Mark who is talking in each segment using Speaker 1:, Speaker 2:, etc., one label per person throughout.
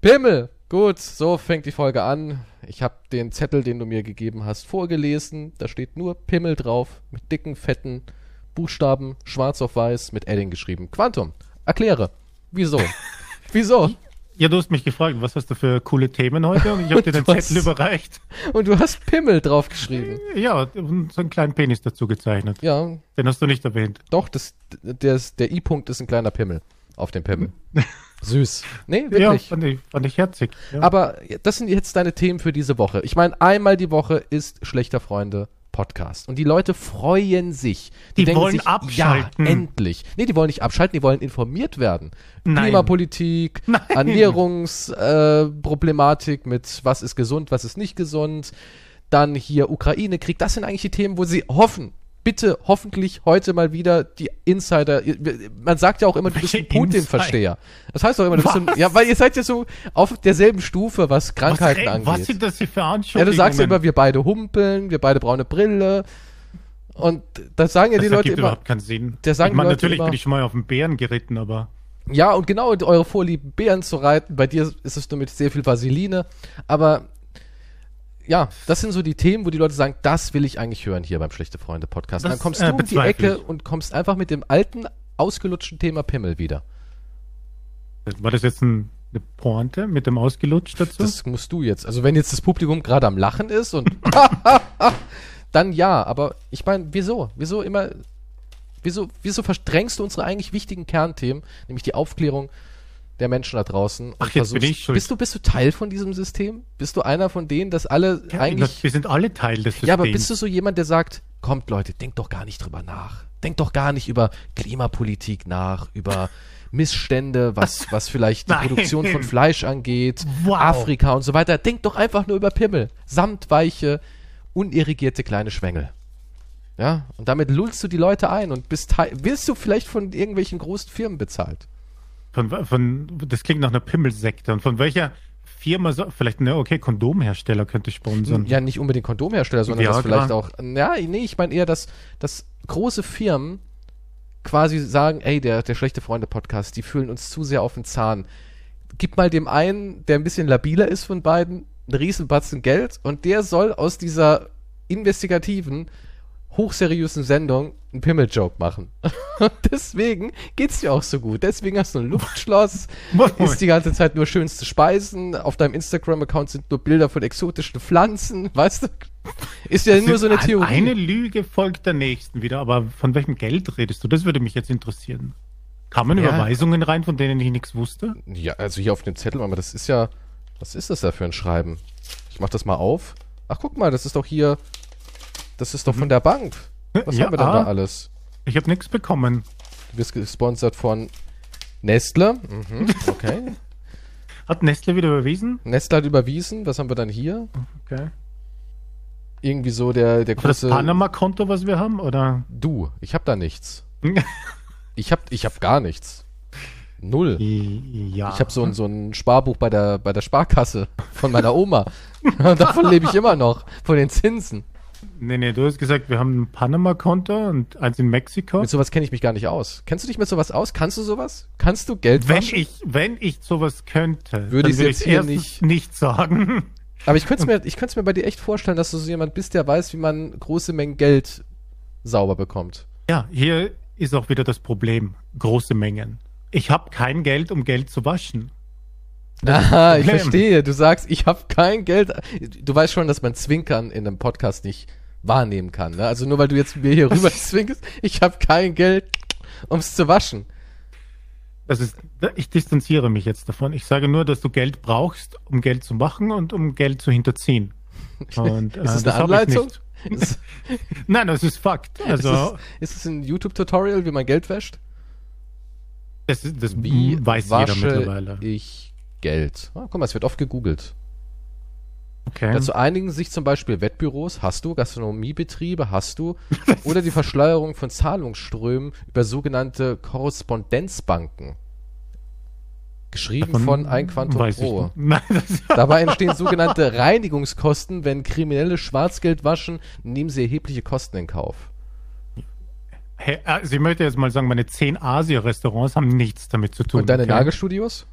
Speaker 1: Pimmel! Gut, so fängt die Folge an. Ich habe den Zettel, den du mir gegeben hast, vorgelesen. Da steht nur Pimmel drauf, mit dicken, fetten Buchstaben, schwarz auf weiß, mit Edding geschrieben. Quantum, erkläre. Wieso? Wieso?
Speaker 2: Ja, du hast mich gefragt, was hast du für coole Themen heute? Und ich habe
Speaker 1: Und
Speaker 2: dir den
Speaker 1: du hast-
Speaker 2: Zettel überreicht.
Speaker 1: Und du hast Pimmel draufgeschrieben.
Speaker 2: Ja, und so einen kleinen Penis dazu gezeichnet.
Speaker 1: Ja,
Speaker 2: Den hast du nicht erwähnt.
Speaker 1: doch, das, das, der I-Punkt ist ein kleiner Pimmel auf dem Pimmel. Süß. Nee,
Speaker 2: Ja,
Speaker 1: wirklich.
Speaker 2: fand ich, fand ich herzig. Ja.
Speaker 1: Aber das sind jetzt deine Themen für diese Woche. Ich meine, einmal die Woche ist Schlechter Freunde Podcast. Und die Leute freuen sich.
Speaker 2: Die
Speaker 1: denken
Speaker 2: wollen
Speaker 1: sich,
Speaker 2: abschalten.
Speaker 1: Ja, endlich. Nee, die wollen nicht abschalten, die wollen informiert werden.
Speaker 2: Nein.
Speaker 1: Klimapolitik,
Speaker 2: Nein.
Speaker 1: Ernährungsproblematik äh, Problematik mit was ist gesund, was ist nicht gesund. Dann hier Ukraine-Krieg. Das sind eigentlich die Themen, wo sie hoffen. Bitte hoffentlich heute mal wieder die Insider. Man sagt ja auch immer, du bist
Speaker 2: Welche
Speaker 1: ein Putin-Versteher. Das heißt doch immer, du bist
Speaker 2: Was?
Speaker 1: ein, ja, weil ihr seid ja so auf derselben Stufe, was
Speaker 2: was,
Speaker 1: Krankheiten
Speaker 2: re-
Speaker 1: angeht.
Speaker 2: was sind das hier für
Speaker 1: ja,
Speaker 2: Anschuldigungen?
Speaker 1: du sagst ja immer, wir beide humpeln, wir beide braune Brille. Und das sagen ja
Speaker 2: das
Speaker 1: die Leute
Speaker 2: ergibt
Speaker 1: immer.
Speaker 2: überhaupt keinen Sinn.
Speaker 1: Das sagen
Speaker 2: ich meine,
Speaker 1: die Leute
Speaker 2: natürlich
Speaker 1: immer-
Speaker 2: bin ich schon mal auf den Bären geritten, aber
Speaker 1: Ja, und genau eure Vorlieben Bären zu reiten. Bei dir ist es nur mit sehr viel Vaseline. Aber ja, das sind so die Themen, wo die Leute sagen, das will ich eigentlich hören hier beim Schlechte Freunde Podcast.
Speaker 2: Das,
Speaker 1: dann kommst
Speaker 2: äh,
Speaker 1: du um die
Speaker 2: bezweifle
Speaker 1: Ecke
Speaker 2: ich.
Speaker 1: und kommst einfach mit dem alten, ausgelutschten Thema Pimmel wieder.
Speaker 2: war das jetzt ein, eine Pointe mit dem Ausgelutscht dazu?
Speaker 1: Das musst du jetzt. Also wenn jetzt das Publikum gerade am Lachen ist und dann ja, aber ich meine, wieso? Wieso immer wieso wieso verdrängst du unsere eigentlich wichtigen Kernthemen, nämlich die Aufklärung der Menschen da draußen und
Speaker 2: Ach, jetzt bin ich schuld.
Speaker 1: bist du bist du Teil von diesem System? Bist du einer von denen, dass alle
Speaker 2: Ja,
Speaker 1: eigentlich
Speaker 2: das, wir sind alle Teil des Systems.
Speaker 1: Ja, aber bist du so jemand, der sagt, kommt Leute, denkt doch gar nicht drüber nach. Denkt doch gar nicht über Klimapolitik nach, über Missstände, was, was vielleicht die
Speaker 2: Nein.
Speaker 1: Produktion von Fleisch angeht,
Speaker 2: Wow.
Speaker 1: Afrika und so weiter. Denkt doch einfach nur über Pimmel. Samtweiche, unirrigierte kleine Schwängel. Ja, und damit lullst du die Leute ein und bist teil- wirst du vielleicht von irgendwelchen großen Firmen bezahlt.
Speaker 2: Von, von, das klingt nach einer Pimmelsekte. Und von welcher Firma, so, vielleicht, ne, okay, Kondomhersteller könnte sponsern.
Speaker 1: Ja, nicht unbedingt Kondomhersteller, sondern
Speaker 2: Ja,
Speaker 1: das
Speaker 2: klar.
Speaker 1: vielleicht auch. Ja, nee, ich meine eher, dass, dass große Firmen quasi sagen, ey, der, der schlechte Freunde-Podcast, die fühlen uns zu sehr auf den Zahn. Gib mal dem einen, der ein bisschen labiler ist von beiden, einen riesen Batzen Geld und der soll aus dieser investigativen, hochseriösen Sendung einen Pimmel-Joke machen. Und deswegen geht's dir auch so gut. Deswegen hast du ein Luftschloss,
Speaker 2: Moment.
Speaker 1: isst die ganze Zeit nur schönste Speisen. Auf deinem Instagram-Account sind nur Bilder von exotischen Pflanzen. Weißt du? Ist ja
Speaker 2: Das
Speaker 1: nur
Speaker 2: ist
Speaker 1: so eine
Speaker 2: ein-
Speaker 1: Theorie.
Speaker 2: Eine Lüge folgt der nächsten wieder, aber von welchem Geld redest du? Das würde mich jetzt interessieren. Kamen
Speaker 1: Ja.
Speaker 2: Überweisungen rein, von denen ich nichts wusste?
Speaker 1: Ja, also hier auf dem Zettel, aber das ist ja. Was ist das da für ein Schreiben? Ich mach das mal auf. Ach, guck mal, das ist doch hier. Das ist doch von der Bank. Was
Speaker 2: Ja,
Speaker 1: haben wir denn
Speaker 2: ah.
Speaker 1: da alles?
Speaker 2: Ich habe nichts bekommen.
Speaker 1: Du wirst gesponsert von Nestle. Mhm, okay.
Speaker 2: Hat Nestle wieder überwiesen?
Speaker 1: Nestle hat überwiesen. Was haben wir dann hier?
Speaker 2: Okay.
Speaker 1: Irgendwie so der, der
Speaker 2: Für das
Speaker 1: große.
Speaker 2: Panama-Konto, was wir haben, oder?
Speaker 1: Du, ich hab da nichts. Ich hab, ich hab gar nichts. Null.
Speaker 2: ja.
Speaker 1: Ich habe so ein, so ein Sparbuch bei der, bei der Sparkasse von meiner Oma. Und davon lebe ich immer noch, von den Zinsen.
Speaker 2: Nee, nee, du hast gesagt, wir haben ein Panama-Konto und eins in Mexiko.
Speaker 1: Mit sowas kenne ich mich gar nicht aus. Kennst du dich mit sowas aus? Kannst du sowas? Kannst du Geld
Speaker 2: Wenn
Speaker 1: waschen?
Speaker 2: ich, wenn ich sowas könnte,
Speaker 1: Würde ich's
Speaker 2: dann
Speaker 1: jetzt
Speaker 2: ich's
Speaker 1: hier
Speaker 2: erstens
Speaker 1: nicht-
Speaker 2: nicht sagen.
Speaker 1: Aber ich könnte es mir, ich könnte es mir bei dir echt vorstellen, dass du so jemand bist, der weiß, wie man große Mengen Geld sauber bekommt.
Speaker 2: Ja, hier ist auch wieder das Problem. Große Mengen. Ich habe kein Geld, um Geld zu waschen.
Speaker 1: Aha, Ah, ich
Speaker 2: Problem.
Speaker 1: verstehe. Du sagst, ich habe kein Geld. Du weißt schon, dass man Zwinkern in einem Podcast nicht wahrnehmen kann. Ne? Also nur weil du jetzt mir hier rüber zwinkst, ich habe kein Geld, ums zu waschen.
Speaker 2: Ah, Das ist, ich distanziere mich jetzt davon. Ich sage nur, dass du Geld brauchst, um Geld zu machen und um Geld zu hinterziehen. Und, äh,
Speaker 1: Ist das eine
Speaker 2: hab ich
Speaker 1: Anleitung?
Speaker 2: nicht.
Speaker 1: Ist,
Speaker 2: Nein, das ist Fakt. Also,
Speaker 1: Ist es, ist es ein YouTube-Tutorial, wie man Geld wäscht?
Speaker 2: das, ist, das Hm, weiß jeder mittlerweile.
Speaker 1: ich Geld? Ah, guck mal, es wird oft gegoogelt.
Speaker 2: Okay.
Speaker 1: Dazu einigen sich zum Beispiel Wettbüros, hast du, Gastronomiebetriebe, hast du, oder die Verschleierung von Zahlungsströmen über sogenannte Korrespondenzbanken. Geschrieben
Speaker 2: Davon
Speaker 1: von ein Quantum
Speaker 2: weiß ich
Speaker 1: Pro.
Speaker 2: nicht. Nein, das,
Speaker 1: Dabei entstehen sogenannte Reinigungskosten, wenn Kriminelle Schwarzgeld waschen, nehmen sie erhebliche Kosten in Kauf.
Speaker 2: hey, also ich möchte jetzt mal sagen, meine zehn Asia-Restaurants haben nichts damit zu tun.
Speaker 1: Und deine
Speaker 2: okay?
Speaker 1: Nagelstudios?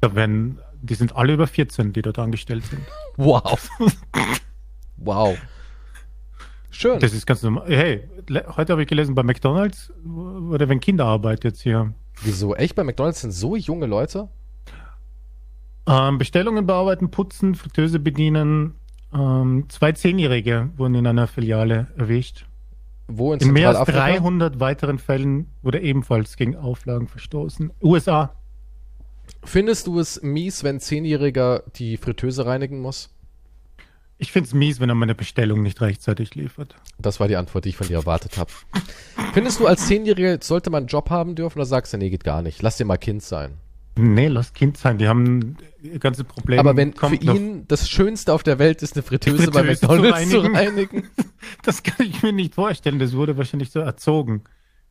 Speaker 2: da werden, die sind alle über 14, die dort angestellt sind.
Speaker 1: Wow. wow. Schön.
Speaker 2: Das ist ganz normal. Hey, le- heute habe ich gelesen, bei McDonalds wurde, wenn Kinder arbeiten jetzt hier,
Speaker 1: Wieso? Echt? Bei McDonalds sind so junge Leute?
Speaker 2: ähm, Bestellungen bearbeiten, putzen, Fritteuse bedienen. Ähm, zwei Zehnjährige wurden in einer Filiale erwischt.
Speaker 1: Wo in
Speaker 2: In mehr als
Speaker 1: Zentralafrika?
Speaker 2: 300 weiteren Fällen wurde ebenfalls gegen Auflagen verstoßen. USA.
Speaker 1: Findest du es mies, wenn ein Zehnjähriger die Fritteuse reinigen muss?
Speaker 2: Ich finde es mies, wenn er meine Bestellung nicht rechtzeitig liefert.
Speaker 1: Das war die Antwort, die ich von dir erwartet habe. Findest du, als Zehnjähriger sollte man einen Job haben dürfen oder sagst du, nee, geht gar nicht. Lass dir mal Kind sein.
Speaker 2: Nee, lass Kind sein. Die haben ganze Probleme.
Speaker 1: Aber wenn für
Speaker 2: Kommt noch-
Speaker 1: ihn das Schönste auf der Welt ist, eine Fritteuse, bei
Speaker 2: Fritteuse zu
Speaker 1: McDonalds zu
Speaker 2: reinigen.
Speaker 1: reinigen.
Speaker 2: Das kann ich mir nicht vorstellen. Das wurde wahrscheinlich so erzogen.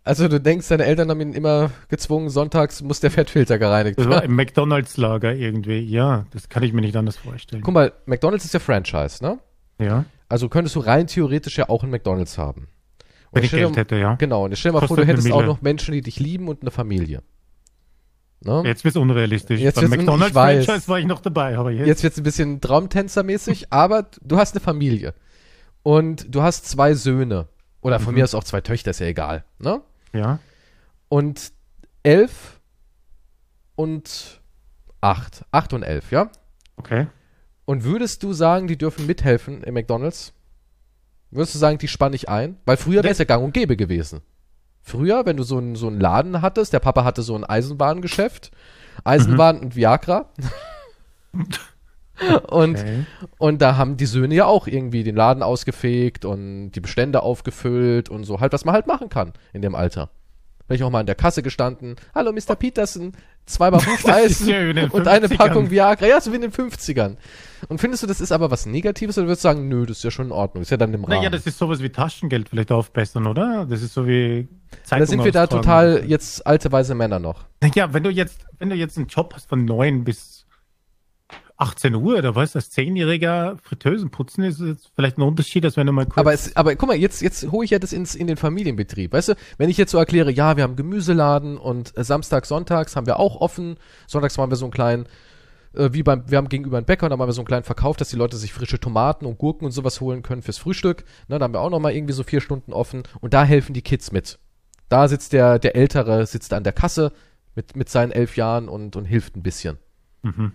Speaker 1: Also du denkst, deine Eltern haben ihn immer gezwungen, sonntags muss der Fettfilter gereinigt
Speaker 2: Das war
Speaker 1: werden.
Speaker 2: im McDonalds-Lager irgendwie. Ja, das kann ich mir nicht anders vorstellen.
Speaker 1: Guck mal, McDonalds ist ja Franchise, ne?
Speaker 2: ja,
Speaker 1: Also könntest du rein theoretisch ja auch einen McDonalds haben. Und
Speaker 2: wenn ich
Speaker 1: stell dir-
Speaker 2: Geld hätte, ja.
Speaker 1: Genau, und jetzt stell dir mal vor,
Speaker 2: Kostet
Speaker 1: du
Speaker 2: eine
Speaker 1: hättest auch
Speaker 2: Mille.
Speaker 1: noch Menschen, die dich lieben und eine Familie. Ne?
Speaker 2: Jetzt wird's unrealistisch.
Speaker 1: Jetzt
Speaker 2: Beim
Speaker 1: wird's un- ich weiß.
Speaker 2: McDonalds-Franchise war ich noch dabei, aber jetzt,
Speaker 1: Jetzt wird's ein bisschen Traumtänzer-mäßig, aber du hast eine Familie. Und du hast zwei Söhne. Oder
Speaker 2: Mhm.
Speaker 1: von mir aus auch zwei Töchter, ist ja egal. Ne?
Speaker 2: ja.
Speaker 1: Und elf und acht. Acht und elf, ja?
Speaker 2: Okay.
Speaker 1: Und würdest du sagen, die dürfen mithelfen im McDonalds? Würdest du sagen, die spanne ich ein? Weil früher wäre es ja gang und gäbe gewesen. Früher, wenn du so einen, so einen Laden hattest, der Papa hatte so ein Eisenbahngeschäft, Eisenbahn und Viagra. und,
Speaker 2: okay.
Speaker 1: und da haben die Söhne ja auch irgendwie den Laden ausgefegt und die Bestände aufgefüllt und so halt, was man halt machen kann in dem Alter. Bin ich auch mal an der Kasse gestanden. Hallo, Mr. Peterson. Zweimal Hufeis
Speaker 2: ist ja wie in den
Speaker 1: und eine
Speaker 2: 50ern.
Speaker 1: Packung Viagra. Ja, so wie in den 50ern. Und findest du, das ist aber was Negatives oder würdest du sagen, nö, das ist ja schon in Ordnung. Ist ja dann im Rahmen.
Speaker 2: Naja, das ist sowas wie Taschengeld vielleicht aufbessern, oder? Das ist so wie Zeitung
Speaker 1: da sind wir da
Speaker 2: austragen.
Speaker 1: total jetzt alte weiße Männer noch.
Speaker 2: Ja, wenn du jetzt, wenn du jetzt einen Job hast von 9 bis 18 Uhr, da weißt du, als Zehnjähriger Fritteusen putzen ist jetzt vielleicht ein Unterschied, als wenn du mal kurz.
Speaker 1: Aber, es, aber guck mal, jetzt, jetzt hole ich ja das ins, in den Familienbetrieb. Weißt du, wenn ich jetzt so erkläre, ja, wir haben Gemüseladen und äh, Samstag, Sonntags haben wir auch offen. Sonntags machen wir so einen kleinen, äh, wie beim, wir haben gegenüber einen Bäcker und da machen wir so einen kleinen Verkauf, dass die Leute sich frische Tomaten und Gurken und sowas holen können fürs Frühstück. Ne, da haben wir auch nochmal irgendwie so vier Stunden offen und da helfen die Kids mit. Da sitzt der, der Ältere, sitzt an der Kasse mit, mit seinen elf Jahren und, und hilft ein bisschen.
Speaker 2: mhm.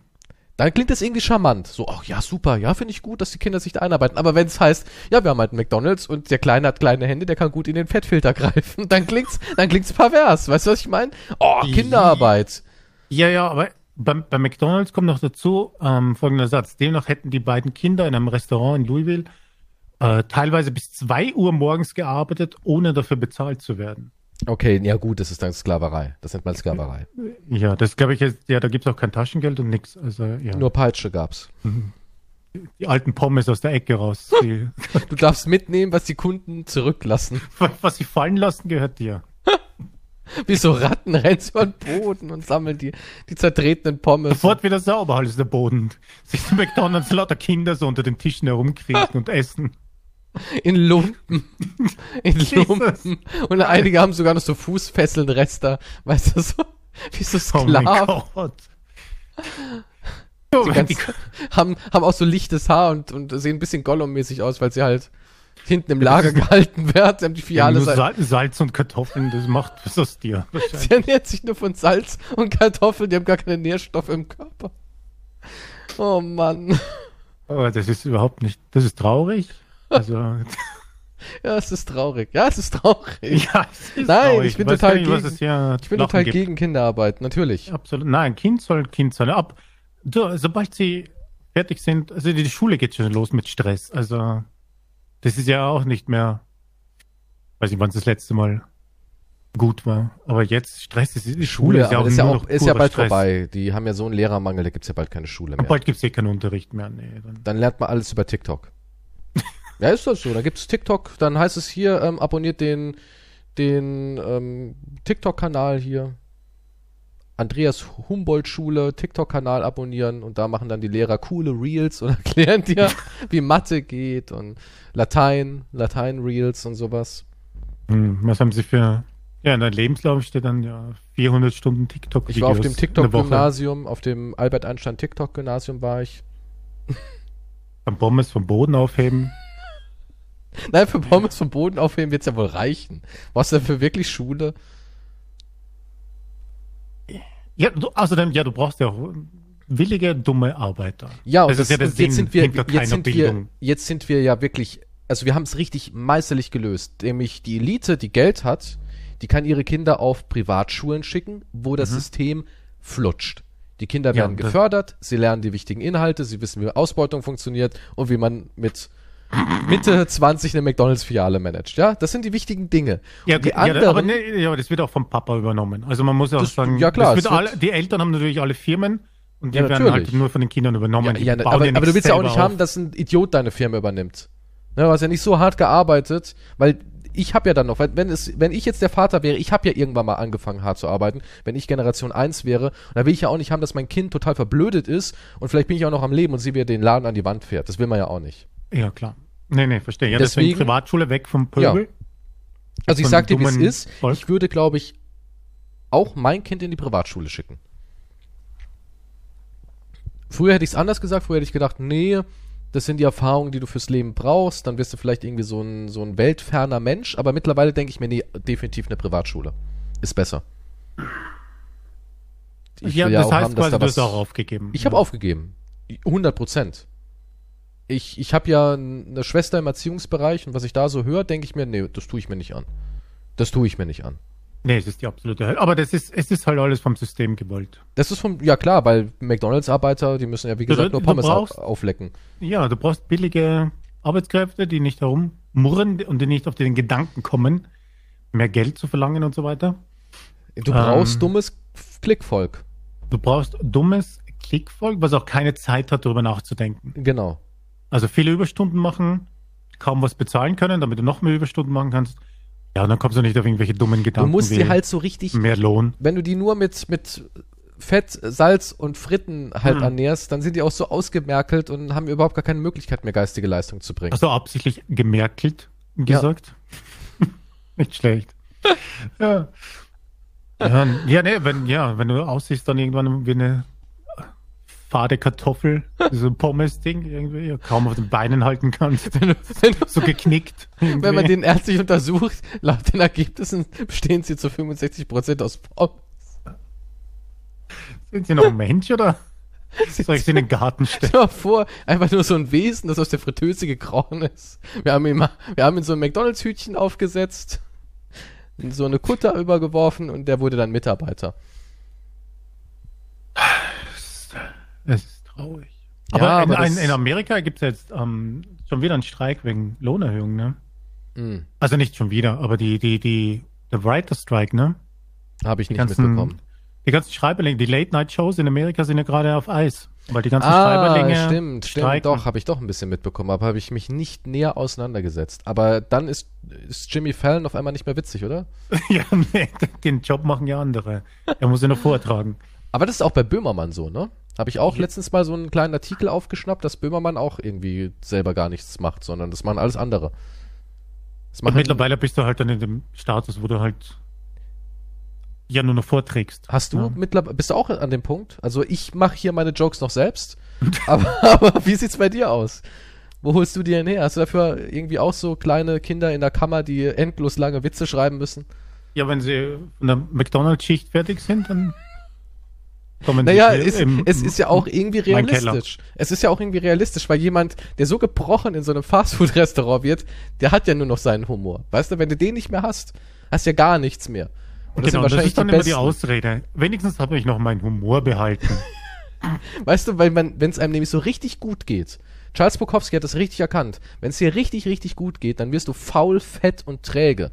Speaker 1: Dann klingt das irgendwie charmant. So, ach ja, super, ja, finde ich gut, dass die Kinder sich da einarbeiten. Aber wenn es heißt, ja, wir haben halt einen McDonalds und der Kleine hat kleine Hände, der kann gut in den Fettfilter greifen, dann klingt's, dann klingt's pervers. Weißt du, was ich meine? Oh, Kinderarbeit.
Speaker 2: Ja, ja, aber bei, bei McDonalds kommt noch dazu ähm, folgender Satz. Demnach hätten die beiden Kinder in einem Restaurant in Louisville äh, teilweise bis 2 Uhr morgens gearbeitet, ohne dafür bezahlt zu werden.
Speaker 1: Okay, ja gut, das ist dann Sklaverei. Das nennt man Sklaverei.
Speaker 2: Ja, das glaube ich jetzt, ja, da gibt's auch kein Taschengeld und nix. Also ja,
Speaker 1: Nur Peitsche gab's.
Speaker 2: die alten Pommes aus der Ecke raus. Die,
Speaker 1: Du darfst mitnehmen, was die Kunden zurücklassen.
Speaker 2: was sie fallen lassen, gehört dir.
Speaker 1: Wie so Ratten rennen sie über den Boden und sammeln die, die zertretenen Pommes.
Speaker 2: Sofort wieder sauber, alles der Boden. Siehst du McDonalds lauter Kinder so unter den Tischen herumkriechen und essen.
Speaker 1: In Lumpen. In
Speaker 2: Jesus.
Speaker 1: Lumpen. Und einige haben sogar noch so Fußfesseln, Rester. Weißt du, so, wie so
Speaker 2: Oh mein
Speaker 1: Sklaven.
Speaker 2: Gott. Oh So,
Speaker 1: Die
Speaker 2: wenn die,
Speaker 1: ganz- haben, haben auch so lichtes Haar und, und sehen ein bisschen Gollum-mäßig aus, weil sie halt hinten im Lager gehalten werden. Sie haben die
Speaker 2: ja,
Speaker 1: Fiale
Speaker 2: nur
Speaker 1: sein.
Speaker 2: Sal Salz und Kartoffeln, das macht was aus dir.
Speaker 1: Sie ernährt sich nur von Salz und Kartoffeln. Die haben gar keine Nährstoffe im Körper. Oh Mann.
Speaker 2: Aber das ist überhaupt nicht, das ist traurig. Also,
Speaker 1: Ja, es ist traurig. Ja, es ist traurig.
Speaker 2: ja, es ist
Speaker 1: Nein,
Speaker 2: traurig.
Speaker 1: ich bin
Speaker 2: Weiß
Speaker 1: total
Speaker 2: gar nicht, was
Speaker 1: gegen-
Speaker 2: es hier
Speaker 1: Ich bin
Speaker 2: lachen
Speaker 1: total
Speaker 2: gibt.
Speaker 1: gegen Kinderarbeit, natürlich.
Speaker 2: Absolut. Nein, Kind soll Kind sein. Ab, du, sobald sie fertig sind, also die Schule geht schon los mit Stress. Also das ist ja auch nicht mehr, weiß nicht, wann es das letzte Mal gut war. Aber jetzt Stress ist die Schule,
Speaker 1: aber das ist ja,
Speaker 2: nur
Speaker 1: auch,
Speaker 2: noch
Speaker 1: ist ja
Speaker 2: purer
Speaker 1: bald
Speaker 2: Stress.
Speaker 1: vorbei. Die haben ja so einen Lehrermangel, da gibt's ja bald keine Schule
Speaker 2: Und
Speaker 1: mehr.
Speaker 2: bald gibt es eh keinen Unterricht mehr. Nee, dann.
Speaker 1: dann lernt man alles über TikTok. ja, ist das so. Da gibt's TikTok, dann heißt es hier, ähm, abonniert den, den ähm, TikTok-Kanal hier. Andreas Humboldt-Schule, TikTok-Kanal abonnieren und da machen dann die Lehrer coole Reels und erklären dir, wie Mathe geht und Latein, Latein-Reels und sowas.
Speaker 2: Hm, was haben sie für Ja, in deinem Lebenslauf steht dann ja 400 Stunden TikTok-Videos.
Speaker 1: Ich war auf dem
Speaker 2: in der Woche.
Speaker 1: TikTok-Gymnasium, auf dem Albert-Einstein-TikTok-Gymnasium war ich.
Speaker 2: Am Pommes vom Boden aufheben.
Speaker 1: Nein, für Pommes vom Boden aufheben wird's ja wohl reichen. Was denn für wirklich Schule?
Speaker 2: Ja, du, außerdem, ja, du brauchst ja auch willige, dumme Arbeiter.
Speaker 1: Ja, und
Speaker 2: das ist ja
Speaker 1: das-
Speaker 2: das Ding
Speaker 1: jetzt sind wir,
Speaker 2: hinter keiner
Speaker 1: jetzt sind wir,
Speaker 2: Bildung.
Speaker 1: jetzt sind wir ja wirklich, also wir haben es richtig meisterlich gelöst, nämlich die Elite, die Geld hat, die kann ihre Kinder auf Privatschulen schicken, wo das System flutscht. Die Kinder
Speaker 2: Mhm. Ja,
Speaker 1: werden
Speaker 2: das-
Speaker 1: gefördert, sie lernen die wichtigen Inhalte, sie wissen, wie Ausbeutung funktioniert und wie man mit Mitte 20 eine McDonalds-Filiale managt. Ja, das sind die wichtigen Dinge.
Speaker 2: Ja,
Speaker 1: und die
Speaker 2: ja,
Speaker 1: anderen,
Speaker 2: aber nee, ja, aber das wird auch vom Papa übernommen. Also man muss ja auch
Speaker 1: Das-
Speaker 2: sagen,
Speaker 1: ja, klar,
Speaker 2: das
Speaker 1: es
Speaker 2: wird
Speaker 1: wird-
Speaker 2: alle, die Eltern haben natürlich alle Firmen und die
Speaker 1: Ja,
Speaker 2: werden halt
Speaker 1: natürlich.
Speaker 2: nur von den Kindern übernommen. Die
Speaker 1: Ja, ja,
Speaker 2: bauen
Speaker 1: aber,
Speaker 2: ja
Speaker 1: aber du
Speaker 2: nichts
Speaker 1: willst ja auch
Speaker 2: selber
Speaker 1: nicht haben,
Speaker 2: auf.
Speaker 1: dass ein Idiot deine Firma übernimmt. Ne, du hast ja nicht so hart gearbeitet, weil ich habe ja dann noch, weil wenn, es, wenn ich jetzt der Vater wäre, ich habe ja irgendwann mal angefangen hart zu arbeiten, wenn ich Generation 1 wäre, und da will ich ja auch nicht haben, dass mein Kind total verblödet ist und vielleicht bin ich auch noch am Leben und sie mir den Laden an die Wand fährt. Das will man ja auch nicht.
Speaker 2: Ja, klar. Nee, nee, verstehe. Ja, deswegen,
Speaker 1: Deswegen-
Speaker 2: Privatschule weg vom Pöbel.
Speaker 1: Also ich
Speaker 2: Von
Speaker 1: sag dir, wie es
Speaker 2: dummen
Speaker 1: ist,
Speaker 2: Volk.
Speaker 1: ich würde, glaube ich, auch mein Kind in die Privatschule schicken. Früher hätte ich es anders gesagt, früher hätte ich gedacht, nee, das sind die Erfahrungen, die du fürs Leben brauchst, dann wirst du vielleicht irgendwie so ein, so ein weltferner Mensch, aber mittlerweile denke ich mir, nee, definitiv eine Privatschule. Ist besser. Ich
Speaker 2: ja,
Speaker 1: will
Speaker 2: das
Speaker 1: auch
Speaker 2: heißt
Speaker 1: haben, dass
Speaker 2: quasi,
Speaker 1: da
Speaker 2: du hast
Speaker 1: was-
Speaker 2: auch aufgegeben.
Speaker 1: ich habe
Speaker 2: ja.
Speaker 1: aufgegeben. 100 Prozent. Ich, ich habe ja eine Schwester im Erziehungsbereich und was ich da so höre, denke ich mir, nee, das tue ich mir nicht an. Das tue ich mir nicht an.
Speaker 2: Nee, es ist die absolute Hölle. Aber das ist, es ist halt alles vom System gewollt.
Speaker 1: Das ist vom, ja klar, weil McDonalds-Arbeiter, die müssen ja wie
Speaker 2: Du-
Speaker 1: gesagt nur
Speaker 2: du
Speaker 1: Pommes au-
Speaker 2: brauchst-
Speaker 1: auflecken.
Speaker 2: Ja, du brauchst billige Arbeitskräfte, die nicht herummurren und die nicht auf den Gedanken kommen, mehr Geld zu verlangen und so weiter.
Speaker 1: Du
Speaker 2: Ähm.
Speaker 1: brauchst dummes Klickvolk.
Speaker 2: Du brauchst dummes Klickvolk, was auch keine Zeit hat, darüber nachzudenken.
Speaker 1: Genau.
Speaker 2: Also viele Überstunden machen, kaum was bezahlen können, damit du noch mehr Überstunden machen kannst. Ja, und dann kommst du nicht auf irgendwelche dummen
Speaker 1: Du
Speaker 2: Gedanken.
Speaker 1: musst
Speaker 2: wie
Speaker 1: die halt so richtig,
Speaker 2: mehr Lohn.
Speaker 1: wenn du die nur mit, mit Fett, Salz und Fritten halt
Speaker 2: Hm.
Speaker 1: ernährst, dann sind die auch so ausgemerkelt und haben überhaupt gar keine Möglichkeit mehr, geistige Leistung zu bringen.
Speaker 2: Hast du absichtlich gemerkelt gesagt? Nicht schlecht. ja. Ja, n- ja, nee, wenn, ja, wenn du aussiehst, dann irgendwann wie eine fade Kartoffel, so ein Pommes-Ding, irgendwie, ja, kaum auf den Beinen halten kannst,
Speaker 1: Wenn du-
Speaker 2: so geknickt.
Speaker 1: Wenn man
Speaker 2: irgendwie.
Speaker 1: den ärztlich untersucht, laut den Ergebnissen bestehen sie zu 65% aus Pommes.
Speaker 2: sind sie noch ein Mensch oder soll ich sie in den Garten stellen?
Speaker 1: Stell dir mal vor, einfach nur so ein Wesen, das aus der Fritteuse gekrochen ist. Wir haben ihn, mal, wir haben ihn so ein McDonalds-Hütchen aufgesetzt, in so eine Kutter übergeworfen und der wurde dann Mitarbeiter.
Speaker 2: Es ist traurig.
Speaker 1: Ja,
Speaker 2: Aber,
Speaker 1: aber
Speaker 2: in,
Speaker 1: das-
Speaker 2: in, in Amerika gibt es jetzt ähm, schon wieder einen Streik wegen Lohnerhöhung, ne?
Speaker 1: Hm,
Speaker 2: Also nicht schon wieder, aber die, die, die, der Writer Strike, ne?
Speaker 1: Habe ich
Speaker 2: Die
Speaker 1: nicht
Speaker 2: ganzen,
Speaker 1: mitbekommen.
Speaker 2: die ganzen Schreiberlinge, die Late-Night-Shows in Amerika sind ja gerade auf Eis. Weil die ganzen
Speaker 1: Ah,
Speaker 2: Schreiberlinge.
Speaker 1: stimmt, stimmt,
Speaker 2: streiken.
Speaker 1: doch, habe ich doch ein bisschen mitbekommen, aber habe ich mich nicht näher auseinandergesetzt. Aber dann ist, ist Jimmy Fallon auf einmal nicht mehr witzig, oder?
Speaker 2: Ja, nee, den Job machen ja andere. Er muss ja noch vortragen.
Speaker 1: Aber das ist auch bei Böhmermann so, ne? Habe ich auch letztens mal so einen kleinen Artikel aufgeschnappt, dass Böhmermann auch irgendwie selber gar nichts macht, sondern das machen alles andere. Das
Speaker 2: Und
Speaker 1: machen
Speaker 2: mittlerweile bist du halt dann in dem Status, wo du halt ja nur noch vorträgst.
Speaker 1: Hast du
Speaker 2: Ja.
Speaker 1: mittlerweile, bist du auch an dem Punkt? Also ich mache hier meine Jokes noch selbst, aber, aber wie sieht's bei dir aus? Wo holst du dir denn her? Hast du dafür irgendwie auch so kleine Kinder in der Kammer, die endlos lange Witze schreiben müssen?
Speaker 2: Ja, wenn sie von der McDonalds-Schicht fertig sind, dann kommen
Speaker 1: Naja,
Speaker 2: sie
Speaker 1: es,
Speaker 2: im- Genau,
Speaker 1: es ist ja auch irgendwie
Speaker 2: mein Keller.
Speaker 1: realistisch. Es ist ja auch irgendwie realistisch, weil jemand, der so gebrochen in so einem Fastfood-Restaurant wird, der hat ja nur noch seinen Humor. Weißt du, wenn du den nicht mehr hast, hast du ja gar nichts mehr. Und das sind
Speaker 2: Genau, das
Speaker 1: wahrscheinlich
Speaker 2: ist dann
Speaker 1: die
Speaker 2: immer die
Speaker 1: Besten.
Speaker 2: Ausrede. Wenigstens habe ich noch meinen Humor behalten.
Speaker 1: Weißt du, weil man, wenn es einem nämlich so richtig gut geht, Charles Bukowski hat das richtig erkannt, wenn es dir richtig, richtig gut geht, dann wirst du faul, fett und träge.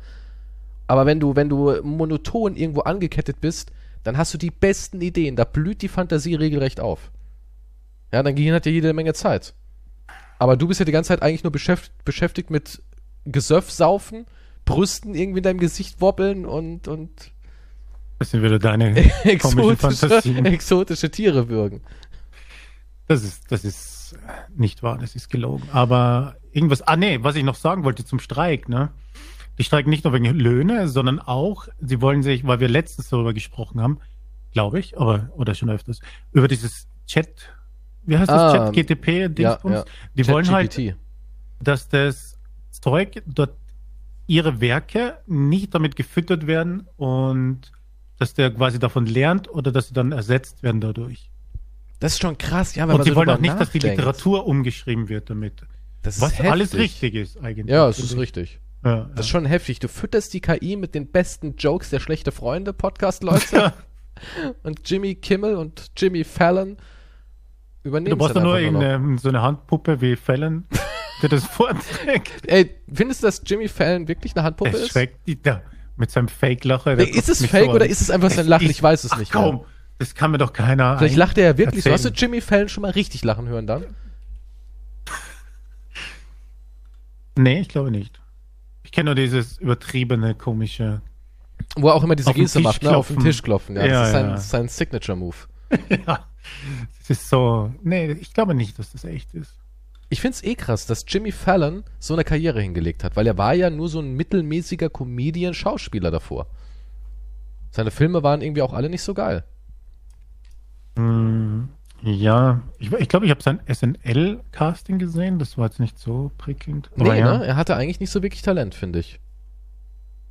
Speaker 1: Aber wenn du, wenn du monoton irgendwo angekettet bist, dann hast du die besten Ideen, da blüht die Fantasie regelrecht auf. Ja, dann gehirn hat ja jede Menge Zeit. Aber du bist ja die ganze Zeit eigentlich nur beschäft, beschäftigt mit Gesöff saufen, Brüsten irgendwie in deinem Gesicht wobbeln und, und
Speaker 2: Das sind wieder deine komischen
Speaker 1: exotische,
Speaker 2: Fantasien.
Speaker 1: exotische Tiere würgen.
Speaker 2: Das ist, das ist äh, nicht wahr, das ist gelogen. Aber irgendwas, ah nee, was ich noch sagen wollte zum Streik, ne? Die streiken nicht nur wegen Löhne, sondern auch, sie wollen sich, weil wir letztens darüber gesprochen haben, glaube ich, aber, oder schon öfters, über dieses Chat, wie heißt das?
Speaker 1: Ah,
Speaker 2: Chat GTP, Dingsbums.
Speaker 1: ja.
Speaker 2: Die wollen halt,
Speaker 1: ChatGPT.
Speaker 2: dass das Zeug dort ihre Werke nicht damit gefüttert werden und dass der quasi davon lernt oder dass sie dann ersetzt werden dadurch.
Speaker 1: Das ist schon krass, ja, wenn man
Speaker 2: Und die
Speaker 1: so
Speaker 2: wollen
Speaker 1: drüber
Speaker 2: auch nicht, dass die
Speaker 1: nachdenkt.
Speaker 2: Literatur umgeschrieben wird damit.
Speaker 1: das ist
Speaker 2: Was
Speaker 1: heftig.
Speaker 2: alles richtig ist eigentlich.
Speaker 1: Ja, es ist richtig.
Speaker 2: Ja,
Speaker 1: Das ist schon heftig. Du fütterst die KI mit den besten Jokes der schlechte Freunde Podcast-Leute und Jimmy Kimmel und Jimmy Fallon übernehmen
Speaker 2: Du brauchst
Speaker 1: dann
Speaker 2: doch nur
Speaker 1: einfach noch.
Speaker 2: irgendeine so eine Handpuppe wie Fallon, der das vorträgt.
Speaker 1: Ey, findest du, dass Jimmy Fallon wirklich eine Handpuppe
Speaker 2: Das
Speaker 1: ist?
Speaker 2: schreckt die da mit seinem Fake-Lacher.
Speaker 1: Nee, ist es fake oder ist es einfach sein Lachen? Ich weiß es nicht. mehr.
Speaker 2: Komm, das kann mir doch keiner.
Speaker 1: Vielleicht
Speaker 2: ein-
Speaker 1: lacht er ja wirklich so. Hast du
Speaker 2: erzählen.
Speaker 1: Jimmy Fallon schon mal richtig lachen hören dann?
Speaker 2: Nee, ich glaube nicht. Ich kenne nur dieses übertriebene, komische.
Speaker 1: Wo er auch immer diese
Speaker 2: Auf den
Speaker 1: Geste
Speaker 2: Tisch
Speaker 1: macht, ne? auf den
Speaker 2: klopfen.
Speaker 1: Tisch klopfen. Ja,
Speaker 2: Ja,
Speaker 1: das ist sein,
Speaker 2: ja.
Speaker 1: sein Signature-Move.
Speaker 2: ja, das ist so. Nee, ich glaube nicht, dass das echt ist.
Speaker 1: Ich find's eh krass, dass Jimmy Fallon so eine Karriere hingelegt hat, weil er war ja nur so ein mittelmäßiger Comedian-Schauspieler davor. Seine Filme waren irgendwie auch alle nicht so geil.
Speaker 2: Hm, ja, ich glaube, ich, glaub, ich habe sein SNL-Casting gesehen. Das war jetzt nicht so prickelnd.
Speaker 1: Nee,
Speaker 2: Oh ja.
Speaker 1: ne? Er hatte eigentlich nicht so wirklich Talent, finde ich.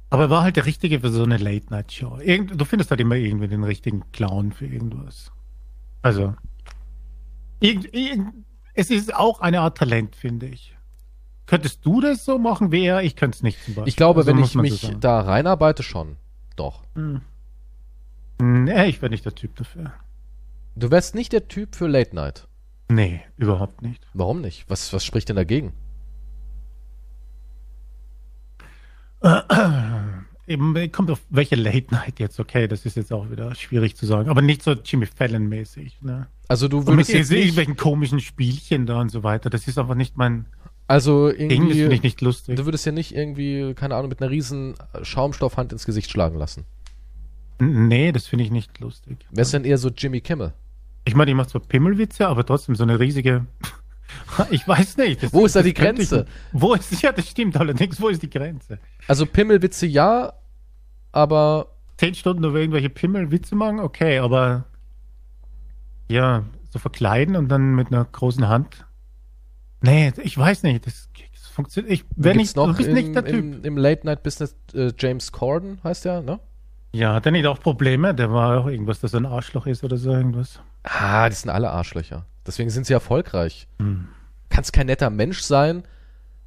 Speaker 2: Aber er war halt der Richtige für so eine Late-Night-Show. Irgend, du findest halt immer irgendwie den richtigen Clown für irgendwas. Also. Irgend, irgend, es ist auch eine Art Talent, finde ich. Könntest du das so machen wie er? Ich könnte es nicht. Zum Beispiel.
Speaker 1: Ich glaube,
Speaker 2: Also
Speaker 1: wenn
Speaker 2: muss
Speaker 1: ich
Speaker 2: man so
Speaker 1: mich
Speaker 2: sagen.
Speaker 1: da reinarbeite, schon. Doch.
Speaker 2: Hm. Nee, ich wäre nicht der Typ dafür.
Speaker 1: Du wärst nicht der Typ für Late Night.
Speaker 2: Nee, überhaupt nicht.
Speaker 1: Warum nicht? Was, was spricht denn dagegen?
Speaker 2: Eben, kommt auf welche Late Night jetzt, okay, das ist jetzt auch wieder schwierig zu sagen. Aber nicht so Jimmy Fallon-mäßig. Ne?
Speaker 1: Also du
Speaker 2: Und mit
Speaker 1: würdest jetzt nicht,
Speaker 2: irgendwelchen komischen Spielchen da und so weiter. Das ist einfach nicht mein
Speaker 1: also
Speaker 2: Ding, das finde ich
Speaker 1: irgendwie,
Speaker 2: nicht lustig.
Speaker 1: du würdest ja nicht irgendwie, keine Ahnung, mit einer riesen Schaumstoffhand ins Gesicht schlagen lassen.
Speaker 2: Nee, das finde ich nicht lustig.
Speaker 1: Wärst denn eher so Jimmy Kimmel?
Speaker 2: Ich meine, ich mache zwar Pimmelwitze, aber trotzdem so eine riesige. Ich weiß nicht. das-
Speaker 1: Wo ist da die
Speaker 2: das könnte ich-
Speaker 1: Grenze?
Speaker 2: Wo ist, ja, das stimmt allerdings. Wo ist die Grenze?
Speaker 1: Also Pimmelwitze ja, aber
Speaker 2: Zehn Stunden über irgendwelche Pimmelwitze machen? Okay, aber. Ja, so verkleiden und dann mit einer großen Hand. Nee, ich weiß nicht. Das, das funktioniert. Ich, wenn
Speaker 1: gibt's
Speaker 2: ich,
Speaker 1: noch
Speaker 2: du bist
Speaker 1: im,
Speaker 2: nicht der Typ.
Speaker 1: im, im Late-Night-Business äh, James Corden, heißt der, ne?
Speaker 2: Ja, hat er nicht auch Probleme? Der war auch irgendwas, dass er ein Arschloch ist oder so irgendwas.
Speaker 1: Ah, die sind alle Arschlöcher. Deswegen sind sie erfolgreich.
Speaker 2: Hm.
Speaker 1: Kannst kein netter Mensch sein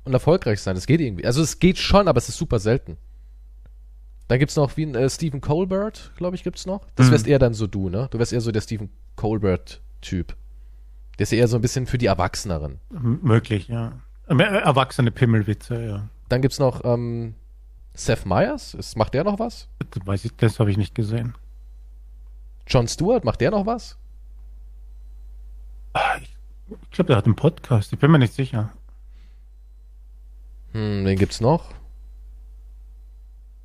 Speaker 1: und erfolgreich sein. Das geht irgendwie. Also es geht schon, aber es ist super selten. Dann gibt's noch wie ein äh, Stephen Colbert, glaube ich, gibt's noch. Das
Speaker 2: Hm.
Speaker 1: wärst eher dann so du, ne? Du wärst eher so der Stephen Colbert-Typ. Der ist eher so ein bisschen für die Erwachseneren.
Speaker 2: M möglich, ja. Ähm, äh, Erwachsene Pimmelwitze, ja.
Speaker 1: Dann gibt's noch ähm, Seth Meyers. Ist, macht der noch was?
Speaker 2: Das, weiß ich- das habe ich nicht gesehen.
Speaker 1: John Stewart, macht der noch was?
Speaker 2: Ich glaube, der hat einen Podcast. Ich bin mir nicht sicher.
Speaker 1: Hm, den gibt's noch.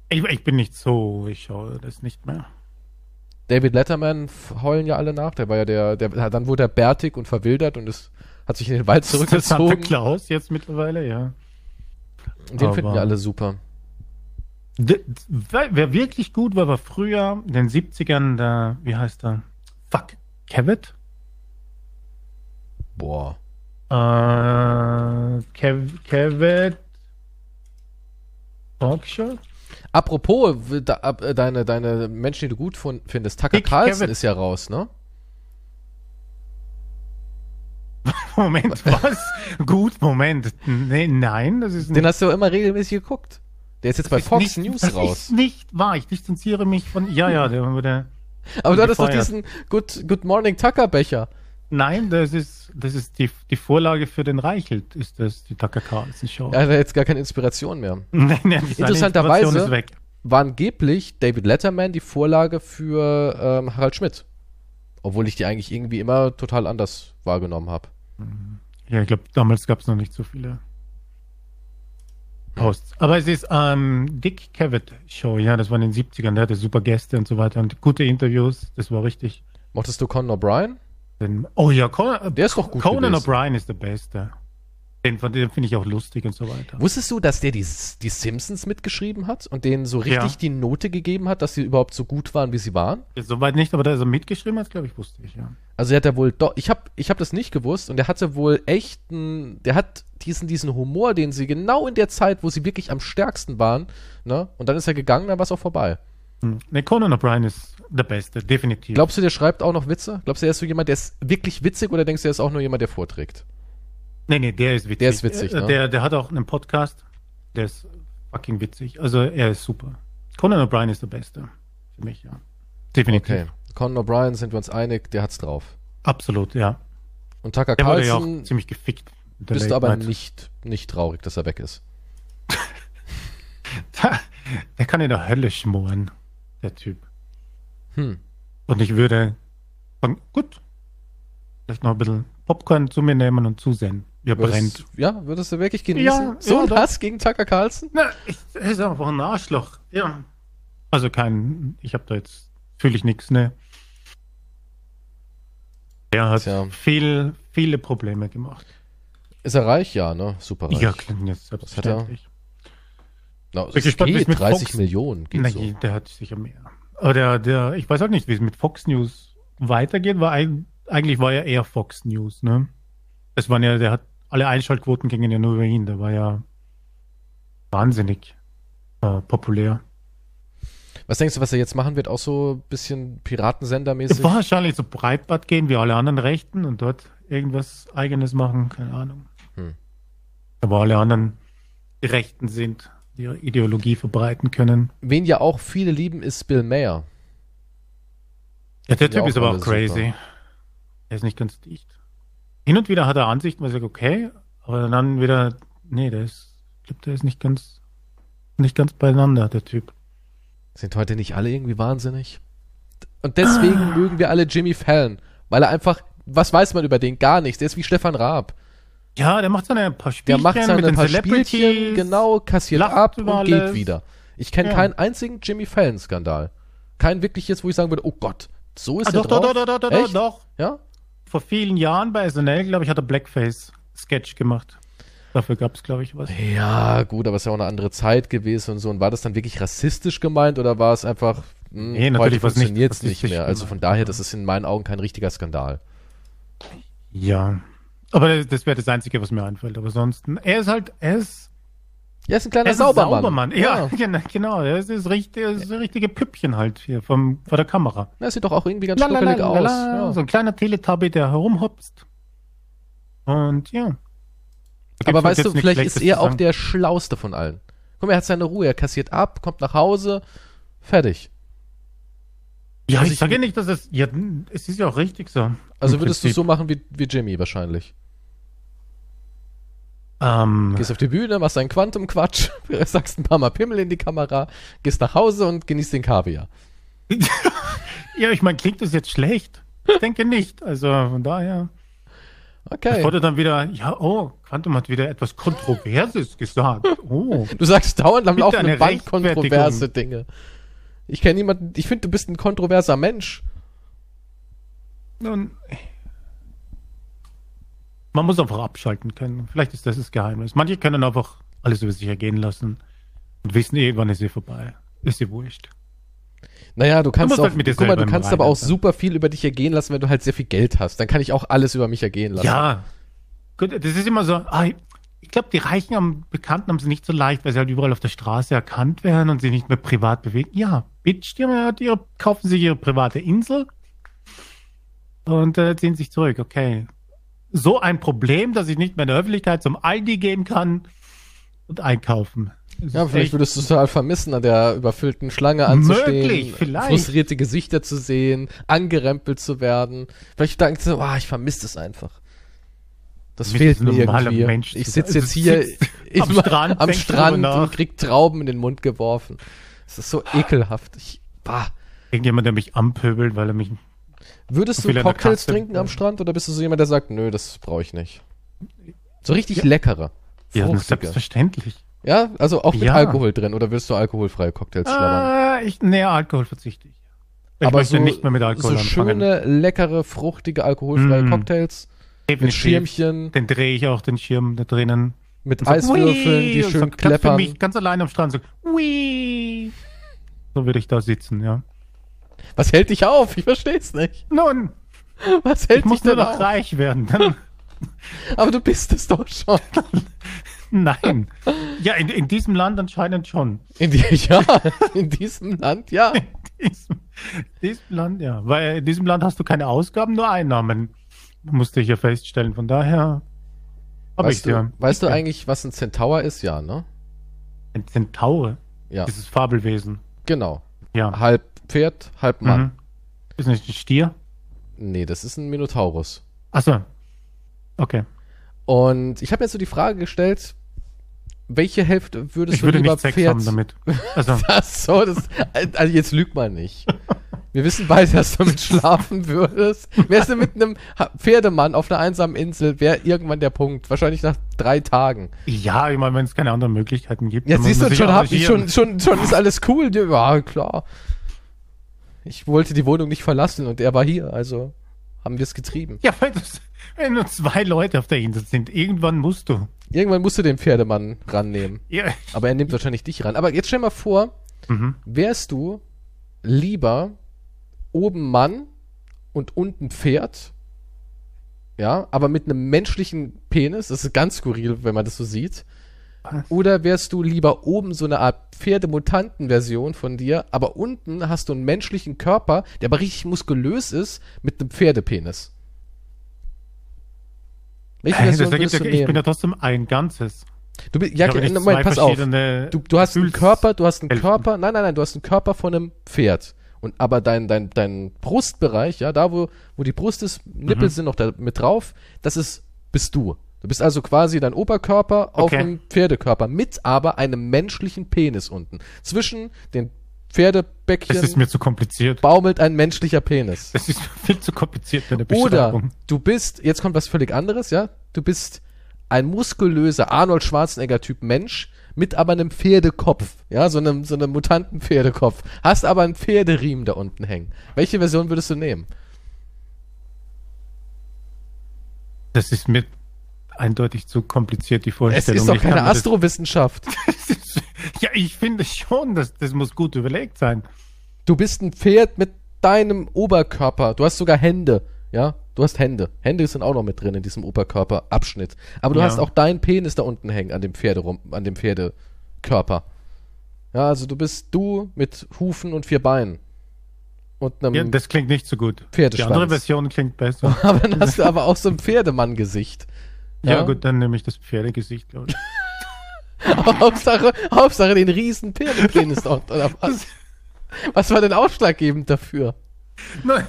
Speaker 2: Ich, ich bin nicht so, ich schaue das nicht mehr.
Speaker 1: David Letterman f- heulen ja alle nach. Der war ja der, der dann wurde er bärtig und verwildert und ist, hat sich in den Wald
Speaker 2: Das ist Santa
Speaker 1: zurückgezogen.
Speaker 2: Claus jetzt mittlerweile, ja.
Speaker 1: Und den finden
Speaker 2: Aber-
Speaker 1: wir alle super.
Speaker 2: D- d- Wer wer wirklich gut war, war früher in den 70ern der, wie heißt er? Fuck, Kevitt?
Speaker 1: Boah.
Speaker 2: Äh, Kev, Kevitt Talkshow?
Speaker 1: Apropos, w- da, ab, äh, deine, deine Menschen, die du gut fun- findest, Tucker
Speaker 2: Dick
Speaker 1: Carlson
Speaker 2: Cavett.
Speaker 1: ist ja raus, ne?
Speaker 2: Moment, was? gut, Moment. Nee, nein, das ist
Speaker 1: Den hast du ja immer regelmäßig geguckt. Der ist jetzt bei
Speaker 2: ist
Speaker 1: Fox
Speaker 2: Hm. nicht,
Speaker 1: News
Speaker 2: das
Speaker 1: raus.
Speaker 2: ist nicht wahr. Ich distanziere mich von. Ja, ja, der wurde.
Speaker 1: Aber du hattest doch
Speaker 2: gefeuert.
Speaker 1: diesen Good, Good Morning Tucker Becher.
Speaker 2: Nein, das ist, das ist die, die Vorlage für den Reichelt, ist das die Tucker Carlson Show.
Speaker 1: Er hat ja jetzt gar keine Inspiration mehr.
Speaker 2: Nein, nein, seine
Speaker 1: Interessanterweise-
Speaker 2: Inspiration Ist weg.
Speaker 1: war angeblich David Letterman die Vorlage für ähm, Harald Schmidt. Obwohl ich die eigentlich irgendwie immer total anders wahrgenommen habe.
Speaker 2: Ja, ich glaube, damals gab es noch nicht so viele Posts. Aber es ist ähm, Dick Cavett Show, ja, das war in den 70ern, der hatte super Gäste und so weiter und gute Interviews, das war richtig.
Speaker 1: Mochtest du Conan O'Brien?
Speaker 2: Den- Oh ja, Conan,
Speaker 1: Der ist doch gut
Speaker 2: Conan
Speaker 1: gewesen.
Speaker 2: O'Brien ist der Beste. Den, von dem finde ich auch lustig und so weiter.
Speaker 1: Wusstest du, dass der die, die Simpsons mitgeschrieben hat und denen so richtig
Speaker 2: Ja.
Speaker 1: die Note gegeben hat, dass sie überhaupt so gut waren, wie sie waren?
Speaker 2: Ja, Soweit nicht, aber da er so mitgeschrieben hat, glaube ich, wusste ich, ja.
Speaker 1: Also der hat ja wohl doch, ich habe ich hab das nicht gewusst und der hatte wohl echten, der hat diesen, diesen Humor, den sie genau in der Zeit, wo sie wirklich am stärksten waren, ne? Und dann ist er gegangen, dann war es auch vorbei.
Speaker 2: Hm. Ne, Conan O'Brien ist der Beste, definitiv.
Speaker 1: Glaubst du, der schreibt auch noch Witze? Glaubst du, er ist so jemand, der ist wirklich witzig oder denkst du, er ist auch nur jemand, der vorträgt?
Speaker 2: Nee, nee, der ist witzig.
Speaker 1: Der ist witzig,
Speaker 2: Äh,
Speaker 1: ne?
Speaker 2: Der, der hat auch einen Podcast. Der ist fucking witzig. Also er ist super. Conan O'Brien ist der Beste. Für mich, ja. Definitiv.
Speaker 1: Okay. Conan O'Brien sind wir uns einig, der hat's drauf.
Speaker 2: Absolut, ja.
Speaker 1: Und Tucker
Speaker 2: Der wurde ja auch
Speaker 1: Carlson
Speaker 2: ziemlich gefickt. in der
Speaker 1: bist du
Speaker 2: Late
Speaker 1: aber
Speaker 2: Night.
Speaker 1: nicht, nicht traurig, dass er weg ist.
Speaker 2: Der kann in der Hölle schmoren, der Typ.
Speaker 1: Hm.
Speaker 2: Und ich würde sagen, gut, vielleicht noch ein bisschen Popcorn zu mir nehmen und zusehen, wie er
Speaker 1: Würdest,
Speaker 2: brennt.
Speaker 1: Ja, würdest du wirklich genießen?
Speaker 2: Ja,
Speaker 1: so
Speaker 2: ja,
Speaker 1: ein
Speaker 2: doch.
Speaker 1: Hass gegen Tucker Carlson?
Speaker 2: Na, ich, er ist einfach ein Arschloch. Ja. Also kein, ich habe da jetzt, fühle ich nichts, ne. Er hat
Speaker 1: Tja.
Speaker 2: viel, viele Probleme gemacht.
Speaker 1: Ist er reich? Ja, ne? Super reich.
Speaker 2: Ja, klingt jetzt
Speaker 1: Was hat er?
Speaker 2: selbstverständlich.
Speaker 1: Na, es
Speaker 2: Bin gespannt, wie's
Speaker 1: geht,
Speaker 2: mit
Speaker 1: 30
Speaker 2: Fox-
Speaker 1: Millionen geht
Speaker 2: Nee,
Speaker 1: so.
Speaker 2: der hat sicher mehr. Aber der, der, ich weiß auch nicht, wie es mit Fox News weitergeht, weil eig- eigentlich war ja eher Fox News, ne? Das waren ja, der hat alle Einschaltquoten gingen ja nur über ihn, der war ja wahnsinnig äh, populär.
Speaker 1: Was denkst du, was er jetzt machen wird? Auch so ein bisschen
Speaker 2: Der
Speaker 1: Piratensendermäßig?
Speaker 2: war wahrscheinlich so Breitbart gehen wie alle anderen Rechten und dort irgendwas eigenes machen, keine Ahnung.
Speaker 1: Hm.
Speaker 2: Aber alle anderen die Rechten sind, die ihre Ideologie verbreiten können.
Speaker 1: Wen ja auch viele lieben, ist Bill Mayer.
Speaker 2: Ja, der
Speaker 1: Finde
Speaker 2: Typ
Speaker 1: ich
Speaker 2: ist
Speaker 1: auch
Speaker 2: aber auch
Speaker 1: alle super.
Speaker 2: crazy. Er ist nicht ganz dicht. Hin und wieder hat er Ansichten, wo ich sage, okay, aber dann wieder, nee, der ist, ich glaube, der ist nicht ganz, nicht ganz beieinander, der Typ.
Speaker 1: Sind heute nicht alle irgendwie wahnsinnig? Und deswegen
Speaker 2: Ah.
Speaker 1: mögen wir alle Jimmy Fallon, weil er einfach, was weiß man über den? Gar nichts. Der ist wie Stefan Raab.
Speaker 2: Ja, der macht seine paar
Speaker 1: Der
Speaker 2: Spielchen
Speaker 1: macht seine
Speaker 2: den
Speaker 1: paar
Speaker 2: Celebrities.
Speaker 1: Spielchen, genau, kassiert
Speaker 2: lacht
Speaker 1: ab
Speaker 2: über
Speaker 1: und geht
Speaker 2: alles.
Speaker 1: wieder. Ich kenne
Speaker 2: Ja.
Speaker 1: keinen einzigen Jimmy Fallon-Skandal. Keinen wirklich jetzt, wo ich sagen würde, oh Gott, so ist
Speaker 2: Ah,
Speaker 1: er
Speaker 2: doch,
Speaker 1: drauf.
Speaker 2: doch, doch, doch, doch, doch, doch,
Speaker 1: Echt?
Speaker 2: doch.
Speaker 1: Ja?
Speaker 2: Vor vielen Jahren bei SNL, glaube ich, hat er Blackface-Sketch gemacht. Dafür gab es, glaube ich, was.
Speaker 1: ja, gut, aber es ist ja auch eine andere Zeit gewesen und so. Und war das dann wirklich rassistisch gemeint oder war es einfach, mh,
Speaker 2: Nee, natürlich war's nicht
Speaker 1: funktioniert es nicht
Speaker 2: rassistisch
Speaker 1: mehr. Also von
Speaker 2: gemeint,
Speaker 1: daher,
Speaker 2: ja.
Speaker 1: das ist in meinen Augen kein richtiger Skandal.
Speaker 2: Ja. Aber das, das wäre das Einzige, was mir einfällt. Aber sonst, er ist halt, er ist
Speaker 1: Er ist ein kleiner
Speaker 2: Er ist ein
Speaker 1: Saubermann.
Speaker 2: Saubermann. Ja, genau, genau. Er ist das richtige, das richtige Püppchen halt hier vom, vor der Kamera.
Speaker 1: Er sieht doch auch irgendwie ganz schnuckelig aus.
Speaker 2: Lalalala,
Speaker 1: Ja.
Speaker 2: So ein kleiner Teletubby, der herumhopst. Und ja. Da
Speaker 1: Aber
Speaker 2: gibt's halt
Speaker 1: weißt
Speaker 2: jetzt
Speaker 1: du,
Speaker 2: nichts
Speaker 1: vielleicht
Speaker 2: Schlechtes
Speaker 1: ist er
Speaker 2: zu
Speaker 1: auch
Speaker 2: sagen.
Speaker 1: der Schlauste von allen. Guck mal, er hat seine Ruhe, er kassiert ab, kommt nach Hause, fertig.
Speaker 2: Ja,
Speaker 1: also
Speaker 2: ich
Speaker 1: ich-
Speaker 2: sage ja nicht, dass es. Ja, es ist ja auch richtig so.
Speaker 1: Also
Speaker 2: Im
Speaker 1: würdest du es
Speaker 2: Prinzip.
Speaker 1: so machen wie, wie Jimmy wahrscheinlich.
Speaker 2: Ähm,
Speaker 1: Gehst auf die Bühne, machst einen Quantum-Quatsch, sagst ein paar Mal Pimmel in die Kamera, gehst nach Hause und genießt den Kaviar.
Speaker 2: ja, ich meine, klingt das jetzt schlecht? Ich denke nicht. Also von daher.
Speaker 1: Okay.
Speaker 2: Bevor du dann wieder. Ja, oh, Quantum hat wieder etwas Kontroverses gesagt. Oh.
Speaker 1: Du sagst dauernd am
Speaker 2: Bitte
Speaker 1: laufenden
Speaker 2: eine
Speaker 1: Band kontroverse
Speaker 2: Rechtfertigung.
Speaker 1: Dinge. Ich kenne niemanden, ich finde, du bist ein kontroverser Mensch.
Speaker 2: Nun, man muss einfach abschalten können. Vielleicht ist das das Geheimnis. Manche können einfach alles über sich ergehen lassen und wissen eh, wann ist sie vorbei. Ist sie wurscht.
Speaker 1: Naja, du kannst
Speaker 2: musst
Speaker 1: auch,
Speaker 2: halt mit dir
Speaker 1: guck mal, du
Speaker 2: selber im
Speaker 1: kannst aber
Speaker 2: Reinen
Speaker 1: auch
Speaker 2: sein.
Speaker 1: super viel über dich ergehen lassen, wenn du halt sehr viel Geld hast. Dann kann ich auch alles über mich ergehen lassen.
Speaker 2: Ja. Gut, das ist immer so. Ah, ich glaube, die Reichen am Bekannten haben es nicht so leicht, weil sie halt überall auf der Straße erkannt werden und sich nicht mehr privat bewegen. Ja, bitch, die, haben ja- die kaufen sich ihre private Insel und äh, ziehen sich zurück. Okay. So ein Problem, dass ich nicht mehr in der Öffentlichkeit zum Aldi gehen kann und einkaufen. Das
Speaker 1: Ja,
Speaker 2: ist
Speaker 1: vielleicht
Speaker 2: echt-
Speaker 1: würdest du es total vermissen, an der überfüllten Schlange anzustehen,
Speaker 2: Möglich, vielleicht.
Speaker 1: frustrierte Gesichter zu sehen, angerempelt zu werden. Vielleicht denkst du, oh, ich vermisse es einfach. Das
Speaker 2: Mit
Speaker 1: fehlt mir
Speaker 2: einem normalen
Speaker 1: irgendwie.
Speaker 2: Mensch
Speaker 1: ich
Speaker 2: zu
Speaker 1: sitze
Speaker 2: sein.
Speaker 1: jetzt
Speaker 2: Also Du
Speaker 1: hier
Speaker 2: sitzt
Speaker 1: im-
Speaker 2: am Strand,
Speaker 1: am
Speaker 2: denkst
Speaker 1: Strand
Speaker 2: drüber
Speaker 1: und
Speaker 2: nach.
Speaker 1: krieg Trauben in den Mund geworfen. Es ist so ekelhaft. Ich, bah.
Speaker 2: Irgendjemand, der mich anpöbelt, weil er mich
Speaker 1: Würdest
Speaker 2: viel
Speaker 1: du
Speaker 2: an der
Speaker 1: Cocktails
Speaker 2: Kasse.
Speaker 1: trinken am Strand oder bist du so jemand, der sagt, nö, das brauche ich nicht? So richtig leckere.
Speaker 2: ja, das ist
Speaker 1: fruchtige.
Speaker 2: selbstverständlich.
Speaker 1: ja, also auch mit
Speaker 2: Ja.
Speaker 1: Alkohol drin oder willst du alkoholfreie Cocktails schlummern?
Speaker 2: Äh, ich, nee, Alkohol verzichte ich. Ich
Speaker 1: aber
Speaker 2: möchte
Speaker 1: so,
Speaker 2: nicht mehr mit Alkohol
Speaker 1: so
Speaker 2: anfangen.
Speaker 1: schöne, leckere, fruchtige, alkoholfreie
Speaker 2: Mm.
Speaker 1: Cocktails. mit
Speaker 2: Definitiv.
Speaker 1: Schirmchen,
Speaker 2: Den drehe ich auch, den Schirm da drinnen.
Speaker 1: mit
Speaker 2: Und so,
Speaker 1: Eiswürfeln,
Speaker 2: "Wii!"
Speaker 1: die
Speaker 2: und
Speaker 1: schön
Speaker 2: so klatscht er
Speaker 1: kleppern.
Speaker 2: mich ganz allein am Strand so, Wii! So würde ich da sitzen, ja.
Speaker 1: Was hält dich auf? Ich versteh's nicht.
Speaker 2: Nun,
Speaker 1: Was hält
Speaker 2: ich muss
Speaker 1: dich
Speaker 2: nur
Speaker 1: denn
Speaker 2: noch
Speaker 1: auf?
Speaker 2: reich werden. Dann,
Speaker 1: Aber du bist es doch schon.
Speaker 2: nein. Ja, in, in diesem Land anscheinend schon.
Speaker 1: In die, ja, in diesem Land, ja.
Speaker 2: In diesem, diesem Land, ja. Weil in diesem Land hast du keine Ausgaben, nur Einnahmen. Musste ich ja feststellen. Von daher habe ich
Speaker 1: Weißt
Speaker 2: dir
Speaker 1: du, weißt du eigentlich, was ein Centaur ist? Ja, ne?
Speaker 2: ein Zentaure.
Speaker 1: Ja,
Speaker 2: Dieses Fabelwesen.
Speaker 1: genau.
Speaker 2: Ja.
Speaker 1: Halb Pferd, halb Mann.
Speaker 2: Mhm. Ist nicht ein Stier? Mhm.
Speaker 1: Nee, das ist ein Minotaurus.
Speaker 2: Achso. Okay.
Speaker 1: Und ich habe jetzt so die Frage gestellt, welche Hälfte würdest
Speaker 2: ich
Speaker 1: du
Speaker 2: würde
Speaker 1: lieber
Speaker 2: nicht Sex
Speaker 1: Pferd?
Speaker 2: haben damit. Also,
Speaker 1: Ach so, das, also jetzt lüg mal nicht. Wir wissen beide, dass du damit schlafen würdest. Wärst du mit einem Ha- Pferdemann auf einer einsamen Insel, wäre irgendwann der Punkt. Wahrscheinlich nach drei Tagen.
Speaker 2: ja, ich meine, wenn es keine anderen Möglichkeiten gibt.
Speaker 1: Jetzt
Speaker 2: dann
Speaker 1: siehst
Speaker 2: muss
Speaker 1: du, schon,
Speaker 2: man sich
Speaker 1: hab ich schon,
Speaker 2: arrangieren.
Speaker 1: schon, schon ist alles cool. Ja, klar. Ich wollte die Wohnung nicht verlassen und er war hier, also haben wir es getrieben.
Speaker 2: Ja, weil das, wenn nur zwei Leute auf der Insel sind, irgendwann musst du.
Speaker 1: Irgendwann musst du den Pferdemann rannehmen.
Speaker 2: Ja.
Speaker 1: Aber er nimmt wahrscheinlich dich ran. Aber jetzt stell mal vor,
Speaker 2: Mhm.
Speaker 1: wärst du lieber oben Mann und unten Pferd? Ja, aber mit einem menschlichen Penis, das ist ganz skurril, wenn man das so sieht.
Speaker 2: Was?
Speaker 1: Oder wärst du lieber oben so eine Art Pferdemutanten-Version von dir, aber unten hast du einen menschlichen Körper, der aber richtig muskulös ist, mit einem Pferdepenis? Welche
Speaker 2: Äh, Das
Speaker 1: Version
Speaker 2: ergibt,
Speaker 1: würdest
Speaker 2: ja-
Speaker 1: du
Speaker 2: ich bin
Speaker 1: nehmen?
Speaker 2: ja trotzdem ein Ganzes.
Speaker 1: Du bist, ja,
Speaker 2: Ich habe
Speaker 1: okay,
Speaker 2: nicht
Speaker 1: Moment,
Speaker 2: zwei
Speaker 1: pass auf.
Speaker 2: verschiedene
Speaker 1: Du, du hast einen
Speaker 2: Gefühls-
Speaker 1: Körper, du hast einen
Speaker 2: Hälften.
Speaker 1: Körper, nein, nein, nein, du hast einen Körper von einem Pferd. Und aber dein, dein, dein Brustbereich, ja, da wo, wo die Brust ist,
Speaker 2: Mhm.
Speaker 1: Nippel sind noch da mit drauf, das ist, bist du. Du bist also quasi dein Oberkörper auf
Speaker 2: Okay.
Speaker 1: einem Pferdekörper, mit aber einem menschlichen Penis unten. Zwischen den
Speaker 2: Das ist
Speaker 1: Pferdebäckchen
Speaker 2: mir zu kompliziert.
Speaker 1: baumelt ein menschlicher Penis.
Speaker 2: Das ist viel zu kompliziert für eine
Speaker 1: Oder
Speaker 2: Beschreibung.
Speaker 1: du bist, jetzt kommt was völlig anderes, ja? Du bist ein muskulöser Arnold Schwarzenegger-Typ Mensch mit aber einem Pferdekopf, ja? So einem, so einem mutanten Pferdekopf. Hast aber einen Pferderiemen da unten hängen. Welche Version würdest du nehmen?
Speaker 2: Das ist mir eindeutig zu kompliziert, die
Speaker 1: Es
Speaker 2: Vorstellung.
Speaker 1: ist doch
Speaker 2: Ich kann
Speaker 1: keine
Speaker 2: mir das-
Speaker 1: Astrowissenschaft.
Speaker 2: ja, ich finde schon, das, das muss gut überlegt sein.
Speaker 1: Du bist ein Pferd mit deinem Oberkörper. Du hast sogar Hände, ja? Du hast Hände. Hände sind auch noch mit drin in diesem Oberkörperabschnitt. Aber du
Speaker 2: Ja.
Speaker 1: hast auch deinen Penis da unten hängen an dem Pferde rum, an dem Pferdekörper. Ja, also du bist du mit Hufen und vier Beinen. Und einem,
Speaker 2: Ja, das klingt nicht so gut. Die
Speaker 1: Pferdeschwanz.
Speaker 2: andere Version klingt besser.
Speaker 1: aber dann hast du aber auch so ein Pferdemann-Gesicht.
Speaker 2: ja. gut, dann nehme ich das Pferdegesicht, glaube ich.
Speaker 1: Aber Hauptsache, Hauptsache den riesen Pferdepenis dort, oder was? Was war denn ausschlaggebend dafür?
Speaker 2: Nein.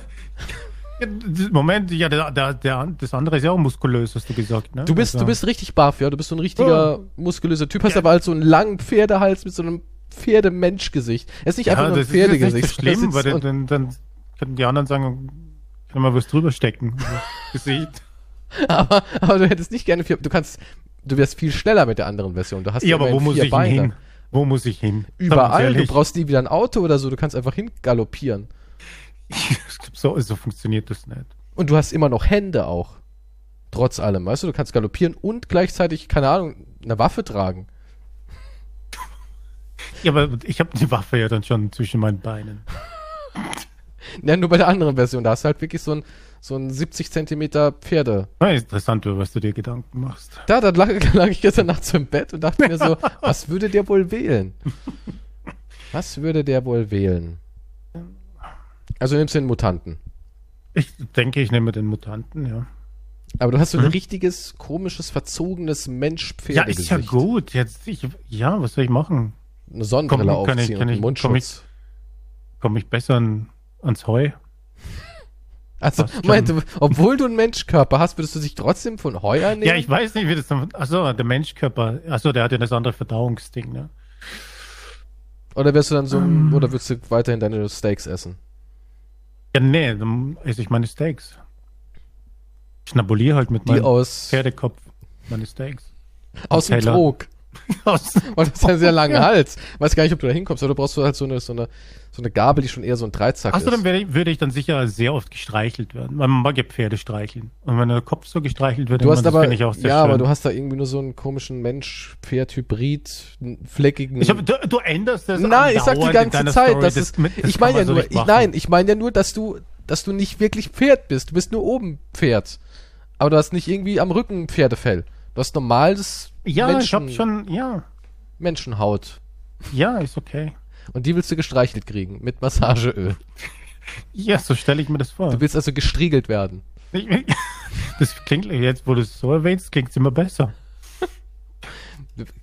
Speaker 2: Ja, das- Moment, ja, der, der, der, das andere ist ja auch muskulös, hast du gesagt. Ne?
Speaker 1: Du bist, du
Speaker 2: Also-
Speaker 1: bist richtig baff, ja. Du bist so ein richtiger, muskulöser Typ, hast aber halt so einen langen Pferdehals mit so einem Pferdemenschgesicht. Er ist nicht einfach
Speaker 2: ja,
Speaker 1: nur ein
Speaker 2: das ist jetzt nicht
Speaker 1: Pferdegesicht.
Speaker 2: so schlimm, weil
Speaker 1: das
Speaker 2: dann,
Speaker 1: ist so ein-
Speaker 2: dann, dann könnten die anderen sagen, können wir was drüber stecken. Also, Gesicht.
Speaker 1: aber, aber du hättest nicht gerne vier, du kannst, du wärst viel schneller mit der anderen Version. Du hast
Speaker 2: Ja, aber wo
Speaker 1: immerhin
Speaker 2: muss
Speaker 1: vier
Speaker 2: ich
Speaker 1: Beine.
Speaker 2: denn hin? Wo muss ich hin? Sagen wir uns
Speaker 1: Überall. Du
Speaker 2: ehrlich.
Speaker 1: brauchst nie wieder ein Auto oder so. Du kannst einfach hingaloppieren.
Speaker 2: Ich glaub, so, so funktioniert das nicht.
Speaker 1: Und du hast immer noch Hände auch. Trotz allem, weißt du, du kannst galoppieren und gleichzeitig, keine Ahnung, eine Waffe tragen.
Speaker 2: Ja, aber ich habe die Waffe ja dann schon zwischen meinen Beinen.
Speaker 1: Ja, nur bei der anderen Version, da hast du halt wirklich so ein, so ein 70 Zentimeter Pferde.
Speaker 2: Na, interessant, über was du dir Gedanken machst.
Speaker 1: Da, dann lag, lag ich gestern nachts im Bett und dachte mir so, was würde der wohl wählen? Was würde der wohl wählen? Also nimmst du den Mutanten.
Speaker 2: Ich denke, ich nehme den Mutanten, ja.
Speaker 1: Aber du hast so ein
Speaker 2: Mhm.
Speaker 1: richtiges, komisches, verzogenes
Speaker 2: Ja,
Speaker 1: Mensch-Pferd.
Speaker 2: ist ja gut. Jetzt, ich, ja, was soll ich machen?
Speaker 1: Eine Sonnenbrille
Speaker 2: Komm, kann ich-
Speaker 1: aufziehen
Speaker 2: kann
Speaker 1: und einen
Speaker 2: ich- komm ich-
Speaker 1: Mundschutz.
Speaker 2: Komme ich besser an, ans Heu?
Speaker 1: Also,
Speaker 2: Passt schon.
Speaker 1: Moment, du- obwohl du einen Menschkörper hast, würdest du dich trotzdem von Heuer nehmen?
Speaker 2: Ja, ich weiß nicht, wie das dann. Achso, der Menschkörper. Achso, der hat ja das andere Verdauungsding, ne?
Speaker 1: Oder wärst du dann so,
Speaker 2: Ähm.
Speaker 1: ein- oder würdest du weiterhin deine Steaks essen?
Speaker 2: Ja, nee, dann esse ich meine Steaks. Ich schnabuliere halt mit
Speaker 1: Die
Speaker 2: meinem
Speaker 1: aus,
Speaker 2: Pferdekopf meine Steaks.
Speaker 1: aus dem
Speaker 2: Teller.
Speaker 1: Trog. Und das ist ein sehr langer Hals. Weiß gar nicht, ob du da hinkommst, aber du brauchst halt so eine, so eine, so eine Gabel, die schon eher so ein Dreizack
Speaker 2: Achso, dann
Speaker 1: ist.
Speaker 2: werde ich, würde ich dann sicher sehr oft gestreichelt werden. Weil man mag ja Pferde streicheln. Und wenn der Kopf so gestreichelt wird,
Speaker 1: Du hast
Speaker 2: das
Speaker 1: aber,
Speaker 2: finde ich auch sehr
Speaker 1: ja,
Speaker 2: schön.
Speaker 1: aber du hast da irgendwie nur so einen komischen Mensch-Pferd-Hybrid, einen fleckigen.
Speaker 2: ich hab, du, du änderst das
Speaker 1: Nein, ich sag die
Speaker 2: andauernd in
Speaker 1: ganze
Speaker 2: deiner
Speaker 1: Zeit,
Speaker 2: Story.
Speaker 1: dass es,
Speaker 2: mit-
Speaker 1: ich
Speaker 2: kann
Speaker 1: meine
Speaker 2: man
Speaker 1: ja
Speaker 2: so
Speaker 1: nur,
Speaker 2: nicht
Speaker 1: ich,
Speaker 2: machen.
Speaker 1: nein, ich meine ja nur, dass du, dass du nicht wirklich Pferd bist. Du bist nur oben Pferd. Aber du hast nicht irgendwie am Rücken ein Pferdefell. Du hast normales
Speaker 2: Ja, ich hab
Speaker 1: Menschen-
Speaker 2: schon, ja.
Speaker 1: Menschenhaut.
Speaker 2: Ja, ist okay.
Speaker 1: Und die willst du gestreichelt kriegen mit Massageöl.
Speaker 2: Ja, so stelle ich mir das vor.
Speaker 1: Du willst also gestriegelt werden.
Speaker 2: Ich- ich- Das klingt, jetzt wo du es so erwähnst, klingt es immer besser.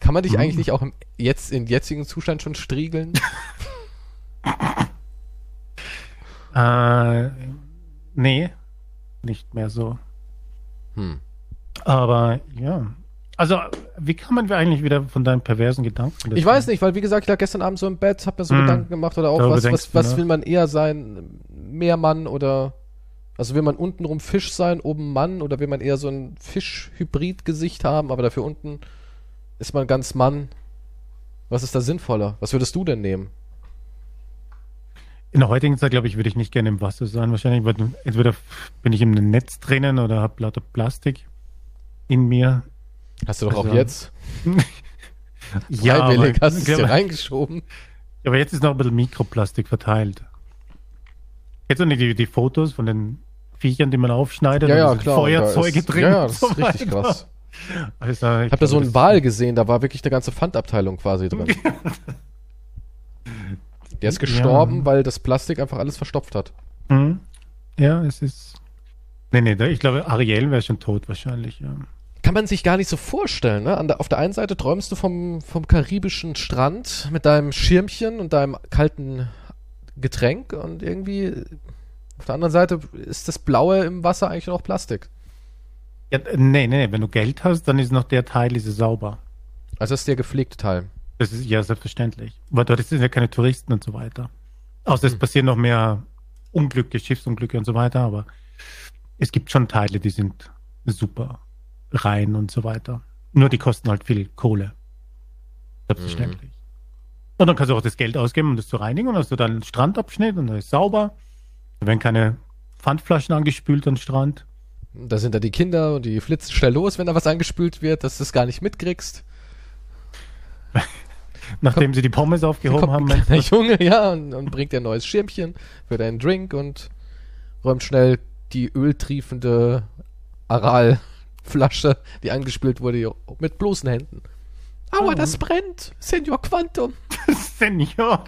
Speaker 1: Kann man dich
Speaker 2: Mhm.
Speaker 1: eigentlich nicht auch im, jetzt, im jetzigen Zustand schon striegeln?
Speaker 2: Äh, nee, nicht mehr so.
Speaker 1: Hm.
Speaker 2: Aber ja. Also, wie kamen wir eigentlich wieder von deinen perversen Gedanken?
Speaker 1: Ich weiß nicht, weil wie gesagt, ich lag gestern Abend so im Bett, hab mir so
Speaker 2: Hm.
Speaker 1: Gedanken gemacht oder auch,
Speaker 2: Darüber
Speaker 1: was,
Speaker 2: denkst
Speaker 1: was,
Speaker 2: du,
Speaker 1: was
Speaker 2: ne?
Speaker 1: will man eher sein? Meermann oder. Also will man untenrum Fisch sein, oben Mann oder will man eher so ein Fisch-Hybrid-Gesicht haben, aber dafür unten ist man ganz Mann. Was ist da sinnvoller? Was würdest du denn nehmen?
Speaker 2: In der heutigen Zeit, glaube ich, würde ich nicht gerne im Wasser sein. Wahrscheinlich wird, entweder bin ich im Netz drinnen oder habe lauter Plastik in mir.
Speaker 1: Hast du doch auch
Speaker 2: Also,
Speaker 1: jetzt
Speaker 2: aber, genau.
Speaker 1: freiwillig hast du es dir
Speaker 2: aber,
Speaker 1: reingeschoben.
Speaker 2: aber jetzt ist noch ein bisschen Mikroplastik verteilt. Jetzt sind die, die Fotos von den Viechern, die man aufschneidet.
Speaker 1: Ja,
Speaker 2: und
Speaker 1: ja,
Speaker 2: da sind
Speaker 1: klar. und da
Speaker 2: Genau, Feuerzeuge
Speaker 1: ist,
Speaker 2: drin.
Speaker 1: Ja, ja,
Speaker 2: und
Speaker 1: das
Speaker 2: so
Speaker 1: ist richtig
Speaker 2: weiter.
Speaker 1: krass.
Speaker 2: Also, ich
Speaker 1: Ich habe da so einen
Speaker 2: Wahl.
Speaker 1: Wal gesehen, da war wirklich eine ganze Pfandabteilung quasi drin. Der ist gestorben,
Speaker 2: Ja.
Speaker 1: weil das Plastik einfach alles verstopft hat.
Speaker 2: Hm? Ja, es ist. Nee, nee, da- ich glaube, Ariel wäre schon tot wahrscheinlich. Ja.
Speaker 1: Kann man sich gar nicht so vorstellen, ne? An der, auf der einen Seite träumst du vom, vom karibischen Strand mit deinem Schirmchen und deinem kalten Getränk und irgendwie auf der anderen Seite ist das Blaue im Wasser eigentlich noch Plastik.
Speaker 2: Ja, d- nee, nee, wenn du Geld hast, dann ist noch der Teil ist sauber.
Speaker 1: Also das ist der gepflegte Teil.
Speaker 2: Das ist ja selbstverständlich. Weil dort sind ja keine Touristen und so weiter. Außer es
Speaker 1: Hm.
Speaker 2: passieren noch mehr Unglücke, Schiffsunglücke und so weiter, aber es gibt schon Teile, die sind super rein und so weiter. Nur die kosten halt viel Kohle. Selbstverständlich.
Speaker 1: Hm.
Speaker 2: Und dann kannst du auch das Geld ausgeben, um das zu reinigen. Und dann hast du dann einen Strandabschnitt und dann ist sauber. Da werden keine Pfandflaschen angespült am Strand.
Speaker 1: Da sind da die Kinder und die flitzen schnell los, wenn da was angespült wird, dass du es gar nicht mitkriegst.
Speaker 2: Nachdem sie die Pommes aufgehoben haben,
Speaker 1: kommt ein
Speaker 2: meinst
Speaker 1: kleiner Junge,
Speaker 2: du?
Speaker 1: ja, und, und bringt ihr ein neues Schirmchen für deinen Drink und räumt schnell die öltriefende Aralflasche, die angespült wurde, mit bloßen Händen. Aua,
Speaker 2: Oh.
Speaker 1: das brennt! Senior Quantum!
Speaker 2: Senior.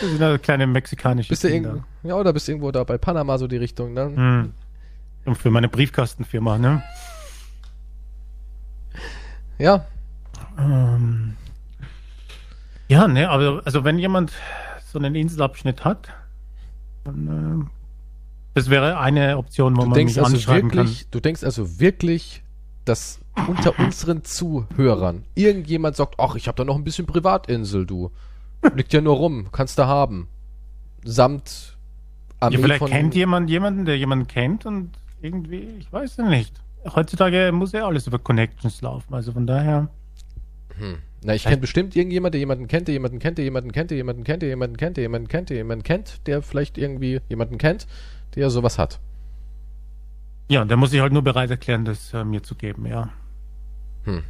Speaker 2: Das sind also kleine mexikanische
Speaker 1: Bist du
Speaker 2: Kinder.
Speaker 1: irgendwo, ja, oder bist irgendwo da bei Panama so die Richtung, ne?
Speaker 2: Hm. Und für meine Briefkastenfirma, ne?
Speaker 1: Ja,
Speaker 2: Ähm. Ja, ne, aber also wenn jemand so einen Inselabschnitt hat, dann, äh, das wäre eine Option, wo
Speaker 1: du
Speaker 2: man
Speaker 1: denkst,
Speaker 2: mich
Speaker 1: also
Speaker 2: anschreiben
Speaker 1: wirklich, du denkst also wirklich, dass unter unseren Zuhörern irgendjemand sagt, ach, ich habe da noch ein bisschen Privatinsel, du. Liegt ja nur rum, kannst du haben. Samt
Speaker 2: kann.
Speaker 1: Armee
Speaker 2: Ja, vielleicht
Speaker 1: von-
Speaker 2: kennt jemand jemanden, der jemanden kennt und irgendwie, ich weiß ja nicht. Heutzutage muss ja alles über Connections laufen, also von daher.
Speaker 1: Na, ich kenne bestimmt irgendjemand, der jemanden kennt, der jemanden kennt, der jemanden kennt, der jemanden kennt, der jemanden kennt, der jemanden kennt, der jemanden kennt, der vielleicht irgendwie jemanden kennt, der sowas hat.
Speaker 2: Ja, der muss ich halt nur bereit erklären, das äh, mir zu geben, ja.
Speaker 1: Hm.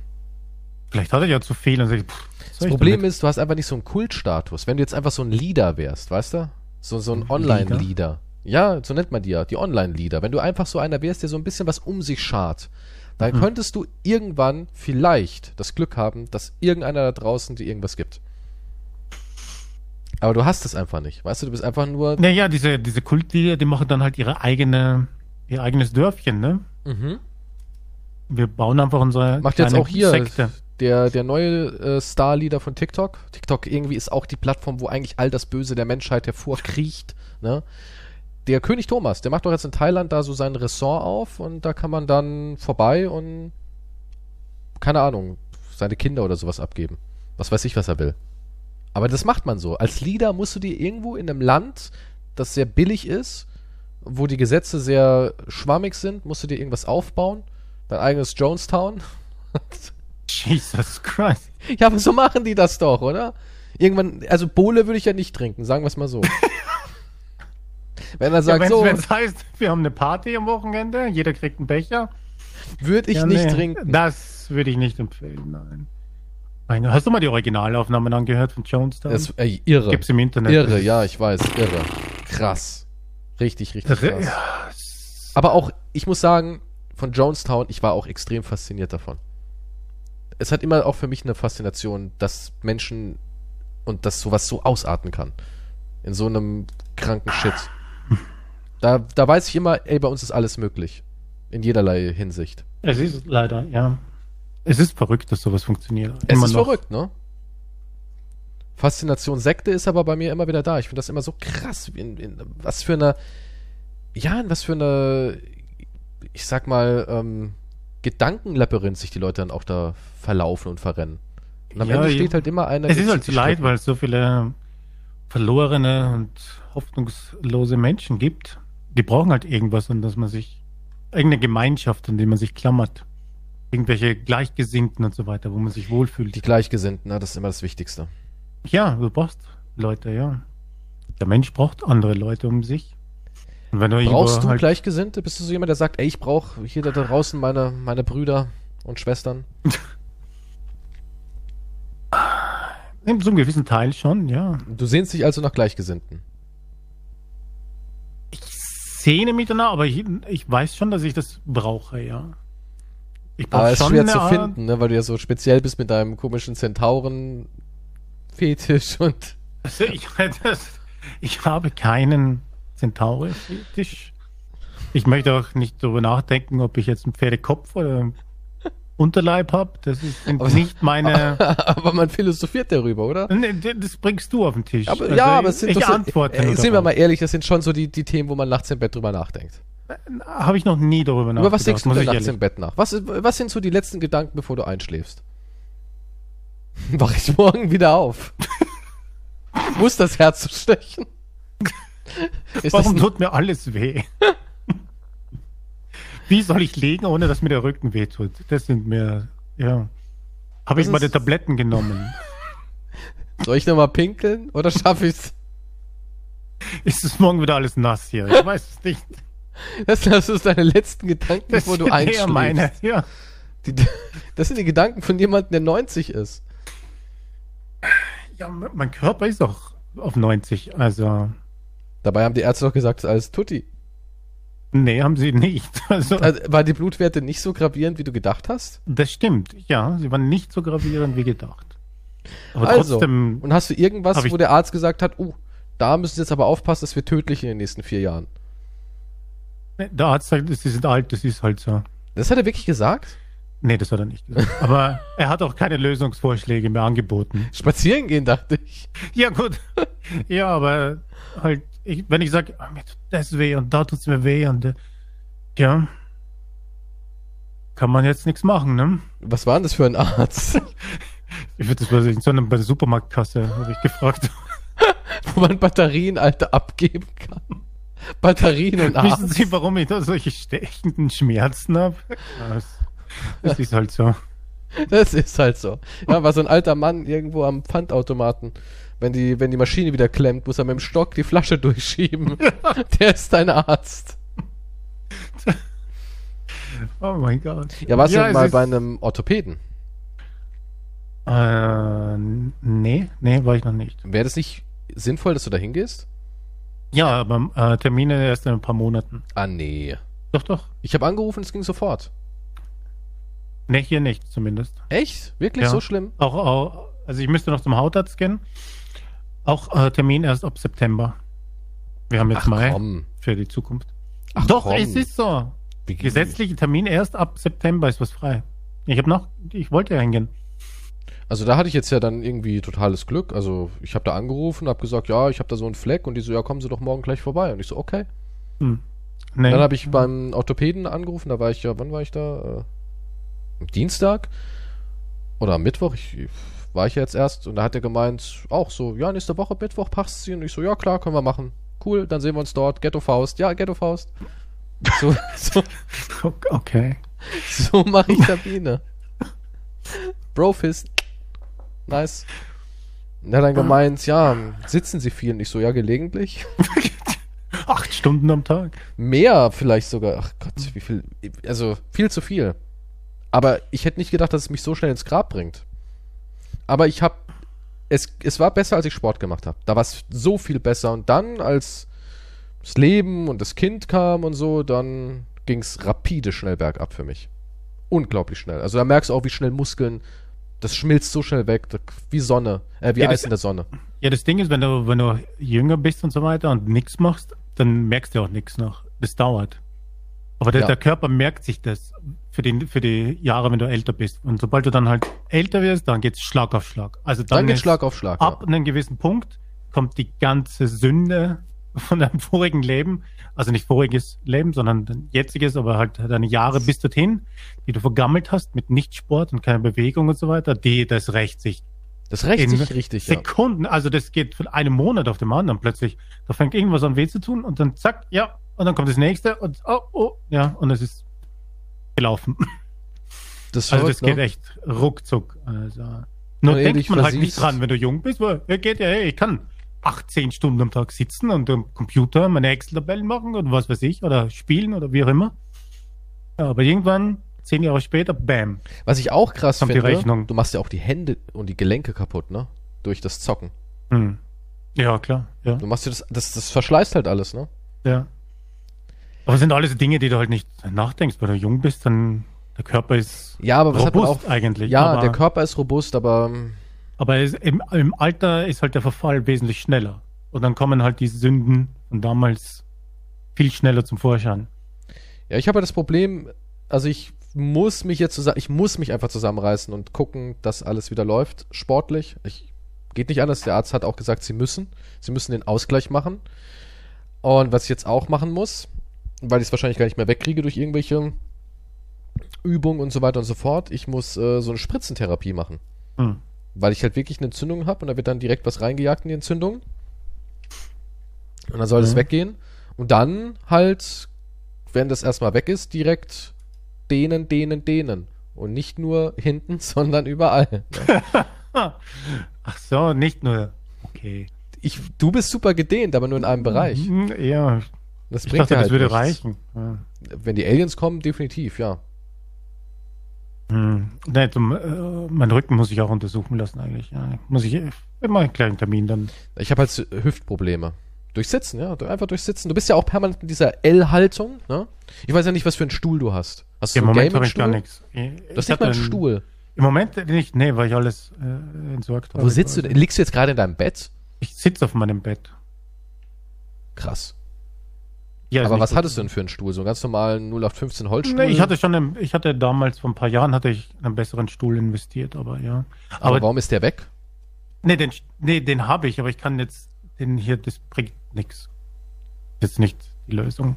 Speaker 2: Vielleicht hat er ja zu viel und sagt, pff, was soll
Speaker 1: Das
Speaker 2: ich
Speaker 1: Problem
Speaker 2: damit?
Speaker 1: ist, du hast einfach nicht so einen Kultstatus. Wenn du jetzt einfach so ein Leader wärst, weißt du? So, so ein Online-Leader. Ja, so nennt man die ja, die Online-Leader. Wenn du einfach so einer wärst, der so ein bisschen was um sich schart,
Speaker 2: Hm.
Speaker 1: dann könntest du irgendwann vielleicht das Glück haben, dass irgendeiner da draußen dir irgendwas gibt. Aber du hast es einfach nicht. Weißt du, du bist einfach nur.
Speaker 2: Naja, diese, diese Kultlieder, die machen dann halt ihre eigene, ihr eigenes Dörfchen, ne?
Speaker 1: Mhm.
Speaker 2: Wir bauen einfach unsere
Speaker 1: Macht jetzt
Speaker 2: kleine
Speaker 1: auch hier
Speaker 2: Sekte.
Speaker 1: der, der neue äh, Star-Leader von TikTok. TikTok irgendwie ist auch die Plattform, wo eigentlich all das Böse der Menschheit hervorkriecht. Ne? Der König Thomas, der macht doch jetzt in Thailand da so sein Ressort auf und da kann man dann vorbei und keine Ahnung, seine Kinder oder sowas abgeben. Was weiß ich, was er will. Aber das macht man so. Als Leader musst du dir irgendwo in einem Land, das sehr billig ist, wo die Gesetze sehr schwammig sind, musst du dir irgendwas aufbauen. Dein eigenes Jonestown.
Speaker 2: Jesus Christ.
Speaker 1: Ja, aber so machen die das doch, oder? Irgendwann, also Bohle würde ich ja nicht trinken, sagen wir es mal so. Wenn er sagt,
Speaker 2: wenn's,
Speaker 1: so
Speaker 2: wenn's heißt, wir haben eine Party am Wochenende, jeder kriegt einen Becher.
Speaker 1: würde ich
Speaker 2: Ja,
Speaker 1: nicht
Speaker 2: nee,
Speaker 1: trinken.
Speaker 2: Das würde ich nicht empfehlen, nein. Meine, Hast du mal die Originalaufnahmen angehört von Jonestown?
Speaker 1: Das äh, irre.
Speaker 2: Gibt's im Internet.
Speaker 1: Irre, ja, ich weiß, irre. Krass. Richtig, richtig
Speaker 2: Irre,
Speaker 1: krass.
Speaker 2: ja.
Speaker 1: Aber auch, ich muss sagen, von Jonestown, ich war auch extrem fasziniert davon. Es hat immer auch für mich eine Faszination, dass Menschen und dass sowas so ausarten kann. In so einem kranken Shit. Da, da weiß ich immer, ey, bei uns ist alles möglich. In jederlei Hinsicht.
Speaker 2: Es ist leider, ja. Es ist verrückt, dass sowas funktioniert.
Speaker 1: Es
Speaker 2: Immer
Speaker 1: ist
Speaker 2: noch.
Speaker 1: verrückt, ne? Faszination Sekte ist aber bei mir immer wieder da. Ich finde das immer so krass, wie in, in, was für eine, ja, in was für eine, ich sag mal, ähm, Gedankenlabyrinth sich die Leute dann auch da verlaufen und verrennen. Und am
Speaker 2: Ja,
Speaker 1: Ende
Speaker 2: ja.
Speaker 1: steht halt immer einer.
Speaker 2: Es ist
Speaker 1: der
Speaker 2: halt
Speaker 1: zieht die
Speaker 2: so leid,
Speaker 1: Strippen.
Speaker 2: weil es so viele verlorene und hoffnungslose Menschen gibt. Die brauchen halt irgendwas, an das man sich, irgendeine Gemeinschaft, an die man sich klammert. Irgendwelche Gleichgesinnten und so weiter, wo man sich wohlfühlt.
Speaker 1: Die Gleichgesinnten, ne? das ist immer das Wichtigste.
Speaker 2: Ja, du brauchst Leute, ja. Der Mensch braucht andere Leute um sich. Und wenn du
Speaker 1: Brauchst du
Speaker 2: halt,
Speaker 1: Gleichgesinnte? Bist du so jemand, der sagt, ey, ich brauche hier da draußen meine, meine Brüder und Schwestern?
Speaker 2: in so einem gewissen Teil schon, ja.
Speaker 1: Du sehnst dich also nach Gleichgesinnten.
Speaker 2: Ich sehne mich danach, aber ich, ich weiß schon, dass ich das brauche, ja. Ich brauch
Speaker 1: Aber es ist schwer zu
Speaker 2: eine Art-
Speaker 1: finden, ne? weil du ja so speziell bist mit deinem komischen Zentauren-Fetisch und
Speaker 2: Also ich, das, ich habe keinen Zentaure-Fetisch. Ich möchte auch nicht darüber nachdenken, ob ich jetzt einen Pferdekopf oder einen Unterleib habe. Das ist sind
Speaker 1: Aber-
Speaker 2: nicht meine.
Speaker 1: aber man philosophiert darüber, oder?
Speaker 2: Nee, d- das bringst du auf den Tisch.
Speaker 1: Aber,
Speaker 2: Also
Speaker 1: ja, aber es sind
Speaker 2: ich, ich
Speaker 1: so,
Speaker 2: antworte.
Speaker 1: äh,
Speaker 2: nur
Speaker 1: sind wir
Speaker 2: darauf.
Speaker 1: mal ehrlich, das sind schon so die, die Themen, wo man nachts im Bett drüber nachdenkt.
Speaker 2: Habe ich noch nie darüber nachgedacht.
Speaker 1: Über was denkst du
Speaker 2: Genau, muss
Speaker 1: denn
Speaker 2: ich
Speaker 1: nachts
Speaker 2: ehrlich-
Speaker 1: im Bett nach? Was, ist- was sind so die letzten Gedanken, bevor du einschläfst? Wach ich morgen wieder auf? Muss das Herz so stechen? Ist das
Speaker 2: Warum
Speaker 1: ein,
Speaker 2: tut mir alles weh? Wie soll ich liegen, ohne dass mir der Rücken weh tut? Das sind mir, ja. Habe ich
Speaker 1: Das
Speaker 2: meine
Speaker 1: ist-
Speaker 2: Tabletten genommen?
Speaker 1: soll ich nochmal pinkeln oder schaffe ich's?
Speaker 2: Ist es morgen wieder alles nass hier? Ich weiß es nicht.
Speaker 1: Das, das ist deine letzten Gedanken, bevor du
Speaker 2: sind eher
Speaker 1: einschläfst.
Speaker 2: Ja.
Speaker 1: Die, das sind die Gedanken von jemandem, der 90 ist.
Speaker 2: ja, m- mein Körper ist doch auf 90. Also,
Speaker 1: Dabei haben die Ärzte doch gesagt, das ist alles Tutti.
Speaker 2: nee, haben sie nicht. Also,
Speaker 1: Also, waren die Blutwerte nicht so gravierend, wie du gedacht hast?
Speaker 2: das stimmt. Ja, sie waren nicht so gravierend wie gedacht. Aber
Speaker 1: also,
Speaker 2: trotzdem,
Speaker 1: und hast du irgendwas,
Speaker 2: Hm. hab ich-
Speaker 1: wo der Arzt gesagt hat, uh, da müssen sie jetzt aber aufpassen, das wird tödlich in den nächsten vier Jahren.
Speaker 2: der Arzt sagt, sie sind alt, das ist halt so.
Speaker 1: Das hat er wirklich gesagt?
Speaker 2: Nee, das hat er nicht gesagt. Aber er hat auch keine Lösungsvorschläge mehr angeboten.
Speaker 1: Spazieren gehen, dachte ich.
Speaker 2: Ja, gut. Ja, aber halt, ich, wenn ich sage, mir tut das weh und da tut's mir weh und äh, ja, kann man jetzt nichts machen, ne?
Speaker 1: Was war denn das für ein Arzt?
Speaker 2: Ich würde das bei, so einer- bei der Supermarktkasse, habe ich gefragt.
Speaker 1: wo man Batterien, Alter, abgeben kann. Batterien und
Speaker 2: Wissen
Speaker 1: Arzt.
Speaker 2: Sie, warum ich da solche stechenden Schmerzen habe? Das, das ist halt so.
Speaker 1: Das ist halt so. Ja, war so ein alter Mann irgendwo am Pfandautomaten. Wenn die, wenn die Maschine wieder klemmt, muss er mit dem Stock die Flasche durchschieben. Der ist dein Arzt.
Speaker 2: Oh mein Gott.
Speaker 1: Ja, warst du
Speaker 2: es
Speaker 1: denn mal
Speaker 2: ist-
Speaker 1: bei einem Orthopäden?
Speaker 2: Äh, nee, nee, war ich noch nicht.
Speaker 1: Wäre das nicht sinnvoll, dass du da hingehst?
Speaker 2: Ja, aber äh, Termine erst in ein paar Monaten.
Speaker 1: Ah, nee.
Speaker 2: Doch, doch.
Speaker 1: Ich habe angerufen, es ging sofort.
Speaker 2: Nee, hier nicht zumindest.
Speaker 1: Echt? Wirklich
Speaker 2: Ja.
Speaker 1: so schlimm?
Speaker 2: Auch, auch, also ich müsste noch zum Hautarzt gehen. Auch äh, Termin erst ab September. Wir haben jetzt Mai
Speaker 1: komm.
Speaker 2: für die Zukunft.
Speaker 1: Ach,
Speaker 2: Doch,
Speaker 1: komm.
Speaker 2: es ist so.
Speaker 1: Wie-
Speaker 2: Gesetzlichen Termin erst ab September ist was frei. Ich habe noch, ich wollte ja hingehen.
Speaker 1: Also da hatte ich jetzt ja dann irgendwie totales Glück. Also ich habe da angerufen, habe gesagt, ja, ich habe da so einen Fleck und die so, ja, kommen Sie doch morgen gleich vorbei. Und ich so, okay.
Speaker 2: Hm. Nee.
Speaker 1: Dann habe ich beim Orthopäden angerufen, da war ich ja, wann war ich da? Äh, am Dienstag oder am Mittwoch, ich, war ich ja jetzt erst und da hat er gemeint, auch so, ja, nächste Woche Mittwoch passt sie und ich so, ja klar, können wir machen. Cool, dann sehen wir uns dort. Ghetto Faust, ja, Ghetto Faust. So, so,
Speaker 2: okay.
Speaker 1: so mache ich Termine. Brofist. nice. Und er hat dann gemeint, ja, sitzen Sie viel nicht so, ja, gelegentlich.
Speaker 2: Acht Stunden am Tag.
Speaker 1: Mehr vielleicht sogar. Ach Gott, wie viel. Also viel zu viel. Aber ich hätte nicht gedacht, dass es mich so schnell ins Grab bringt. Aber ich habe. Es, es war besser, als ich Sport gemacht habe. Da war es so viel besser. Und dann, als das Leben und das Kind kam und so, dann ging es rapide schnell bergab für mich. Unglaublich schnell. Also da merkst du auch, wie schnell Muskeln. Das schmilzt so schnell weg, das- wie Sonne, äh, wie
Speaker 2: Ja, das-
Speaker 1: Eis in der Sonne.
Speaker 2: Ja, das Ding ist, wenn du, wenn du jünger bist und so weiter und nichts machst, dann merkst du auch nichts noch. Das dauert. Aber der,
Speaker 1: Ja.
Speaker 2: der Körper merkt sich das für, den, für die Jahre, wenn du älter bist. Und sobald du dann halt älter wirst, dann geht's Schlag auf Schlag. Also dann,
Speaker 1: Dann geht
Speaker 2: ist
Speaker 1: Schlag auf Schlag.
Speaker 2: ab einem gewissen Punkt kommt die ganze Sünde von deinem vorigen Leben, also nicht voriges Leben, sondern dein jetziges, aber halt deine Jahre bis dorthin, die du vergammelt hast mit Nichtsport und keiner Bewegung und so weiter, die, das rächt sich
Speaker 1: Ja. Das rächt
Speaker 2: in
Speaker 1: sich richtig. Ja.
Speaker 2: Sekunden, also das geht von einem Monat auf den anderen plötzlich. Da fängt irgendwas an weh zu tun und dann zack, ja, und dann kommt das nächste und oh, oh, ja, und es ist gelaufen.
Speaker 1: Das,
Speaker 2: Also
Speaker 1: hört,
Speaker 2: das geht
Speaker 1: ne?
Speaker 2: echt ruckzuck. Also, nur
Speaker 1: Und ehe
Speaker 2: denkt
Speaker 1: dich
Speaker 2: man halt nicht
Speaker 1: versiehst.
Speaker 2: dran, wenn du jung bist, weil ja, geht ja, hey, ich kann 18 Stunden am Tag sitzen und am Computer meine Excel-Tabellen machen und was weiß ich oder spielen oder wie auch immer. Ja, aber irgendwann, zehn Jahre später, bam.
Speaker 1: Was ich auch krass
Speaker 2: Kommt die
Speaker 1: finde,
Speaker 2: Rechnung.
Speaker 1: du machst ja auch die Hände und die Gelenke kaputt, ne? Durch das Zocken.
Speaker 2: Hm. Ja, klar. Ja.
Speaker 1: Du machst dir das, das, das verschleißt halt alles, ne?
Speaker 2: Ja. Aber es sind alles Dinge, die du halt nicht nachdenkst, weil du jung bist, dann der Körper ist
Speaker 1: Ja, aber was
Speaker 2: robust
Speaker 1: hat man auch.
Speaker 2: eigentlich.
Speaker 1: Ja,
Speaker 2: aber,
Speaker 1: der Körper ist robust, aber ähm,
Speaker 2: aber es, im, im Alter ist halt der Verfall wesentlich schneller. Und dann kommen halt diese Sünden von damals viel schneller zum Vorschein.
Speaker 1: ja, ich habe halt das Problem, also ich muss mich jetzt zusammen, ich muss mich einfach zusammenreißen und gucken, dass alles wieder läuft, sportlich. Ich, geht nicht anders. Der Arzt hat auch gesagt, sie müssen, sie müssen den Ausgleich machen. Und was ich jetzt auch machen muss, weil ich es wahrscheinlich gar nicht mehr wegkriege durch irgendwelche Übungen und so weiter und so fort, ich muss äh, so eine Spritzentherapie machen.
Speaker 2: Hm.
Speaker 1: weil ich halt wirklich eine Entzündung habe und da wird dann direkt was reingejagt in die Entzündung. Und dann soll es
Speaker 2: Mhm.
Speaker 1: weggehen. Und dann halt, wenn das erstmal weg ist, direkt dehnen, dehnen, dehnen. Und nicht nur hinten, sondern überall.
Speaker 2: Ach so, nicht nur. Okay.
Speaker 1: Ich, du bist super gedehnt, aber nur in einem Bereich.
Speaker 2: Hm, Ja,
Speaker 1: Das
Speaker 2: ich
Speaker 1: bringt
Speaker 2: dachte,
Speaker 1: dir
Speaker 2: das
Speaker 1: halt
Speaker 2: würde
Speaker 1: nichts.
Speaker 2: reichen. Ja.
Speaker 1: Wenn die Aliens kommen, definitiv, ja.
Speaker 2: Hm. Nein, zum, äh, mein Rücken muss ich auch untersuchen lassen eigentlich. Ja. Muss ich äh, immer einen kleinen Termin dann.
Speaker 1: Ich habe halt Hüftprobleme. Durch Sitzen, ja. Einfach durch Sitzen. Du bist ja auch permanent in dieser L-Haltung, ne? Ich weiß ja nicht, was für einen Stuhl du hast. Hast du
Speaker 2: Im
Speaker 1: einen
Speaker 2: Moment habe ich
Speaker 1: Gaming-Stuhl?
Speaker 2: gar nichts. Ich,
Speaker 1: Du hast nicht
Speaker 2: ich
Speaker 1: mal einen
Speaker 2: hatte einen-
Speaker 1: Stuhl.
Speaker 2: Im Moment nicht, nee, weil ich alles äh, entsorgt habe.
Speaker 1: Wo sitzt du denn? Liegst du jetzt gerade in deinem Bett?
Speaker 2: Ich sitze auf meinem Bett.
Speaker 1: Krass.
Speaker 2: Ja,
Speaker 1: Aber was hattest du denn für einen Stuhl? So einen ganz normalen 0815
Speaker 2: du?
Speaker 1: Holzstuhl?
Speaker 2: Nee, ich hatte schon, einen, ich hatte damals vor ein paar Jahren hatte ich einen besseren Stuhl investiert, aber ja.
Speaker 1: aber,
Speaker 2: Aber,
Speaker 1: warum ist der weg?
Speaker 2: nee, den, nee, den habe ich, aber ich kann jetzt den hier, das bringt nichts. Jetzt nicht die Lösung,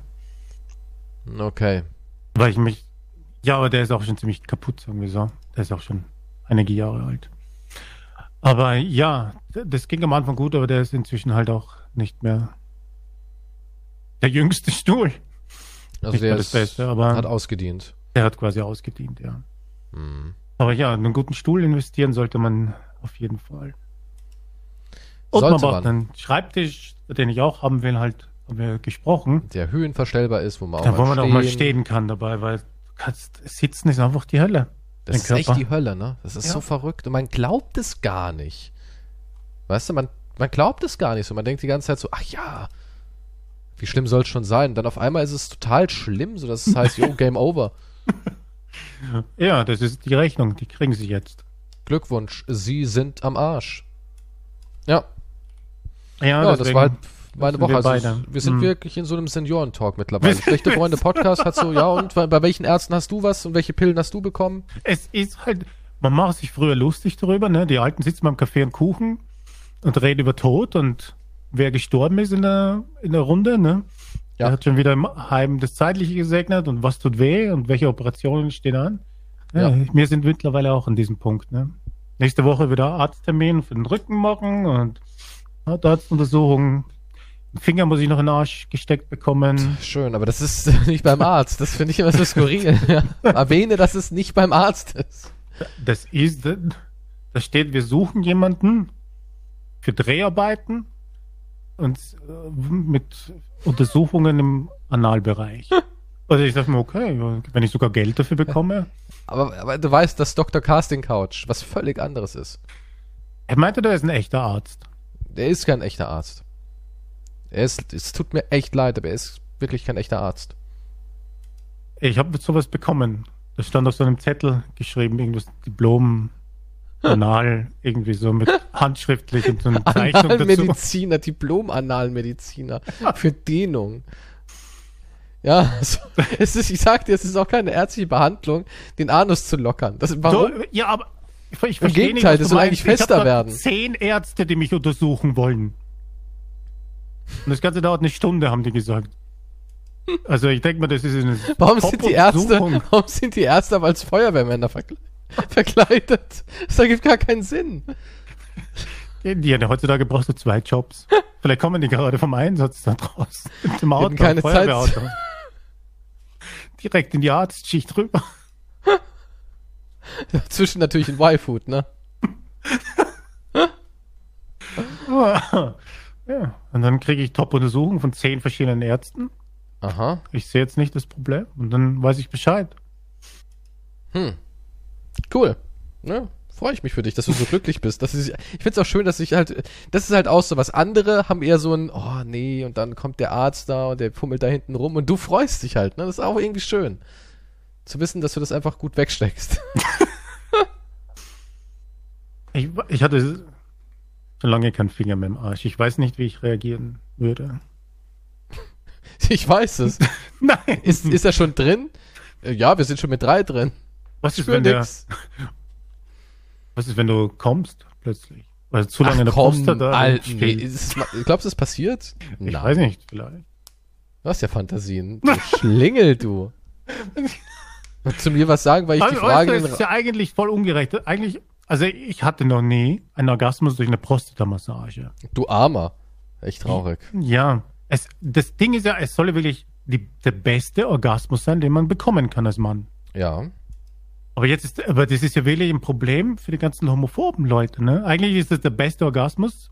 Speaker 1: Okay.
Speaker 2: weil ich mich, ja, aber der ist auch schon ziemlich kaputt, sagen wir so. Der ist auch schon einige Jahre alt. Aber ja, d- das ging am Anfang gut, aber der ist inzwischen halt auch nicht mehr der jüngste Stuhl.
Speaker 1: Also
Speaker 2: Nicht
Speaker 1: der
Speaker 2: mal das
Speaker 1: ist,
Speaker 2: Beste, aber-
Speaker 1: hat ausgedient.
Speaker 2: Der hat quasi ausgedient, ja.
Speaker 1: Hm.
Speaker 2: Aber ja, in einen guten Stuhl investieren sollte man auf jeden Fall. Und
Speaker 1: Sollte
Speaker 2: man braucht
Speaker 1: man.
Speaker 2: einen Schreibtisch, den ich auch haben will, halt, haben wir gesprochen.
Speaker 1: Der höhenverstellbar ist, wo man auch
Speaker 2: da wo man auch mal stehen kann dabei, weil du kannst, sitzen ist einfach die Hölle.
Speaker 1: Das
Speaker 2: Den
Speaker 1: ist echt
Speaker 2: Körper.
Speaker 1: die Hölle, ne? Das ist
Speaker 2: Ja.
Speaker 1: so verrückt. Und man glaubt es gar nicht. Weißt du, man, man glaubt es gar nicht so. Man denkt die ganze Zeit so, ach ja, wie schlimm soll es schon sein? Und dann auf einmal ist es total schlimm, so dass es heißt, jo, Game Over.
Speaker 2: Ja, das ist die Rechnung, die kriegen sie jetzt.
Speaker 1: Glückwunsch, Sie sind am Arsch. Ja,
Speaker 2: Ja,
Speaker 1: Ja, das
Speaker 2: deswegen-
Speaker 1: war halt meine
Speaker 2: sind
Speaker 1: Woche.
Speaker 2: wir
Speaker 1: also,
Speaker 2: beide.
Speaker 1: wir sind
Speaker 2: Mhm.
Speaker 1: wirklich in so einem Seniorentalk mittlerweile. Schlechte Freunde Podcast hat so, ja, und bei welchen Ärzten hast du was und welche Pillen hast du bekommen?
Speaker 2: es ist halt, man macht sich früher lustig darüber, ne? Die Alten sitzen beim Kaffee und Kuchen und reden über Tod und wer gestorben ist in der, in der Runde, ne?
Speaker 1: Ja.
Speaker 2: Der hat schon wieder im Heim das Zeitliche gesegnet und was tut weh und welche Operationen stehen an. Ja,
Speaker 1: Ja.
Speaker 2: Wir sind mittlerweile auch an diesem Punkt, ne? Nächste Woche wieder Arzttermin für den Rücken machen und Arztuntersuchungen. Den Finger muss ich noch in den Arsch gesteckt bekommen.
Speaker 1: Schön, aber das ist nicht beim Arzt. Das finde ich immer so skurril. ja. Erwähne, dass es nicht beim Arzt ist.
Speaker 2: Das ist, Da steht, wir suchen jemanden für Dreharbeiten und äh, mit Untersuchungen im Analbereich. Also ich dachte mir, okay, wenn ich sogar Geld dafür bekomme.
Speaker 1: Aber, aber du weißt, dass Dr. Casting Couch was völlig anderes ist.
Speaker 2: Er meinte, der ist ein echter Arzt.
Speaker 1: Der ist kein echter Arzt. Er ist, es tut mir echt leid, aber er ist wirklich kein echter Arzt.
Speaker 2: Ich habe sowas bekommen. Das stand auf so einem Zettel geschrieben, irgendwas Diplom, Anal, irgendwie so mit handschriftlich und so einer Zeichnung dazu.
Speaker 1: Analmediziner, Diplom-Analmediziner für Dehnung. Ja, also, es ist, ich sag dir, es ist auch keine ärztliche Behandlung, den Anus zu lockern. Das, warum?
Speaker 2: So, ja, aber ich, ich
Speaker 1: Im
Speaker 2: verstehe
Speaker 1: Gegenteil,
Speaker 2: was
Speaker 1: das
Speaker 2: du
Speaker 1: soll
Speaker 2: meinst.
Speaker 1: eigentlich fester
Speaker 2: ich hab dort
Speaker 1: werden.
Speaker 2: Zehn Ärzte, die mich untersuchen wollen. Und das Ganze dauert eine Stunde, haben die gesagt. Also ich denke mal, das ist eine
Speaker 1: Warum sind die Ärzte,
Speaker 2: Top-Untersuchung.
Speaker 1: warum sind die Ärzte aber als Feuerwehrmänner verkle verkleidet? Das ergibt gar keinen Sinn.
Speaker 2: Die, ja, heutzutage brauchst du zwei Jobs. Vielleicht kommen die gerade vom Einsatz da draußen. Zum Auto,
Speaker 1: keine
Speaker 2: Feuerwehrauto. Direkt in die Arztschicht rüber.
Speaker 1: Dazwischen natürlich ein Y-Food, ne?
Speaker 2: ja. Und dann kriege ich Top-Untersuchungen von zehn verschiedenen Ärzten.
Speaker 1: Aha.
Speaker 2: Ich sehe jetzt nicht das Problem. Und dann weiß ich Bescheid.
Speaker 1: Cool. Ne? Freue ich mich für dich, dass du so glücklich bist. Das ist, ich find's auch schön, dass ich halt, das ist halt auch so was. Andere haben eher so ein, oh nee, und dann kommt der Arzt da und der fummelt da hinten rum und du freust dich halt. Ne? Das ist auch irgendwie schön. Zu wissen, dass du das einfach gut wegsteckst.
Speaker 2: Ich, ich hatte schon lange keinen Finger mehr im Arsch. Ich weiß nicht, wie ich reagieren würde.
Speaker 1: Ich weiß es.
Speaker 2: Nein.
Speaker 1: Ist, ist er schon drin? Äh, Ja, wir sind schon mit drei drin.
Speaker 2: was, ist,
Speaker 1: Für
Speaker 2: wenn der,
Speaker 1: nix.
Speaker 2: was ist, wenn du kommst plötzlich? Weil du zu lange in der Post da
Speaker 1: Alter, nee,
Speaker 2: stehst.
Speaker 1: ist, es- glaubst du, es passiert?
Speaker 2: Ich weiß nicht, vielleicht.
Speaker 1: Du hast ja Fantasien. Du Schlingel, du. Und zu mir was sagen, weil ich die
Speaker 2: Also,
Speaker 1: Frage...
Speaker 2: weißt du, es ist ja eigentlich voll ungerecht. Eigentlich, also ich hatte noch nie einen Orgasmus durch eine Prostatamassage.
Speaker 1: Du Armer. Echt traurig.
Speaker 2: Ja, es, das Ding ist ja, es soll ja wirklich die, der beste Orgasmus sein, den man bekommen kann als Mann.
Speaker 1: Ja.
Speaker 2: Aber jetzt ist, aber das ist ja wirklich ein Problem für die ganzen homophoben Leute, ne? Eigentlich ist das der beste Orgasmus.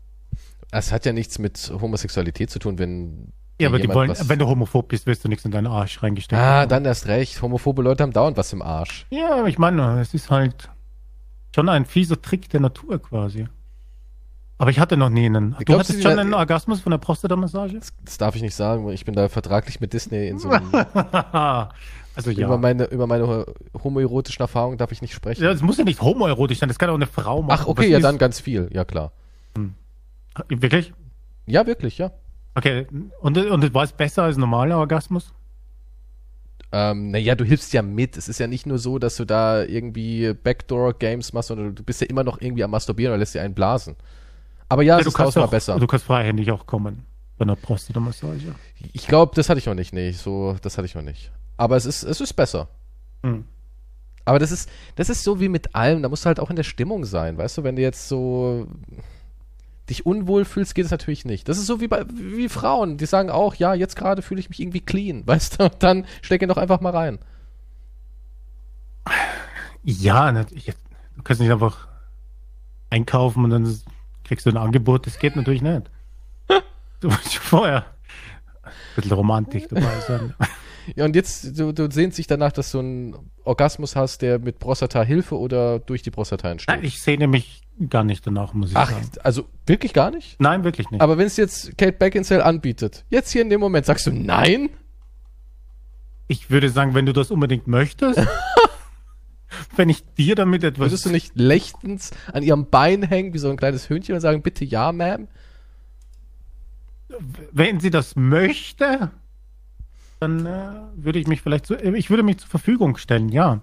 Speaker 1: Es hat ja nichts mit Homosexualität zu tun, wenn.
Speaker 2: Ja, aber die
Speaker 1: jemand
Speaker 2: wollen,
Speaker 1: was-
Speaker 2: wenn du homophob bist, wirst du nichts in deinen Arsch reingesteckt.
Speaker 1: Ah, dann erst recht. Homophobe Leute haben dauernd was im Arsch.
Speaker 2: Ja, aber ich meine, es ist halt schon ein fieser Trick der Natur quasi. Aber ich hatte noch nie einen. Du
Speaker 1: glaub,
Speaker 2: hattest
Speaker 1: sie-
Speaker 2: schon einen Orgasmus von der Prostatamassage?
Speaker 1: Das, das darf ich nicht sagen. Ich bin da vertraglich mit Disney in so einem.
Speaker 2: also ja.
Speaker 1: über, meine, über meine ho- homoerotischen Erfahrungen darf ich nicht sprechen.
Speaker 2: Ja, Das muss ja nicht homoerotisch sein, das kann auch eine Frau machen.
Speaker 1: Ach, okay,
Speaker 2: Was
Speaker 1: ja,
Speaker 2: ist-
Speaker 1: dann ganz viel. Ja, klar.
Speaker 2: Wirklich?
Speaker 1: Ja, wirklich, ja.
Speaker 2: Okay, und, und war es besser als normaler Orgasmus?
Speaker 1: Ähm, naja, du hilfst ja mit. Es ist ja nicht nur so, dass du da irgendwie Backdoor-Games machst, sondern du bist ja immer noch irgendwie am Masturbieren oder lässt dir einen blasen. Aber ja, es
Speaker 2: du
Speaker 1: ist tausendmal
Speaker 2: auch,
Speaker 1: besser.
Speaker 2: Du kannst freihändig auch kommen bei einer Prostatamassage.
Speaker 1: Ich glaube, das hatte ich noch nicht. Nee, so, das hatte ich noch nicht. Aber es ist, es ist besser.
Speaker 2: Hm.
Speaker 1: Aber das ist, das ist so wie mit allem. Da musst du halt auch in der Stimmung sein, weißt du? Wenn du jetzt so dich unwohl fühlst, geht es natürlich nicht. Das ist so wie bei wie Frauen, die sagen auch, ja, jetzt gerade fühle ich mich irgendwie clean, weißt du? Und dann stecke doch einfach mal rein.
Speaker 2: Ja, ne, ich- du kannst nicht einfach einkaufen und dann s- kriegst du ein Angebot. Das geht natürlich nicht. Du musst schon vorher ein bisschen Romantik dabei sein.
Speaker 1: Ja, und jetzt, du, du sehnst dich danach, dass du einen Orgasmus hast, der mit Prostata-Hilfe oder durch die Prostata entsteht.
Speaker 2: Nein, ich sehne mich gar nicht danach, muss ich
Speaker 1: Ach,
Speaker 2: sagen.
Speaker 1: also wirklich gar nicht?
Speaker 2: Nein, wirklich nicht.
Speaker 1: Aber wenn es jetzt Kate Beckinsale anbietet, jetzt hier in dem Moment, sagst du nein?
Speaker 2: Ich würde sagen, wenn du das unbedingt möchtest, wenn ich dir damit etwas.
Speaker 1: Würdest du nicht lechtens an ihrem Bein hängen, wie so ein kleines Hündchen und sagen, bitte ja, Ma'am?
Speaker 2: wenn sie das möchte, dann äh, würde ich mich vielleicht zu, äh, ich würde mich zur Verfügung stellen, ja.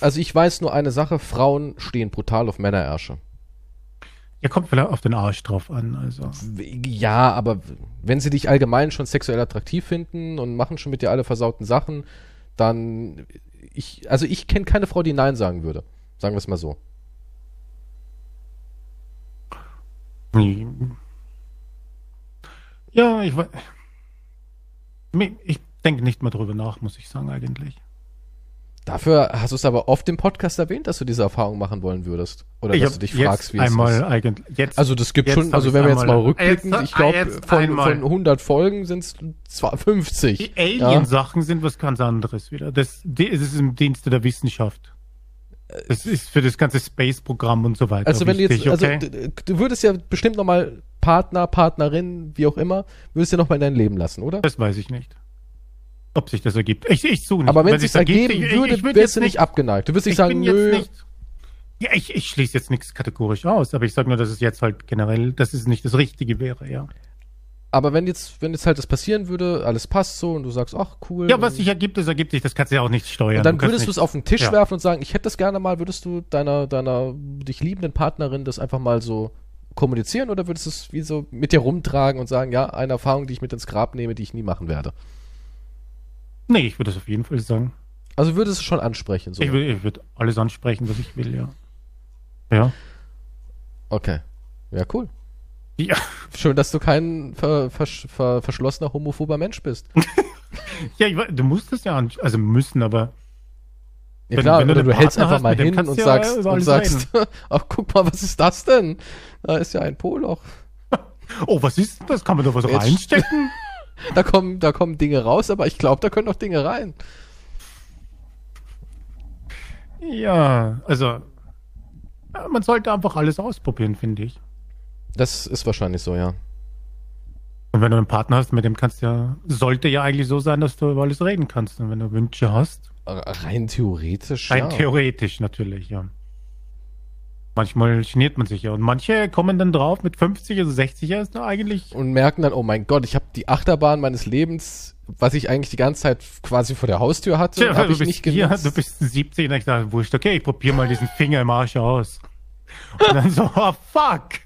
Speaker 1: Also ich weiß nur eine Sache, Frauen stehen brutal auf Männerärsche.
Speaker 2: Ja, kommt vielleicht auf den Arsch drauf an, also.
Speaker 1: Ja, aber wenn sie dich allgemein schon sexuell attraktiv finden und machen schon mit dir alle versauten Sachen, dann ich, also ich kenne keine Frau, die Nein sagen würde. Sagen wir es mal so.
Speaker 2: Ja, ich wei- Mi- ich denke nicht mehr drüber nach, muss ich sagen eigentlich.
Speaker 1: Dafür hast du es aber oft im Podcast erwähnt, dass du diese Erfahrung machen wollen würdest. Oder
Speaker 2: ich
Speaker 1: dass
Speaker 2: hab
Speaker 1: du dich
Speaker 2: jetzt
Speaker 1: fragst, wie
Speaker 2: einmal
Speaker 1: es ist.
Speaker 2: eigentlich. Jetzt,
Speaker 1: Also das gibt
Speaker 2: Jetzt
Speaker 1: schon,
Speaker 2: hab
Speaker 1: also
Speaker 2: ich's
Speaker 1: wenn wir jetzt mal
Speaker 2: einmal-
Speaker 1: rückblickend,
Speaker 2: Jetzt-
Speaker 1: ich
Speaker 2: ah, jetzt
Speaker 1: glaube, von,
Speaker 2: einmal.
Speaker 1: von 100 Folgen sind es 50.
Speaker 2: die Alien-Sachen sind was ganz anderes wieder. Das, die, es ist im Dienste der Wissenschaft. Das ist für das ganze Space-Programm und so weiter.
Speaker 1: Also wenn du jetzt,
Speaker 2: wichtig,
Speaker 1: also
Speaker 2: okay?
Speaker 1: d- d- du würdest ja bestimmt nochmal Partner, Partnerin, wie auch immer, würdest du nochmal in dein Leben lassen, oder?
Speaker 2: Das weiß ich nicht. Ob sich das ergibt. Ich, ich suche nicht.
Speaker 1: Aber wenn es
Speaker 2: sich's
Speaker 1: sich ergeben würde,
Speaker 2: würd
Speaker 1: wärst du
Speaker 2: jetzt
Speaker 1: nicht abgeneigt. Du würdest nicht sagen, nö,
Speaker 2: Ja, ich, ich schließe jetzt nichts kategorisch aus, aber ich sage nur, dass es jetzt halt generell, dass es nicht das Richtige wäre, ja.
Speaker 1: aber wenn jetzt, wenn jetzt halt das passieren würde, alles passt so und du sagst, ach cool.
Speaker 2: Ja, was
Speaker 1: und-
Speaker 2: sich ergibt, das ergibt sich, das kannst du ja auch nicht steuern.
Speaker 1: Und dann
Speaker 2: kannst
Speaker 1: würdest du
Speaker 2: nicht-
Speaker 1: es auf den Tisch
Speaker 2: Ja.
Speaker 1: werfen und sagen, ich hätte das gerne mal, würdest du deiner, deiner dich liebenden Partnerin das einfach mal so kommunizieren oder würdest du es wie so mit dir rumtragen und sagen, ja, eine Erfahrung, die ich mit ins Grab nehme, die ich nie machen werde?
Speaker 2: Nee, ich würde es auf jeden Fall sagen.
Speaker 1: Also würdest du es schon ansprechen, so.
Speaker 2: Ich würde ich würd alles ansprechen, was ich will, ja. Ja.
Speaker 1: Okay. Ja, cool.
Speaker 2: Ja,
Speaker 1: Schön, dass du kein ver, versch, ver, verschlossener homophober Mensch bist.
Speaker 2: ja ich, we- du musst es ja, an, also müssen, aber
Speaker 1: Ja,
Speaker 2: Wenn-
Speaker 1: klar,
Speaker 2: wenn du
Speaker 1: oder
Speaker 2: den
Speaker 1: du hältst
Speaker 2: Partner
Speaker 1: einfach
Speaker 2: hast,
Speaker 1: mal
Speaker 2: mit dem
Speaker 1: hin
Speaker 2: kannst
Speaker 1: und
Speaker 2: du ja
Speaker 1: sagst,
Speaker 2: über
Speaker 1: und
Speaker 2: alles
Speaker 1: sagst ach, guck mal, was ist das denn? Da ist ja ein Poloch.
Speaker 2: oh, was ist denn das? Kann man da was
Speaker 1: Jetzt-
Speaker 2: reinstecken?
Speaker 1: Da kommen, da kommen Dinge raus, aber ich glaube, da können auch Dinge rein.
Speaker 2: ja, also äh, man sollte einfach alles ausprobieren, finde ich.
Speaker 1: Das ist wahrscheinlich so, ja.
Speaker 2: Und wenn du einen Partner hast, mit dem kannst du ja, sollte ja eigentlich so sein, dass du über alles reden kannst. Und wenn du Wünsche hast,
Speaker 1: Äh, Rein theoretisch.
Speaker 2: rein
Speaker 1: ja.
Speaker 2: theoretisch natürlich, ja. Manchmal geniert man sich ja. Und manche kommen dann drauf mit also 50 oder 60 erst na, eigentlich.
Speaker 1: und merken dann, oh mein Gott, ich habe die Achterbahn meines Lebens, was ich eigentlich die ganze Zeit quasi vor der Haustür hatte, habe ich nicht
Speaker 2: hier,
Speaker 1: genutzt.
Speaker 2: du bist 70 und ich dachte, wurscht, okay, ich probiere mal diesen Finger im Arsch aus. Und dann so, oh fuck.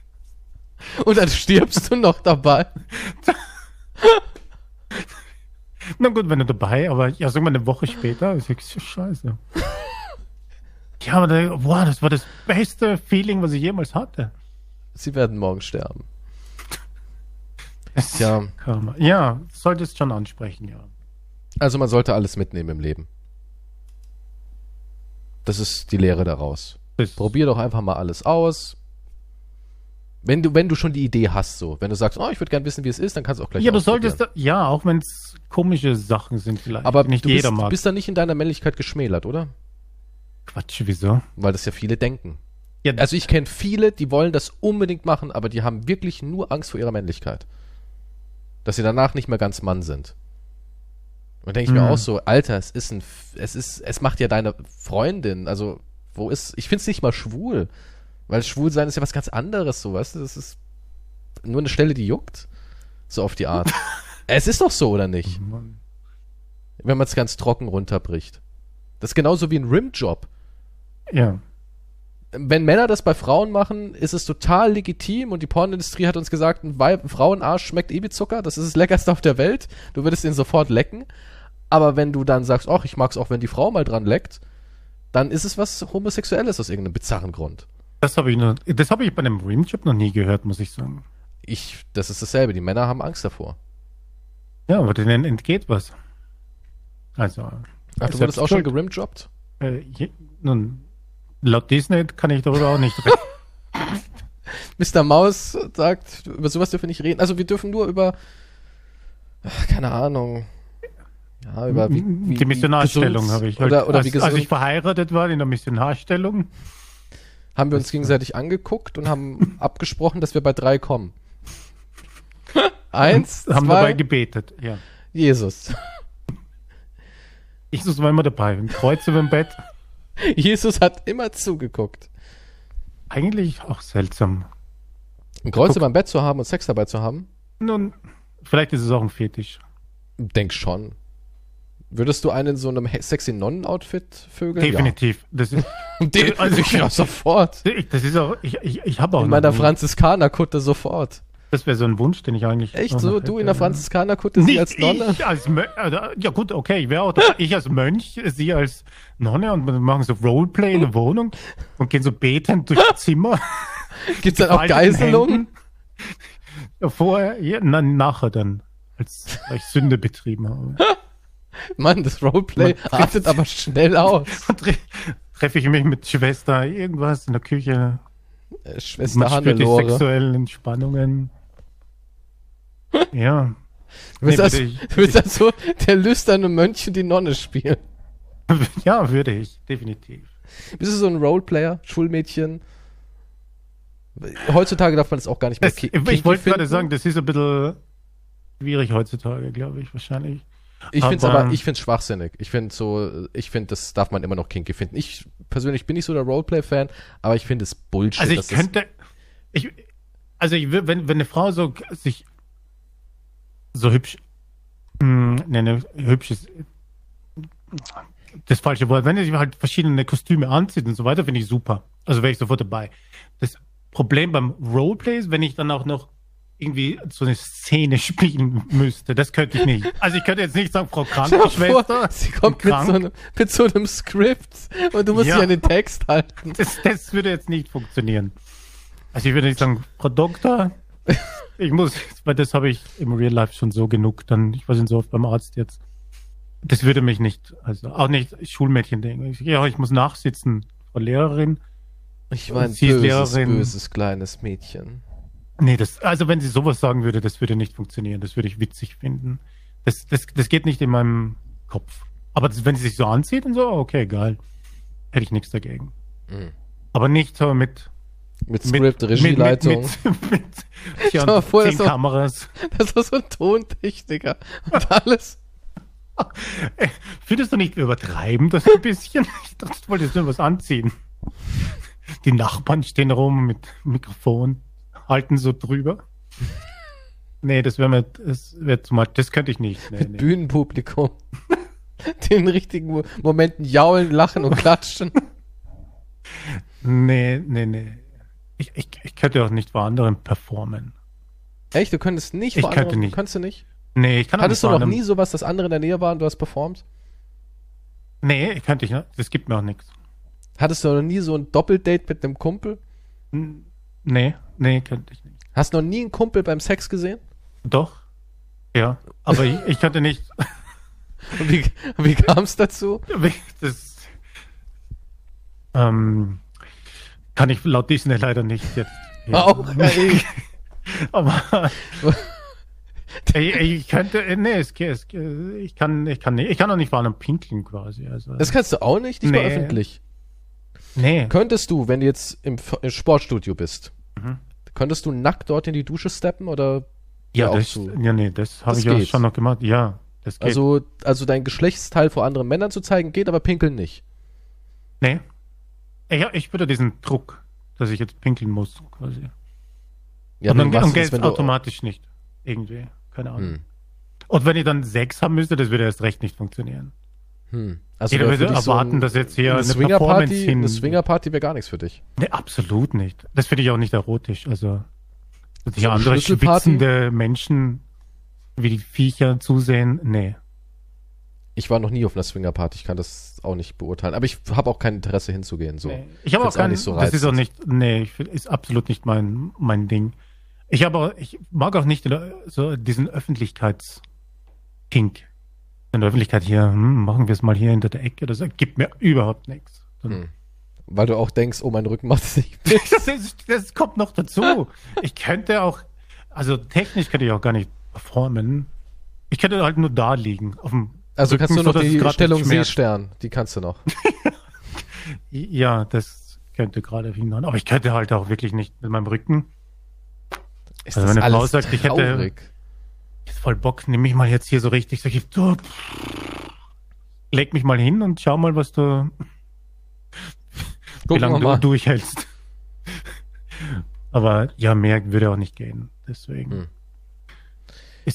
Speaker 1: Und dann stirbst du noch dabei.
Speaker 2: Na gut, wenn du dabei, aber ja, sag mal eine Woche später, ist ich, scheiße. Ja, aber da, boah, das war das beste Feeling, was ich jemals hatte.
Speaker 1: Sie werden morgen sterben. Tja.
Speaker 2: Karma. Ja, solltest schon ansprechen, ja.
Speaker 1: Also man sollte alles mitnehmen im Leben. Das ist die Lehre daraus.
Speaker 2: Das-
Speaker 1: Probier doch einfach mal alles aus. Wenn du, wenn du schon die Idee hast, so. Wenn du sagst, oh, ich würde gerne wissen, wie es ist, dann kannst du auch gleich
Speaker 2: Ja, du
Speaker 1: ausprobieren.
Speaker 2: solltest, da, ja, auch wenn es komische Sachen sind vielleicht.
Speaker 1: Aber
Speaker 2: nicht
Speaker 1: du
Speaker 2: jeder
Speaker 1: bist,
Speaker 2: mag.
Speaker 1: bist dann nicht in deiner Männlichkeit geschmälert, oder?
Speaker 2: Quatsch, wieso?
Speaker 1: Weil das ja viele denken.
Speaker 2: Ja,
Speaker 1: Also ich kenne viele, die wollen das unbedingt machen, aber die haben wirklich nur Angst vor ihrer Männlichkeit. Dass sie danach nicht mehr ganz Mann sind. Und denke ich mir
Speaker 2: Mhm.
Speaker 1: auch so, Alter, es ist ein, F- es ist, es macht ja deine Freundin, also wo ist, ich finde es nicht mal schwul, weil schwul sein ist ja was ganz anderes, so, weißt du, das ist nur eine Stelle, die juckt, so auf die Art. es ist doch so, oder nicht?
Speaker 2: Mann.
Speaker 1: Wenn man es ganz trocken runterbricht. Das ist genauso wie ein Rimjob
Speaker 2: ja.
Speaker 1: wenn Männer das bei Frauen machen, ist es total legitim und die Pornindustrie hat uns gesagt, ein Weib, Frauenarsch schmeckt eh wie Zucker, das ist das Leckerste auf der Welt, du würdest ihn sofort lecken. Aber wenn du dann sagst, ach, ich mag es auch, wenn die Frau mal dran leckt, dann ist es was Homosexuelles aus irgendeinem bizarren Grund.
Speaker 2: Das habe ich noch, das habe ich bei einem Rimjob noch nie gehört, muss ich sagen.
Speaker 1: Ich, das ist dasselbe, die Männer haben Angst davor.
Speaker 2: Ja, aber denen entgeht was. Also,
Speaker 1: Ach, du
Speaker 2: Selbst
Speaker 1: wurdest auch schon
Speaker 2: schuld.
Speaker 1: gerimjobbt?
Speaker 2: äh, je, nun, laut Disney kann ich darüber auch nicht reden.
Speaker 1: Mr. Maus sagt, über sowas dürfen wir nicht reden. Also wir dürfen nur über, ach, keine Ahnung, ja, über wie, wie,
Speaker 2: Die Missionarstellung
Speaker 1: gesund-
Speaker 2: habe ich.
Speaker 1: Oder, oder wie
Speaker 2: als,
Speaker 1: gesund,
Speaker 2: als ich verheiratet war in der Missionarstellung.
Speaker 1: haben wir uns gegenseitig angeguckt und haben abgesprochen, dass wir bei drei kommen. Eins,
Speaker 2: Haben dabei
Speaker 1: zwei,
Speaker 2: gebetet, ja.
Speaker 1: Jesus.
Speaker 2: Jesus war immer dabei, im Kreuz über dem Bett.
Speaker 1: Jesus hat immer zugeguckt.
Speaker 2: Eigentlich auch seltsam.
Speaker 1: Ein Kreuz über dem Bett zu haben und Sex dabei zu haben,
Speaker 2: Nun, vielleicht ist es auch ein Fetisch.
Speaker 1: denk schon. Würdest du einen in so einem he- sexy Nonnen-Outfit vögeln?
Speaker 2: Definitiv. Das ist,
Speaker 1: Ja. Den,
Speaker 2: Also-
Speaker 1: ich ja, sofort.
Speaker 2: ich- das ist auch, ich, ich, ich habe auch
Speaker 1: In
Speaker 2: noch
Speaker 1: meiner
Speaker 2: einen-
Speaker 1: Franziskanerkutte sofort.
Speaker 2: Das wäre so ein Wunsch, den ich eigentlich.
Speaker 1: Echt
Speaker 2: auch
Speaker 1: so?
Speaker 2: noch
Speaker 1: Du
Speaker 2: hätte.
Speaker 1: in der Franziskanerkutte,
Speaker 2: Nicht
Speaker 1: sie als Nonne?
Speaker 2: Ich als Mö also, ja gut, okay, ich wäre auch da. ich als Mönch, sie als Nonne und wir machen so Roleplay in der Wohnung und gehen so betend durchs Zimmer.
Speaker 1: Gibt's dann auch Geiselungen?
Speaker 2: Vorher, ja, na, nachher dann, als, als ich Sünde betrieben habe.
Speaker 1: Mann, das Roleplay
Speaker 2: Man trifft
Speaker 1: artet aber schnell aus.
Speaker 2: Tre- Treffe ich mich mit Schwester, irgendwas in der Küche.
Speaker 1: Äh,
Speaker 2: Man
Speaker 1: Schwester
Speaker 2: spürt die
Speaker 1: Hannelore.
Speaker 2: sexuellen Spannungen. Ja.
Speaker 1: Du bist,
Speaker 2: Nee,
Speaker 1: das,
Speaker 2: würde ich-
Speaker 1: du bist das so der lüsterne Mönch und die Nonne spielen.
Speaker 2: Ja, würde ich, definitiv.
Speaker 1: Bist du so ein Roleplayer, Schulmädchen? Heutzutage darf man das auch gar nicht mehr
Speaker 2: Das,
Speaker 1: ki-
Speaker 2: ich
Speaker 1: kinky
Speaker 2: wollte gerade
Speaker 1: finden.
Speaker 2: sagen, das ist ein bisschen schwierig heutzutage, glaube ich, wahrscheinlich.
Speaker 1: Ich finde es
Speaker 2: aber-
Speaker 1: aber, ich finde schwachsinnig. Ich finde so, ich finde, das darf man immer noch kinky finden. Ich persönlich bin nicht so der Roleplay-Fan, aber ich finde es Bullshit.
Speaker 2: Also ich
Speaker 1: dass es-
Speaker 2: könnte, ich, also ich wür- wenn, wenn eine Frau so sich so hübsch, hm, ne, ne, hübsch ist das falsche Wort, wenn sie halt verschiedene Kostüme anzieht und so weiter, finde ich super. Also wäre ich sofort dabei. Das Problem beim Roleplay ist, wenn ich dann auch noch irgendwie so eine Szene spielen müsste, das könnte ich nicht. Also ich könnte jetzt nicht sagen, Frau
Speaker 1: Stell dir
Speaker 2: Krankenschwester,
Speaker 1: vor, sie kommt mit
Speaker 2: krank.
Speaker 1: so, einem, mit so einem Skript und du musst
Speaker 2: Ja.
Speaker 1: dich an den Text halten.
Speaker 2: Das, das würde jetzt nicht funktionieren. Also ich würde nicht sagen, Frau Doktor, ich muss, weil das habe ich im Real Life schon so genug. Dann, ich war schon so oft beim Arzt jetzt. Das würde mich nicht, also auch nicht Schulmädchen denken. Ich, ja, ich muss nachsitzen, Frau Lehrerin.
Speaker 1: Ich war ein
Speaker 2: Sie ist
Speaker 1: böses,
Speaker 2: Lehrerin.
Speaker 1: böses kleines Mädchen.
Speaker 2: Nee, das, also wenn sie sowas sagen würde, das würde nicht funktionieren. Das würde ich witzig finden. Das, das, das geht nicht in meinem Kopf. Aber das, wenn sie sich so anzieht und so, okay, geil. Hätte ich nichts dagegen.
Speaker 1: Mhm.
Speaker 2: Aber nicht so mit
Speaker 1: Mit Skript, Regieleitung.
Speaker 2: Mit, mit, mit
Speaker 1: Stell
Speaker 2: ja,
Speaker 1: dir mal vor,
Speaker 2: zehn
Speaker 1: das ist doch-
Speaker 2: Kameras.
Speaker 1: Das war so ein Tontechniker. Und alles.
Speaker 2: Äh, Findest du nicht, wir übertreiben das ein bisschen? Ich dachte, du wolltest nur was anziehen. Die Nachbarn stehen rum mit Mikrofon, halten so drüber. Nee, das wäre mir, das wäre zum Beispiel, das könnte ich nicht. Nee,
Speaker 1: mit
Speaker 2: nee.
Speaker 1: Bühnenpublikum. Den richtigen Mo- Momenten jaulen, lachen und klatschen.
Speaker 2: nee, nee, nee. Ich, ich, ich könnte auch nicht vor anderen performen.
Speaker 1: Echt, du könntest nicht
Speaker 2: Ich
Speaker 1: vor
Speaker 2: könnte
Speaker 1: anderen-
Speaker 2: nicht.
Speaker 1: Könntest du nicht?
Speaker 2: Nee, ich kann auch nicht
Speaker 1: Hattest du
Speaker 2: vor
Speaker 1: noch
Speaker 2: anderen-
Speaker 1: nie sowas, dass andere in der Nähe waren, du hast performt?
Speaker 2: Nee, ich könnte ich, ne? das gibt mir auch nichts.
Speaker 1: Hattest du noch nie so ein Doppeldate mit einem Kumpel?
Speaker 2: N- Nee, nee, könnte ich nicht.
Speaker 1: Hast noch nie einen Kumpel beim Sex gesehen?
Speaker 2: Doch. Ja. Aber ich, ich könnte nicht.
Speaker 1: Und wie, und wie kam es dazu?
Speaker 2: Das, ähm, kann ich laut Disney leider nicht jetzt. Ja.
Speaker 1: Auch ey,
Speaker 2: Aber ich, ich könnte. äh, Nee, es, geht- es, geht- ich kann, ich kann nicht. Ich kann auch nicht vor einem pinkeln quasi. Also,
Speaker 1: Das kannst du auch nicht, nicht
Speaker 2: Nee.
Speaker 1: mal öffentlich.
Speaker 2: nee.
Speaker 1: Könntest du, wenn du jetzt im, F- im Sportstudio bist,
Speaker 2: Mhm.
Speaker 1: könntest du nackt dort in die Dusche steppen oder
Speaker 2: Ja,
Speaker 1: auch
Speaker 2: das,
Speaker 1: so.
Speaker 2: ja, nee, das habe
Speaker 1: Das
Speaker 2: ich ja
Speaker 1: geht.
Speaker 2: schon noch gemacht. Ja, das geht.
Speaker 1: also, also dein Geschlechtsteil vor anderen Männern zu zeigen geht, aber pinkeln nicht.
Speaker 2: nee. Ich, ich würde diesen Druck, dass ich jetzt pinkeln muss, quasi.
Speaker 1: Ja,
Speaker 2: und dann,
Speaker 1: wie machst
Speaker 2: dann
Speaker 1: du das,
Speaker 2: geht
Speaker 1: wenn du-
Speaker 2: automatisch nicht. Irgendwie. Keine Ahnung.
Speaker 1: Hm.
Speaker 2: Und wenn ihr dann sechs haben müsste, das würde erst recht nicht funktionieren.
Speaker 1: Hm. Also
Speaker 2: Jeder
Speaker 1: wär
Speaker 2: würde
Speaker 1: für dich so
Speaker 2: erwarten,
Speaker 1: ein-
Speaker 2: dass jetzt hier
Speaker 1: eine
Speaker 2: eine
Speaker 1: Swingerparty,
Speaker 2: Performance hin-
Speaker 1: eine Swingerparty wäre gar nichts für dich.
Speaker 2: Nee, absolut nicht. Das finde ich auch nicht erotisch. Also, dass hier
Speaker 1: eine
Speaker 2: andere
Speaker 1: Schlüsselparty?
Speaker 2: schwitzende Menschen wie die Viecher zusehen, nee.
Speaker 1: Ich war noch nie auf einer Swingerparty, ich kann das auch nicht beurteilen, aber ich habe auch kein Interesse hinzugehen so.
Speaker 2: nee. Ich habe auch
Speaker 1: Find's auch
Speaker 2: keinen,
Speaker 1: nicht so
Speaker 2: das ist auch
Speaker 1: reizend.
Speaker 2: nicht, nee, ich find, ist absolut nicht mein, mein Ding. Ich habe auch, ich mag auch nicht so diesen Öffentlichkeitskink. In der Öffentlichkeit hier, hm, machen wir es mal hier hinter der Ecke, das gibt mir überhaupt nichts. Dann
Speaker 1: Hm. Weil du auch denkst, oh, mein Rücken macht es nicht mit.
Speaker 2: das, ist, das kommt noch dazu. Ich könnte auch, also technisch könnte ich auch gar nicht performen. Ich könnte halt nur da liegen. Auf dem
Speaker 1: Also
Speaker 2: Rücken,
Speaker 1: kannst du
Speaker 2: so
Speaker 1: noch
Speaker 2: dass es
Speaker 1: die
Speaker 2: grad
Speaker 1: Stellung
Speaker 2: nicht schmerzt.
Speaker 1: Seestern, die kannst du noch.
Speaker 2: Ja, das könnte gerade hindern. Aber ich könnte halt auch wirklich nicht mit meinem Rücken.
Speaker 1: Ist
Speaker 2: Also
Speaker 1: das
Speaker 2: meine Frau
Speaker 1: alles
Speaker 2: sagt, ich hätte-
Speaker 1: traurig?
Speaker 2: Jetzt voll Bock, nimm mich mal jetzt hier so richtig. Sag ich, du, leg mich mal hin und schau mal, was du, wie
Speaker 1: Gucken
Speaker 2: lange
Speaker 1: wir
Speaker 2: du
Speaker 1: mal.
Speaker 2: durchhältst. Aber ja, mehr würde auch nicht gehen. Deswegen.
Speaker 1: Hm.
Speaker 2: Ist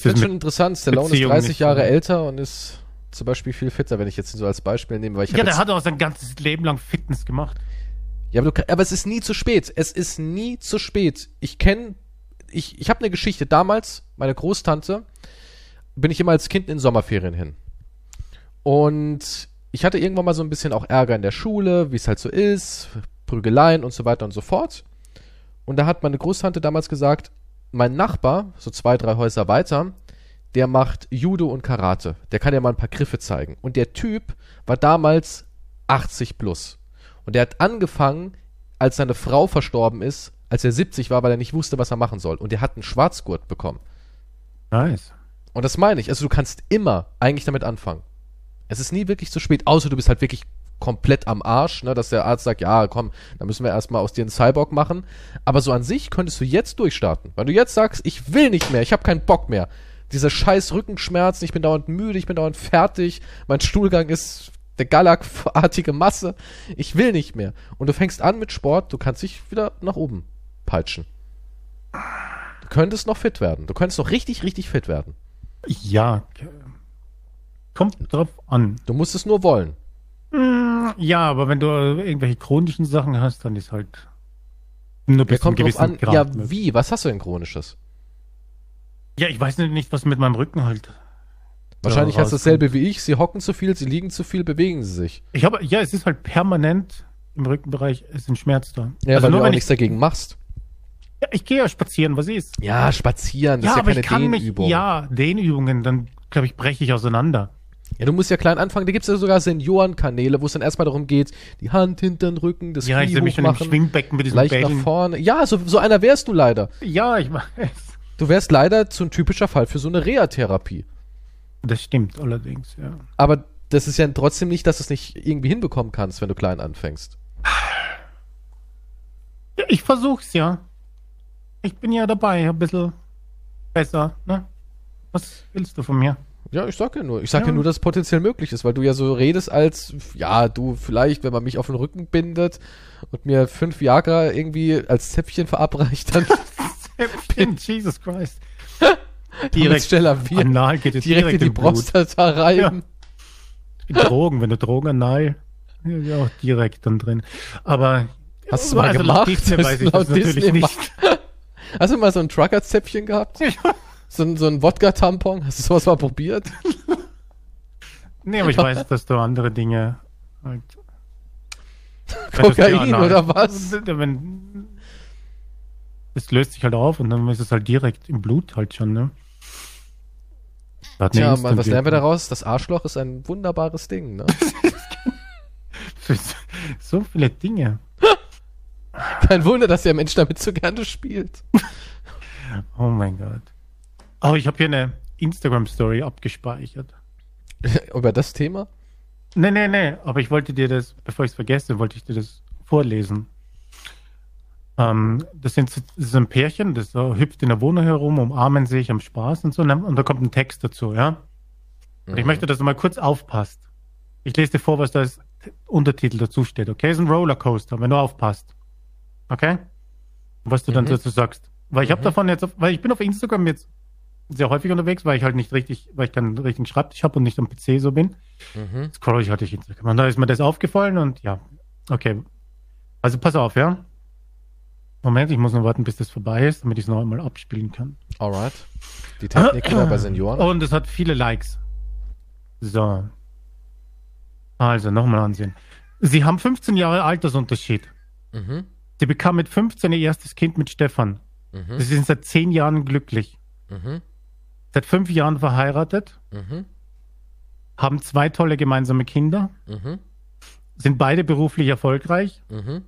Speaker 1: Ich
Speaker 2: das
Speaker 1: finde
Speaker 2: mit
Speaker 1: schon interessant, Stallone
Speaker 2: Beziehung
Speaker 1: ist 30
Speaker 2: nicht,
Speaker 1: Jahre
Speaker 2: ne?
Speaker 1: älter und ist zum Beispiel viel fitter, wenn ich jetzt ihn so als Beispiel nehme, weil ich
Speaker 2: Ja,
Speaker 1: hab
Speaker 2: der
Speaker 1: jetzt,
Speaker 2: hat auch sein ganzes Leben lang Fitness gemacht.
Speaker 1: ja aber, du, kann- aber es ist nie zu spät. Es ist nie zu spät. Ich kenne, ich, ich habe eine Geschichte. Damals, meine Großtante, bin ich immer als Kind in Sommerferien hin. Und ich hatte irgendwann mal so ein bisschen auch Ärger in der Schule, wie es halt so ist, Prügeleien und so weiter und so fort. Und da hat meine Großtante damals gesagt, mein Nachbar, so zwei, drei Häuser weiter, der macht Judo und Karate. Der kann ja mal ein paar Griffe zeigen. Und der Typ war damals 80 plus. Und der hat angefangen, als seine Frau verstorben ist, als er 70 war, weil er nicht wusste, was er machen soll. Und der hat einen Schwarzgurt bekommen.
Speaker 2: Nice.
Speaker 1: Und das meine ich. Also du kannst immer eigentlich damit anfangen. Es ist nie wirklich zu spät, außer du bist halt wirklich komplett am Arsch, ne, dass der Arzt sagt, ja, komm, dann müssen wir erstmal aus dir einen Cyborg machen. Aber so an sich könntest du jetzt durchstarten. Wenn du jetzt sagst, ich will nicht mehr, ich habe keinen Bock mehr. Diese scheiß Rückenschmerzen, ich bin dauernd müde, ich bin dauernd fertig, mein Stuhlgang ist eine galakartige Masse, ich will nicht mehr. Und du fängst an mit Sport, du kannst dich wieder nach oben peitschen. Du könntest noch fit werden. Du könntest noch richtig, richtig fit werden.
Speaker 2: Ja. Kommt drauf an.
Speaker 1: Du musst es nur wollen.
Speaker 2: Mm, Ja, aber wenn du äh, irgendwelche chronischen Sachen hast, dann ist halt nur
Speaker 1: Ja,
Speaker 2: bis zu einem
Speaker 1: kommt drauf
Speaker 2: gewissen
Speaker 1: an,
Speaker 2: Grad.
Speaker 1: ja,
Speaker 2: möglich.
Speaker 1: wie? Was hast du denn chronisches?
Speaker 2: ja, ich weiß nicht, was mit meinem Rücken halt.
Speaker 1: Wahrscheinlich
Speaker 2: Ja,
Speaker 1: hast du dasselbe wie ich. Sie hocken zu viel, sie liegen zu viel, bewegen sie sich.
Speaker 2: Ich habe, ja, es ist halt permanent im Rückenbereich ist ein Schmerz da.
Speaker 1: Ja,
Speaker 2: also
Speaker 1: weil
Speaker 2: nur
Speaker 1: du auch
Speaker 2: wenn ich,
Speaker 1: nichts dagegen machst.
Speaker 2: ja, ich gehe ja spazieren, was ist?
Speaker 1: Ja, spazieren, das
Speaker 2: ja,
Speaker 1: ist ja keine
Speaker 2: aber ich kann mich,
Speaker 1: Dehnübung.
Speaker 2: ja, Dehnübungen, dann glaube ich, breche ich auseinander.
Speaker 1: ja, du musst ja klein anfangen. Da gibt es ja sogar Seniorenkanäle, wo es dann erstmal darum geht, die Hand hinter den Rücken, das
Speaker 2: Ja, ich
Speaker 1: Knie
Speaker 2: sehe mich schon im
Speaker 1: hochmachen,
Speaker 2: Schwingbecken mit diesem
Speaker 1: leicht nach
Speaker 2: Bällen.
Speaker 1: vorne. Ja, so, so einer wärst du leider.
Speaker 2: Ja, ich weiß.
Speaker 1: Du wärst leider so ein typischer Fall für so eine Reha-Therapie.
Speaker 2: Das stimmt allerdings, ja.
Speaker 1: Aber das ist ja trotzdem nicht, dass du es nicht irgendwie hinbekommen kannst, wenn du klein anfängst.
Speaker 2: ja ich versuch's ja. Ich bin ja dabei, ein bisschen besser, ne? Was willst du von mir?
Speaker 1: Ja, ich sag ja nur, ich sag ja.
Speaker 2: Ja.
Speaker 1: nur, dass es potenziell möglich ist, weil du ja so redest als, ja, du vielleicht, wenn man mich auf den Rücken bindet und mir fünf Viagra irgendwie als Zäpfchen verabreicht, dann
Speaker 2: Bin Jesus Christ.
Speaker 1: wird's schneller wir
Speaker 2: anal geht jetzt
Speaker 1: direkt in die
Speaker 2: im Blut.
Speaker 1: Prostata reiben.
Speaker 2: Die Drogen, wenn du Drogen anal, ja, ja auch direkt dann drin. Aber
Speaker 1: Hast du's mal gemacht?
Speaker 2: Disney
Speaker 1: Hast
Speaker 2: weiß
Speaker 1: du
Speaker 2: ich das
Speaker 1: laut Disney
Speaker 2: natürlich nicht.
Speaker 1: Hast du mal so ein Trucker-Zäpfchen gehabt? So ein, so ein Wodka-Tampon? Hast du sowas mal probiert?
Speaker 2: Nee, aber ich weiß, dass du andere Dinge halt.
Speaker 1: Kokain
Speaker 2: Ja, nein.
Speaker 1: oder was?
Speaker 2: Also, Wenn, es löst sich halt auf und dann ist es halt direkt im Blut halt schon, ne? Da hat eine
Speaker 1: Tja, Mann, was lernen wir
Speaker 2: Instant-Wirkung.
Speaker 1: daraus? Das Arschloch ist ein wunderbares Ding, ne?
Speaker 2: So viele Dinge.
Speaker 1: Kein Wunder, dass der Mensch damit so gerne spielt.
Speaker 2: Oh mein Gott. Oh, ich habe hier eine Instagram-Story abgespeichert.
Speaker 1: Über das Thema?
Speaker 2: Nee, nee, nee, aber ich wollte dir das, bevor ich es vergesse, wollte ich dir das vorlesen. Ähm, das, sind, so- das ist ein Pärchen, das so hüpft in der Wohnung herum, umarmen sich am Spaß und so, und dann- und da kommt ein Text dazu, ja? Und
Speaker 1: Mhm.
Speaker 2: ich möchte, dass du mal kurz aufpasst. Ich lese dir vor, was da als Untertitel dazu steht, okay? Es ist ein Rollercoaster, wenn du aufpasst. Okay? Was du dann
Speaker 1: Mhm.
Speaker 2: dazu sagst. Weil ich habe
Speaker 1: Mhm.
Speaker 2: davon jetzt, auf, weil ich bin auf Instagram jetzt sehr häufig unterwegs, weil ich halt nicht richtig, weil ich keinen richtigen Schreibtisch habe und nicht am PC so bin
Speaker 1: Mhm.
Speaker 2: scroll ich halt durch Instagram. Und da ist mir das aufgefallen und ja, okay. Also pass auf, ja. Moment, ich muss nur warten, bis das vorbei ist, damit ich es noch einmal abspielen kann. Ah.
Speaker 1: Alright. Die Technik wieder bei Senioren.
Speaker 2: Und es hat viele Likes. So. Also, nochmal ansehen. Sie haben 15 Jahre Altersunterschied.
Speaker 1: Mhm.
Speaker 2: Sie bekam mit 15 ihr erstes Kind mit Stefan.
Speaker 1: Mhm.
Speaker 2: Sie sind seit 10 Jahren glücklich.
Speaker 1: Mhm.
Speaker 2: Seit 5 Jahren verheiratet,
Speaker 1: Mhm.
Speaker 2: haben zwei tolle gemeinsame Kinder,
Speaker 1: Mhm.
Speaker 2: sind beide beruflich erfolgreich,
Speaker 1: Mhm.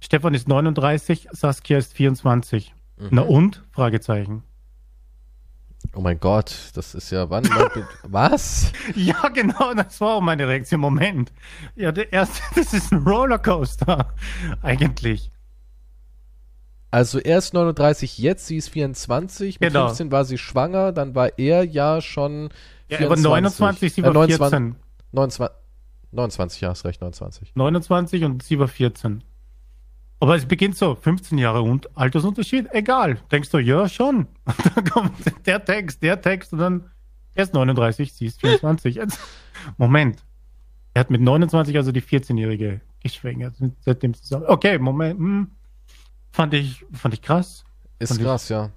Speaker 2: Stefan ist 39, Saskia ist 24.
Speaker 1: Mhm.
Speaker 2: Na und? Fragezeichen.
Speaker 1: Oh mein Gott, das ist ja wann? Was?
Speaker 2: Ja, genau, das war auch meine Reaktion. Moment. Ja, der erste, das ist ein Rollercoaster. Eigentlich.
Speaker 1: Also er ist 39 jetzt, sie ist 24. Mit
Speaker 2: Genau.
Speaker 1: 15 war sie schwanger, dann war er ja schon Äh,
Speaker 2: Ja, er war Äh, 29, sie war
Speaker 1: 29,
Speaker 2: 14.
Speaker 1: 29, 29, ja, hast recht, 29.
Speaker 2: 29 und sie war 14. Aber es beginnt so, 15 Jahre und Altersunterschied, egal. Denkst du, ja, schon. Und dann kommt der Text, der Text und dann, er ist 39, sie ist 24. Jetzt, Moment. Er hat mit 29 also die 14-Jährige geschwängert. sind Seitdem zusammen. Okay, Moment. Hm. Fand ich, fand ich krass.
Speaker 1: Ist
Speaker 2: Und ich-
Speaker 1: krass, ja.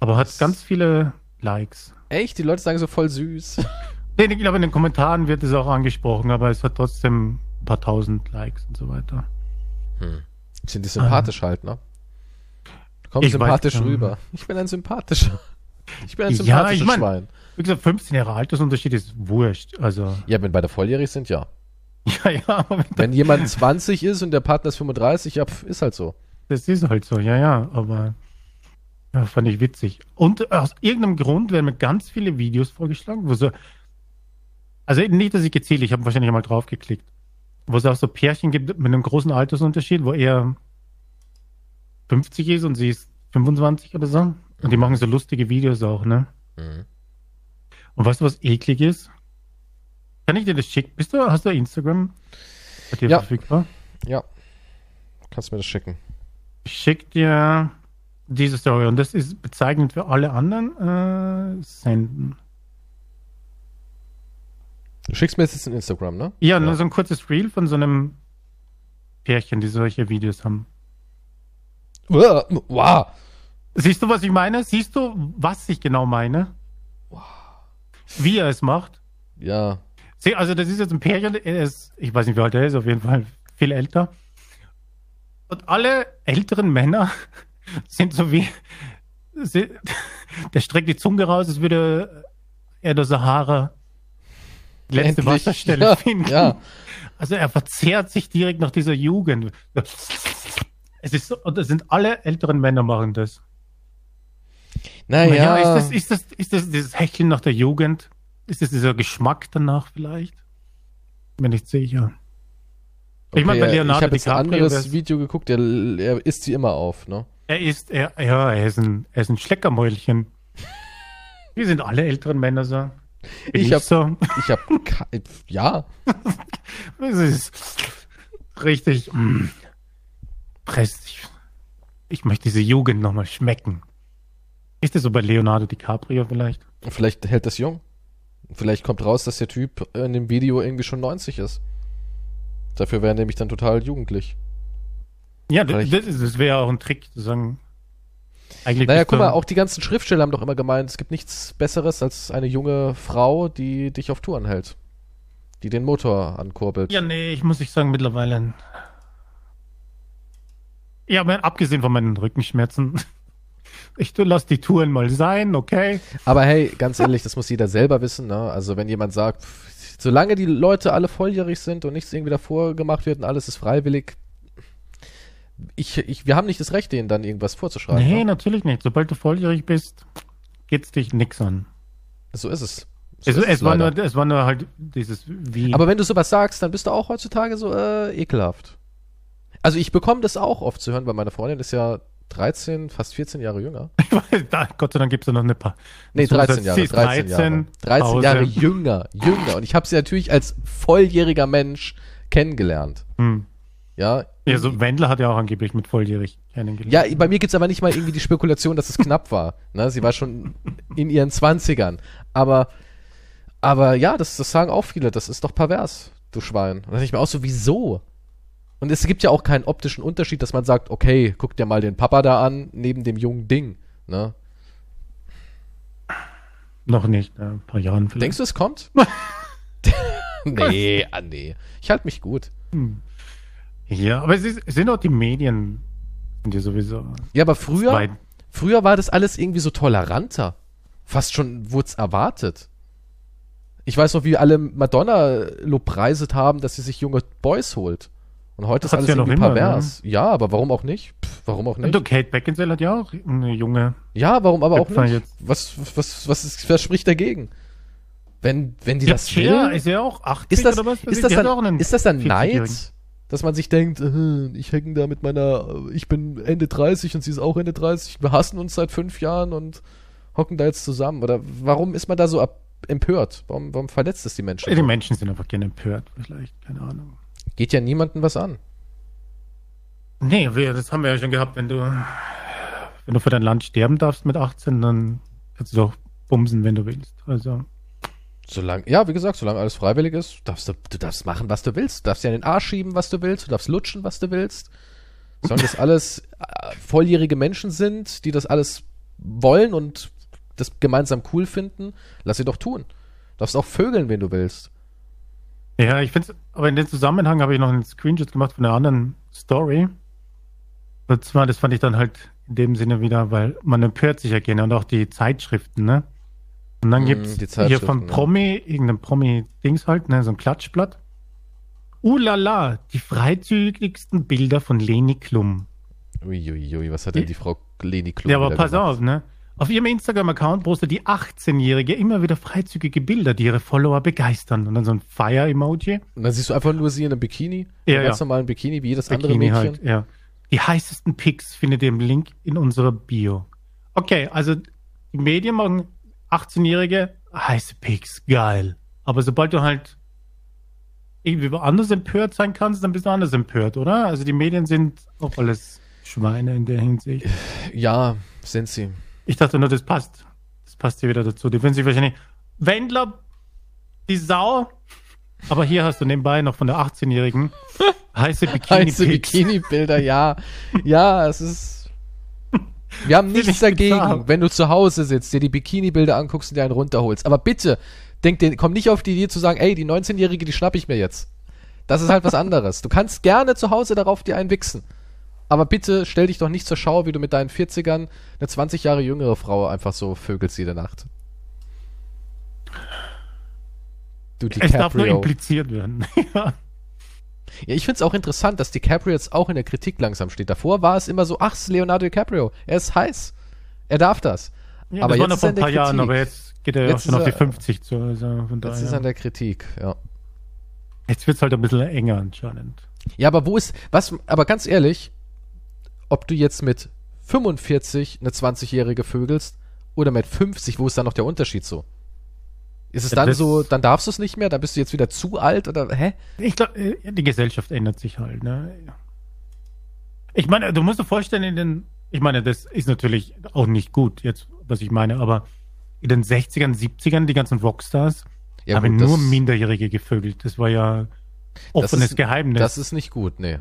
Speaker 2: Aber hat ganz viele Likes.
Speaker 1: Echt, die Leute sagen so voll süß.
Speaker 2: Nee, Ich glaube, in den Kommentaren wird es auch angesprochen, aber es hat trotzdem ein paar tausend Likes und so weiter. Ah.
Speaker 1: Sind die sympathisch halt, ne? Kommt
Speaker 2: Ich weiß
Speaker 1: sympathisch
Speaker 2: schon.
Speaker 1: rüber. Ich bin ein sympathischer. Ich bin ein
Speaker 2: Ja,
Speaker 1: sympathisches
Speaker 2: ich mein-
Speaker 1: Schwein.
Speaker 2: Wie gesagt, 15 Jahre Altersunterschied ist wurscht. Also,
Speaker 1: Ja, wenn beide volljährig sind, ja.
Speaker 2: ja, ja, aber wenn
Speaker 1: Wenn jemand 20 ist und der Partner ist 35, ja, pf, ist halt so.
Speaker 2: Das ist halt so, ja, ja, aber ja, fand ich witzig. Und aus irgendeinem Grund werden mir ganz viele Videos vorgeschlagen, wo so, also nicht, dass ich gezielt, ich habe wahrscheinlich mal drauf geklickt, wo es auch so Pärchen gibt mit einem großen Altersunterschied, wo er 50 ist und sie ist 25 oder so. Und die machen so lustige Videos auch, ne?
Speaker 1: Mhm.
Speaker 2: Und weißt du, was eklig ist? Kann ich dir das schicken? Bist du, hast du Instagram? Bei dir
Speaker 1: Ja.
Speaker 2: verfügbar?
Speaker 1: Ja. Kannst du mir das schicken?
Speaker 2: Ich schick dir diese Story und das ist bezeichnend für alle anderen äh, Senden.
Speaker 1: Du schickst mir das jetzt in Instagram, ne?
Speaker 2: Ja, nur so ein kurzes Reel von so einem Pärchen, die solche Videos haben.
Speaker 1: Uah, Wow.
Speaker 2: Siehst du, was ich meine? Siehst du, was ich genau meine? Wie er es macht?
Speaker 1: Ja.
Speaker 2: Sieh, also das ist jetzt ein Pärchen, er ist, ich weiß nicht, wie alt er ist, auf jeden Fall viel älter. Und alle älteren Männer sind so wie, sind, der streckt die Zunge raus, als würde er der Sahara die letzte
Speaker 1: Endlich.
Speaker 2: Wasserstelle
Speaker 1: ja,
Speaker 2: finden.
Speaker 1: Ja.
Speaker 2: Also er verzehrt sich direkt nach dieser Jugend. Es ist, so- und es sind alle älteren Männer machen das.
Speaker 1: Naja.
Speaker 2: ist das, ist das, ist das dieses Hecheln nach der Jugend? Ist das dieser Geschmack danach vielleicht? Bin nicht sicher. ich meine, bei Leonardo
Speaker 1: ich habe jetzt ein
Speaker 2: DiCaprio,
Speaker 1: anderes
Speaker 2: das-
Speaker 1: Video geguckt, der, er isst sie immer auf, ne?
Speaker 2: Er ist, er, ja, er ist ein, er ist ein Schleckermäulchen. Wir sind alle älteren Männer so. Bin
Speaker 1: Ich hab-
Speaker 2: so.
Speaker 1: Ich habe ja,
Speaker 2: Das ist richtig. mm, Presst. Ich, ich möchte diese Jugend nochmal schmecken. Ist das so bei Leonardo DiCaprio vielleicht?
Speaker 1: vielleicht hält das jung. Vielleicht kommt raus, dass der Typ in dem Video irgendwie schon 90 ist. Dafür wäre er nämlich dann total jugendlich.
Speaker 2: Ja, das,
Speaker 1: Vielleicht.
Speaker 2: das, ist- das wäre auch ein Trick zu sagen. Eigentlich
Speaker 1: Naja,
Speaker 2: bist
Speaker 1: guck
Speaker 2: du-
Speaker 1: mal, auch die ganzen Schriftsteller haben doch immer gemeint, es gibt nichts Besseres als eine junge Frau, die dich auf Touren hält. Die den Motor ankurbelt.
Speaker 2: Ja, nee, ich muss nicht sagen, mittlerweile. Ja, aber abgesehen von meinen Rückenschmerzen. Ich tu- lass die Touren mal sein, okay?
Speaker 1: Aber hey, ganz ehrlich, das muss jeder selber wissen, ne? Also wenn jemand sagt, pff, solange die Leute alle volljährig sind und nichts irgendwie davor gemacht wird und alles ist freiwillig, ich, ich, wir haben nicht das Recht, denen dann irgendwas vorzuschreiben.
Speaker 2: nee,
Speaker 1: ne?
Speaker 2: natürlich nicht. Sobald du volljährig bist, geht's dich nix an.
Speaker 1: So ist es. So
Speaker 2: Es,
Speaker 1: ist
Speaker 2: es, war
Speaker 1: leider.
Speaker 2: nur, es war nur halt dieses wie.
Speaker 1: Aber wenn du sowas sagst, dann bist du auch heutzutage so äh, ekelhaft. Also ich bekomme das auch oft zu hören, weil meine Freundin ist ja 13, fast 14 Jahre jünger.
Speaker 2: da, Gott sei Dank gibt es ja noch eine paar.
Speaker 1: Nee,
Speaker 2: So,
Speaker 1: 13 Jahre.
Speaker 2: sie ist
Speaker 1: 13 Jahre. 13
Speaker 2: Pause.
Speaker 1: Jahre jünger, jünger. Und ich habe sie natürlich als volljähriger Mensch kennengelernt.
Speaker 2: Hm.
Speaker 1: Ja,
Speaker 2: Ja, so Wendler hat ja auch angeblich mit volljährig kennengelernt.
Speaker 1: Ja, bei mir gibt's aber nicht mal irgendwie die Spekulation, dass es knapp war. Ne? Sie war schon in ihren 20ern. Aber, aber ja, das, das sagen auch viele, das ist doch pervers, du Schwein. Und dann denke ich mir auch so, wieso? Und es gibt ja auch keinen optischen Unterschied, dass man sagt, okay, guck dir mal den Papa da an, neben dem jungen Ding. Ne?
Speaker 2: Noch nicht, ja, ein paar Jahren vielleicht.
Speaker 1: Denkst du, es kommt? nee, ah, nee. Ich halte mich gut.
Speaker 2: Ja, aber es, ist, es sind auch die Medien, die sowieso.
Speaker 1: Ja, aber früher,
Speaker 2: weit-
Speaker 1: früher war das alles irgendwie so toleranter. Fast schon wurde es erwartet. Ich weiß noch, wie alle Madonna lobpreiset haben, dass sie sich junge Boys holt. Und heute ist
Speaker 2: Hat sie
Speaker 1: alles
Speaker 2: ja noch
Speaker 1: irgendwie
Speaker 2: immer, ne?
Speaker 1: pervers. Ja, aber warum auch nicht? Pff, warum auch
Speaker 2: Und
Speaker 1: nicht?
Speaker 2: Kate Beckinsale hat ja auch eine junge.
Speaker 1: Ja, warum aber auch
Speaker 2: Gibt's da
Speaker 1: nicht?
Speaker 2: jetzt-
Speaker 1: Was, was, was, ist, was spricht dagegen? Wenn, wenn die das
Speaker 2: Cher
Speaker 1: will,
Speaker 2: ist ja auch 80
Speaker 1: ist das,
Speaker 2: oder was?
Speaker 1: ist,
Speaker 2: Die
Speaker 1: das
Speaker 2: hat auch einen
Speaker 1: dann, ist das dann
Speaker 2: 40-Jährigen.
Speaker 1: Neid? Dass man sich denkt, äh, ich hänge da mit meiner, äh, ich bin Ende 30 und sie ist auch Ende 30, wir hassen uns seit fünf Jahren und hocken da jetzt zusammen. Oder warum ist man da so ab empört? Warum, warum verletzt es die Menschen?
Speaker 2: Die Menschen sind einfach gerne empört, vielleicht, keine Ahnung.
Speaker 1: Geht ja niemandem was an.
Speaker 2: Nee, wir, das haben wir ja schon gehabt, wenn du, wenn du für dein Land sterben darfst mit 18, dann kannst du doch bumsen, wenn du willst. Also.
Speaker 1: Solange, ja, wie gesagt, solange alles freiwillig ist, darfst du, du darfst machen, was du willst. Du darfst ja in den Arsch schieben, was du willst. Du darfst lutschen, was du willst. Solange das alles äh, volljährige Menschen sind, die das alles wollen und das gemeinsam cool finden, lass sie doch tun. Du darfst auch vögeln, wenn du willst.
Speaker 2: Ja, ich finde aber in dem Zusammenhang habe ich noch einen Screenshot gemacht von einer anderen Story. Und zwar, das fand ich dann halt in dem Sinne wieder, weil man empört sich ja gerne und auch die Zeitschriften, ne? Und dann
Speaker 1: Mm,
Speaker 2: gibt's
Speaker 1: die
Speaker 2: hier von
Speaker 1: Zeitschriften, ja.
Speaker 2: Promi, irgendein Promi-Dings halt, ne, so ein Klatschblatt. Uh la la, die freizügigsten Bilder von Leni Klum.
Speaker 1: Uiuiui, was hat denn die Frau Leni Klum
Speaker 2: ja, aber
Speaker 1: wieder
Speaker 2: pass
Speaker 1: gemacht?
Speaker 2: auf, ne? Auf ihrem Instagram-Account postet die 18-Jährige immer wieder freizügige Bilder, die ihre Follower begeistern. Und dann so ein Fire-Emoji.
Speaker 1: Und dann siehst du einfach nur sie in einem Bikini,
Speaker 2: Ja,
Speaker 1: einem ganz
Speaker 2: ja.
Speaker 1: normalen Bikini, wie jedes andere
Speaker 2: Bikini
Speaker 1: Mädchen.
Speaker 2: halt, ja. Die heißesten Pics findet ihr im Link in unserer Bio. Okay, also die Medien machen 18-Jährige heiße Pics, geil. Aber sobald du halt irgendwie anders empört sein kannst, dann bist du anders empört, oder? Also die Medien sind auch alles Schweine in der Hinsicht.
Speaker 1: Ja, sind sie.
Speaker 2: Ich dachte nur, das passt. Das passt hier wieder dazu. Die würden sich wahrscheinlich. Wendler, die Sau. Aber hier hast du nebenbei noch von der 18-Jährigen
Speaker 1: Heiße
Speaker 2: heiße Bikini-Pics.
Speaker 1: Bikini-Bilder, ja. Ja, es ist. Wir haben nichts
Speaker 2: ich
Speaker 1: dagegen,
Speaker 2: bizarr.
Speaker 1: wenn du zu Hause sitzt, dir die Bikini-Bilder anguckst und dir einen runterholst. Aber bitte, denk dir, komm nicht auf die Idee zu sagen, ey, die 19-Jährige, die schnapp ich mir jetzt. Das ist halt was anderes. Du kannst gerne zu Hause darauf dir einen wichsen. Aber bitte stell dich doch nicht zur Schau, wie du mit deinen 40ern eine 20 Jahre jüngere Frau einfach so vögelst jede Nacht. Du,
Speaker 2: Es darf nur
Speaker 1: DiCaprio.
Speaker 2: impliziert werden. ja.
Speaker 1: Ja, ich find's auch interessant, dass DiCaprio jetzt auch in der Kritik langsam steht. Davor war es immer so, ach, es ist Leonardo DiCaprio, er ist heiß, er darf das.
Speaker 2: Ja,
Speaker 1: aber
Speaker 2: das war
Speaker 1: jetzt
Speaker 2: noch
Speaker 1: ist er
Speaker 2: vor ein
Speaker 1: in der
Speaker 2: paar Jahren,
Speaker 1: Kritik.
Speaker 2: aber jetzt geht er ja auch
Speaker 1: Jetzt
Speaker 2: schon
Speaker 1: ist
Speaker 2: auf die
Speaker 1: er-
Speaker 2: 50 zu. Also von
Speaker 1: Jetzt ist
Speaker 2: daher.
Speaker 1: an der Kritik, ja.
Speaker 2: jetzt wird es halt ein bisschen enger anscheinend.
Speaker 1: Ja, aber wo ist, was, aber ganz ehrlich, ob du jetzt mit 45 eine 20-Jährige vögelst oder mit 50, wo ist dann noch der Unterschied so? Ist es
Speaker 2: Ja,
Speaker 1: dann
Speaker 2: das-
Speaker 1: so, dann darfst du es nicht mehr, dann bist du jetzt wieder zu alt oder, hä?
Speaker 2: Ich glaube, die Gesellschaft ändert sich halt. Ne? Ich meine, du musst dir vorstellen, in den, ich meine, das ist natürlich auch nicht gut, jetzt, was ich meine, aber in den 60ern, 70ern, die ganzen Rockstars,
Speaker 1: Ja,
Speaker 2: haben
Speaker 1: gut,
Speaker 2: nur
Speaker 1: das-
Speaker 2: Minderjährige gevögelt. Das war ja offenes
Speaker 1: ist-
Speaker 2: Geheimnis.
Speaker 1: Das ist nicht gut, nee.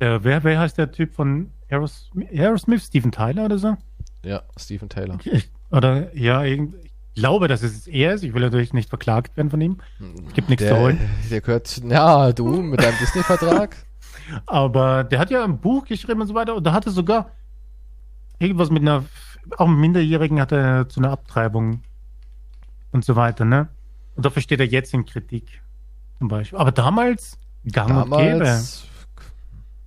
Speaker 2: äh, wer, wer heißt der Typ von Aerosmith, Aerosmith? Steven Tyler oder so?
Speaker 1: Ja, Steven Taylor.
Speaker 2: Ich- Oder ja, irgend- ich glaube, dass es er ist. Ich will natürlich nicht verklagt werden von ihm. Es gibt nichts zu
Speaker 1: Der,
Speaker 2: holen.
Speaker 1: der gehört, na, du, mit deinem Disney-Vertrag?
Speaker 2: Aber der hat ja ein Buch geschrieben und so weiter. Und da hatte sogar irgendwas mit einer, auch einem Minderjährigen hat er zu einer Abtreibung und so weiter, ne? Und da versteht er jetzt in Kritik zum Beispiel. Aber damals gang und gäbe.
Speaker 1: Damals.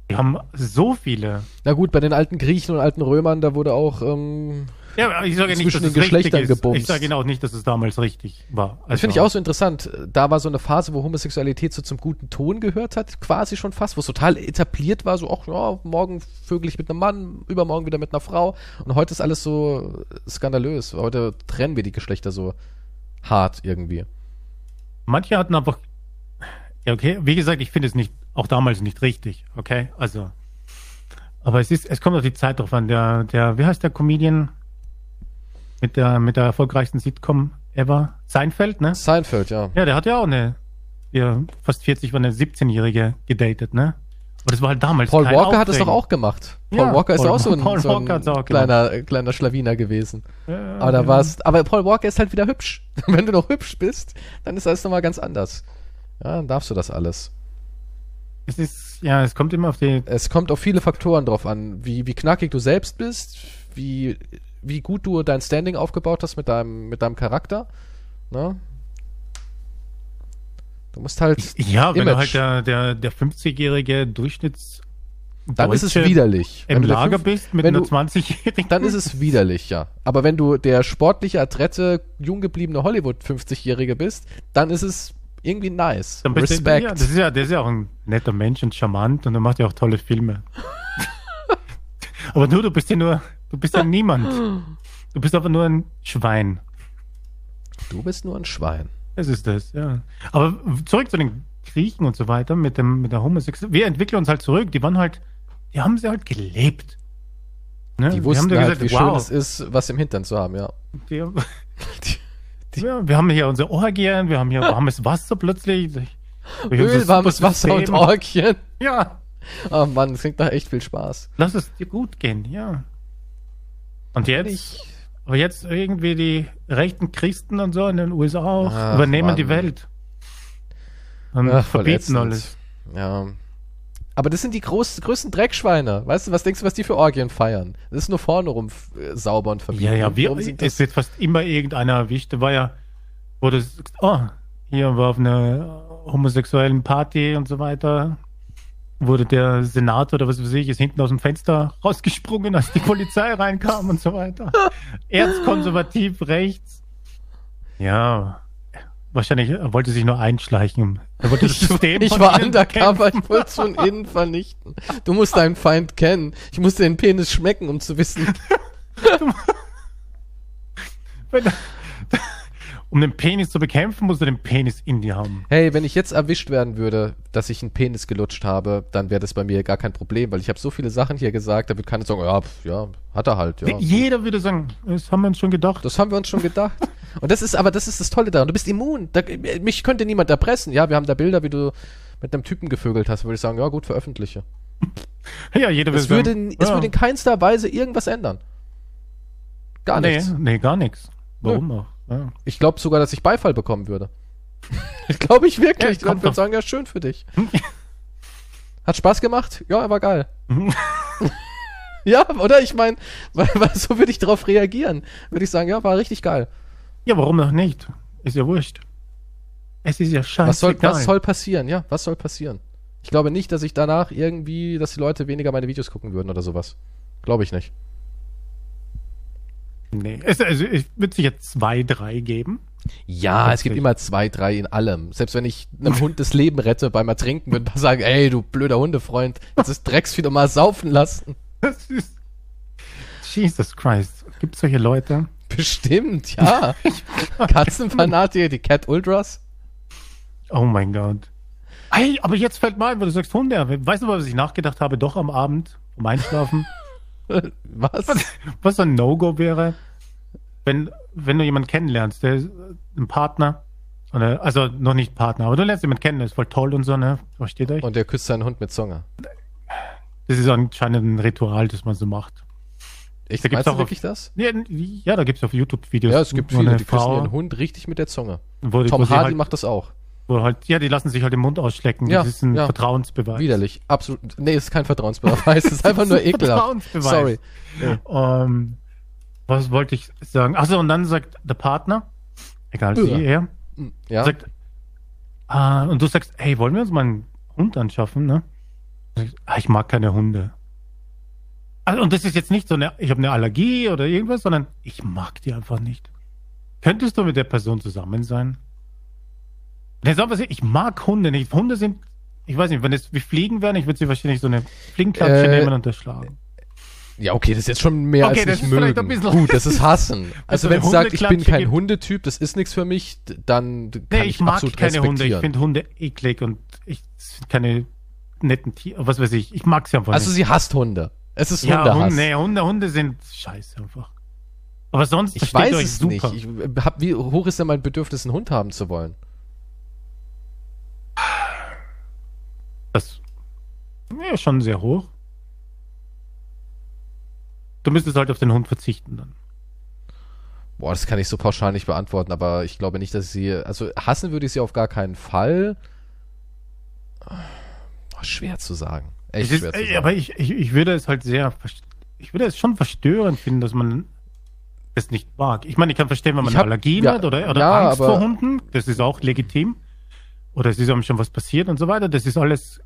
Speaker 2: Die haben so viele.
Speaker 1: Na gut, bei den alten Griechen und alten Römern, da wurde auch. Ähm,
Speaker 2: Ja, aber ich sage ja nicht, dass
Speaker 1: Zwischen
Speaker 2: es
Speaker 1: den
Speaker 2: richtig
Speaker 1: Geschlechtern
Speaker 2: ist.
Speaker 1: gebumst.
Speaker 2: Ich sage Ihnen auch nicht, dass es damals richtig war. Also,
Speaker 1: das finde ich auch so interessant. Da war so eine Phase, wo Homosexualität so zum guten Ton gehört hat, quasi schon fast, wo es total etabliert war, so, ach ja, morgen vögel ich mit einem Mann, übermorgen wieder mit einer Frau. Und heute ist alles so skandalös. Heute trennen wir die Geschlechter so hart irgendwie.
Speaker 2: Manche hatten einfach. Ja, okay. Wie gesagt, ich finde es nicht, auch damals nicht richtig. Okay. Also. Aber es ist, es kommt auf die Zeit drauf an. Der, der, wie heißt der Comedian mit der, mit der erfolgreichsten Sitcom ever? Seinfeld, ne?
Speaker 1: Seinfeld, ja.
Speaker 2: Ja, der hat ja auch eine, ja, fast 40 war eine 17-Jährige gedatet, ne? Aber das war halt damals.
Speaker 1: Paul
Speaker 2: kein
Speaker 1: Walker hat es
Speaker 2: Aufregen.
Speaker 1: doch auch gemacht. Paul
Speaker 2: Ja,
Speaker 1: Walker ist
Speaker 2: Paul-
Speaker 1: auch so ein,
Speaker 2: Paul
Speaker 1: so ein
Speaker 2: Walker hat's auch gemacht.
Speaker 1: kleiner, äh, kleiner Schlawiner gewesen.
Speaker 2: Ja, genau.
Speaker 1: Aber Ah, da
Speaker 2: ja.
Speaker 1: war's, aber Paul Walker ist halt wieder hübsch. Wenn du noch hübsch bist, dann ist alles nochmal ganz anders. Ja, dann darfst du das alles.
Speaker 2: Es ist, ja, es kommt immer auf die
Speaker 1: Es kommt auf viele Faktoren drauf an, wie, wie knackig du selbst bist, wie, wie gut du dein Standing aufgebaut hast mit deinem, mit deinem Charakter. Ne? Du musst halt,
Speaker 2: Ja, wenn
Speaker 1: Image.
Speaker 2: du halt der, der, der 50-jährige Durchschnitts
Speaker 1: dann ist es
Speaker 2: Deutsche
Speaker 1: widerlich.
Speaker 2: im
Speaker 1: du der
Speaker 2: Lager
Speaker 1: fünf-
Speaker 2: bist mit
Speaker 1: wenn
Speaker 2: einer
Speaker 1: du-
Speaker 2: 20-jährigen.
Speaker 1: dann ist es widerlich, ja. Aber wenn du der sportliche, adrette, jung gebliebene Hollywood-50-Jährige bist, dann ist es irgendwie nice.
Speaker 2: Dann bist du- Ja, das, ist ja, das ist ja auch ein netter Mensch und charmant und er macht ja auch tolle Filme. Aber du, du bist ja nur, du bist ja niemand. Du bist einfach nur ein Schwein.
Speaker 1: Du bist nur ein Schwein.
Speaker 2: Das ist das, ja. Aber zurück zu den Griechen und so weiter mit dem mit der Homosexualität. Wir entwickeln uns halt zurück. Die waren halt, die haben sie halt gelebt. Ne?
Speaker 1: Die
Speaker 2: haben
Speaker 1: wussten
Speaker 2: dir
Speaker 1: halt, wie schön
Speaker 2: wow,
Speaker 1: es ist, was im Hintern zu haben, ja.
Speaker 2: die,
Speaker 1: Die- die-
Speaker 2: ja, wir haben hier unsere Orgien, wir haben hier warmes Wasser plötzlich. durch- durch
Speaker 1: Öl,
Speaker 2: unser
Speaker 1: warmes Wasser und
Speaker 2: Supersystem.
Speaker 1: Orgien.
Speaker 2: Ja,
Speaker 1: Oh Mann, das klingt nach echt viel Spaß.
Speaker 2: lass es dir gut gehen, ja. Und jetzt,
Speaker 1: Ich,
Speaker 2: aber jetzt irgendwie die rechten Christen und so in den USA auch
Speaker 1: Ach,
Speaker 2: übernehmen die
Speaker 1: Mann.
Speaker 2: Welt. Und
Speaker 1: ach, voll
Speaker 2: verbieten
Speaker 1: ätzend.
Speaker 2: alles.
Speaker 1: Ja. Aber das sind die groß, größten Dreckschweine. Weißt du, was denkst du, was die für Orgien feiern? Das ist nur vorne rum äh, sauber und verbieten.
Speaker 2: Ja, ja, wir,
Speaker 1: Warum sind
Speaker 2: es
Speaker 1: das?
Speaker 2: wird fast immer irgendeiner erwischt. Da War ja, wurde es, oh, hier war auf einer homosexuellen Party und so weiter, wurde der Senator oder was weiß ich, ist hinten aus dem Fenster rausgesprungen, als die Polizei reinkam und so weiter. Erzkonservativ rechts. Ja, wahrscheinlich er wollte sich nur einschleichen. Er wollte das System
Speaker 1: Ich
Speaker 2: von
Speaker 1: war
Speaker 2: innen
Speaker 1: undercover,
Speaker 2: bekämpfen.
Speaker 1: ich wollte es von innen vernichten. Du musst deinen Feind kennen. Ich musste den Penis schmecken, um zu wissen.
Speaker 2: Wenn- Um den Penis zu bekämpfen, musst du den Penis in dir haben.
Speaker 1: Hey, wenn ich jetzt erwischt werden würde, dass ich einen Penis gelutscht habe, dann wäre das bei mir gar kein Problem, weil ich habe so viele Sachen hier gesagt, da wird keiner sagen, ja, pf, ja, hat er halt, ja.
Speaker 2: Äh, Jeder würde sagen, das haben wir uns schon gedacht.
Speaker 1: Das haben wir uns schon gedacht. Und das ist aber das ist das Tolle daran. Du bist immun. Da, mich könnte niemand erpressen. Ja, wir haben da Bilder, wie du mit einem Typen gevögelt hast. Würde ich sagen, ja gut, veröffentliche.
Speaker 2: Ja, jeder
Speaker 1: Es würde,
Speaker 2: würde sagen,
Speaker 1: es
Speaker 2: ja.
Speaker 1: würde in keinster Weise irgendwas ändern. Gar
Speaker 2: nee,
Speaker 1: nichts.
Speaker 2: nee, gar nichts. Warum auch? Ja.
Speaker 1: Ich glaube sogar, dass ich Beifall bekommen würde. ich glaube ich
Speaker 2: Ja,
Speaker 1: wirklich. ich
Speaker 2: kommt
Speaker 1: würde
Speaker 2: doch.
Speaker 1: sagen, ja, schön für dich. Hat Spaß gemacht? Ja, er war geil. ja, oder? Ich meine, so würde ich darauf reagieren. Würde ich sagen, ja, war richtig geil.
Speaker 2: ja, warum noch nicht? Ist ja wurscht. Es ist ja scheiße.
Speaker 1: Was soll, was soll passieren? Ja, was soll passieren? Ich glaube nicht, dass ich danach irgendwie, dass die Leute weniger meine Videos gucken würden oder sowas. Glaube ich nicht.
Speaker 2: Nee. Es, also, es wird sicher zwei, drei geben.
Speaker 1: Ja, es gibt
Speaker 2: Richtig.
Speaker 1: immer zwei, drei in allem. Selbst wenn ich einem Hund das Leben rette beim Ertrinken, würde man sagen, ey, du blöder Hundefreund, jetzt ist Drecksvieh mal saufen lassen.
Speaker 2: Das ist. Jesus Christ. Gibt es solche Leute?
Speaker 1: Bestimmt, ja. Katzenfanatiker, die Cat Ultras.
Speaker 2: Oh mein Gott. Ey, aber jetzt fällt mir ein, weil du sagst Hunde. Weißt du, was ich nachgedacht habe, doch am Abend, um Einschlafen?
Speaker 1: Was?
Speaker 2: was so ein No-Go wäre, wenn, wenn du jemanden kennenlernst, der ist ein Partner, oder, also noch nicht Partner, aber du lernst jemanden kennen, der ist voll toll und so, ne? Versteht euch?
Speaker 1: Und der küsst seinen Hund mit Zunge.
Speaker 2: Das ist anscheinend ein Ritual, das man so macht.
Speaker 1: Ich
Speaker 2: Da gibt's
Speaker 1: meinst du
Speaker 2: auch-
Speaker 1: wirklich das?
Speaker 2: Ja, n- ja da gibt es auf YouTube-Videos.
Speaker 1: Ja, es gibt
Speaker 2: wo
Speaker 1: viele,
Speaker 2: eine
Speaker 1: die küssen
Speaker 2: Frau,
Speaker 1: ihren Hund richtig mit der Zunge.
Speaker 2: wo, die- wo
Speaker 1: Tom
Speaker 2: sie
Speaker 1: Hardy
Speaker 2: halt,
Speaker 1: macht das auch.
Speaker 2: wo halt, ja, die lassen sich halt den Mund ausschlecken.
Speaker 1: Ja,
Speaker 2: das ist ein
Speaker 1: ja.
Speaker 2: Vertrauensbeweis.
Speaker 1: Widerlich, absolut. Nee, ist kein Vertrauensbeweis, ist einfach nur ekelhaft.
Speaker 2: Vertrauensbeweis.
Speaker 1: Sorry.
Speaker 2: Ähm, was wollte ich sagen? Achso, und dann sagt der Partner, egal,
Speaker 1: Ja.
Speaker 2: sie, er,
Speaker 1: Hm, Ja,
Speaker 2: sagt, ah, und du sagst, hey, wollen wir uns mal einen Hund anschaffen, ne? Und sagst, ah, ich mag keine Hunde. Also, und das ist jetzt nicht so eine, ich habe eine Allergie oder irgendwas, sondern ich mag die einfach nicht. Könntest du mit der Person zusammen sein? Der sagt, was, ich mag Hunde nicht. Hunde sind, ich weiß nicht, wenn es wie Fliegen wären, ich würde sie wahrscheinlich so eine Fliegenklatsche
Speaker 1: Äh,
Speaker 2: nehmen und erschlagen.
Speaker 1: ja okay, das ist jetzt schon mehr
Speaker 2: Okay, das
Speaker 1: als nicht
Speaker 2: ist vielleicht ein
Speaker 1: mögen.
Speaker 2: bisschen-
Speaker 1: Gut, das ist Hassen. Also
Speaker 2: eine
Speaker 1: wenn sie sagt, ich bin
Speaker 2: Hundeklatsche
Speaker 1: kein
Speaker 2: gibt.
Speaker 1: Hundetyp, das ist nichts für mich, d- dann d- kann
Speaker 2: Nee, ich, mag keine Hunde. Ich
Speaker 1: respektieren.
Speaker 2: finde Hunde eklig und ich das sind keine netten Tiere, was weiß ich. Ich mag sie einfach nicht.
Speaker 1: also sie hasst Hunde. Es ist
Speaker 2: Ja,
Speaker 1: Hundehass.
Speaker 2: Hunde, nee, Hunde, Hunde sind scheiße einfach. Aber sonst
Speaker 1: ich
Speaker 2: versteht
Speaker 1: weiß
Speaker 2: ihr euch
Speaker 1: es
Speaker 2: super.
Speaker 1: nicht. Ich äh, hab, wie hoch ist denn mein Bedürfnis, einen Hund haben zu wollen?
Speaker 2: das ja, schon sehr hoch. Du müsstest halt auf den Hund verzichten dann.
Speaker 1: Boah, das kann ich so pauschal nicht beantworten, aber ich glaube nicht, dass ich sie. Also hassen würde ich sie auf gar keinen Fall. Oh, schwer zu sagen. Echt
Speaker 2: Es ist,
Speaker 1: schwer zu
Speaker 2: ey,
Speaker 1: sagen.
Speaker 2: aber ich, ich, ich würde es halt sehr, verst- ich würde es schon verstörend finden, dass man es nicht mag. Ich meine, ich kann verstehen, wenn man
Speaker 1: Ich hab-
Speaker 2: Allergien
Speaker 1: ja,
Speaker 2: hat oder, oder
Speaker 1: ja,
Speaker 2: Angst
Speaker 1: aber-
Speaker 2: vor Hunden, das ist auch legitim. Oder es ist einem schon was passiert und so weiter, das ist alles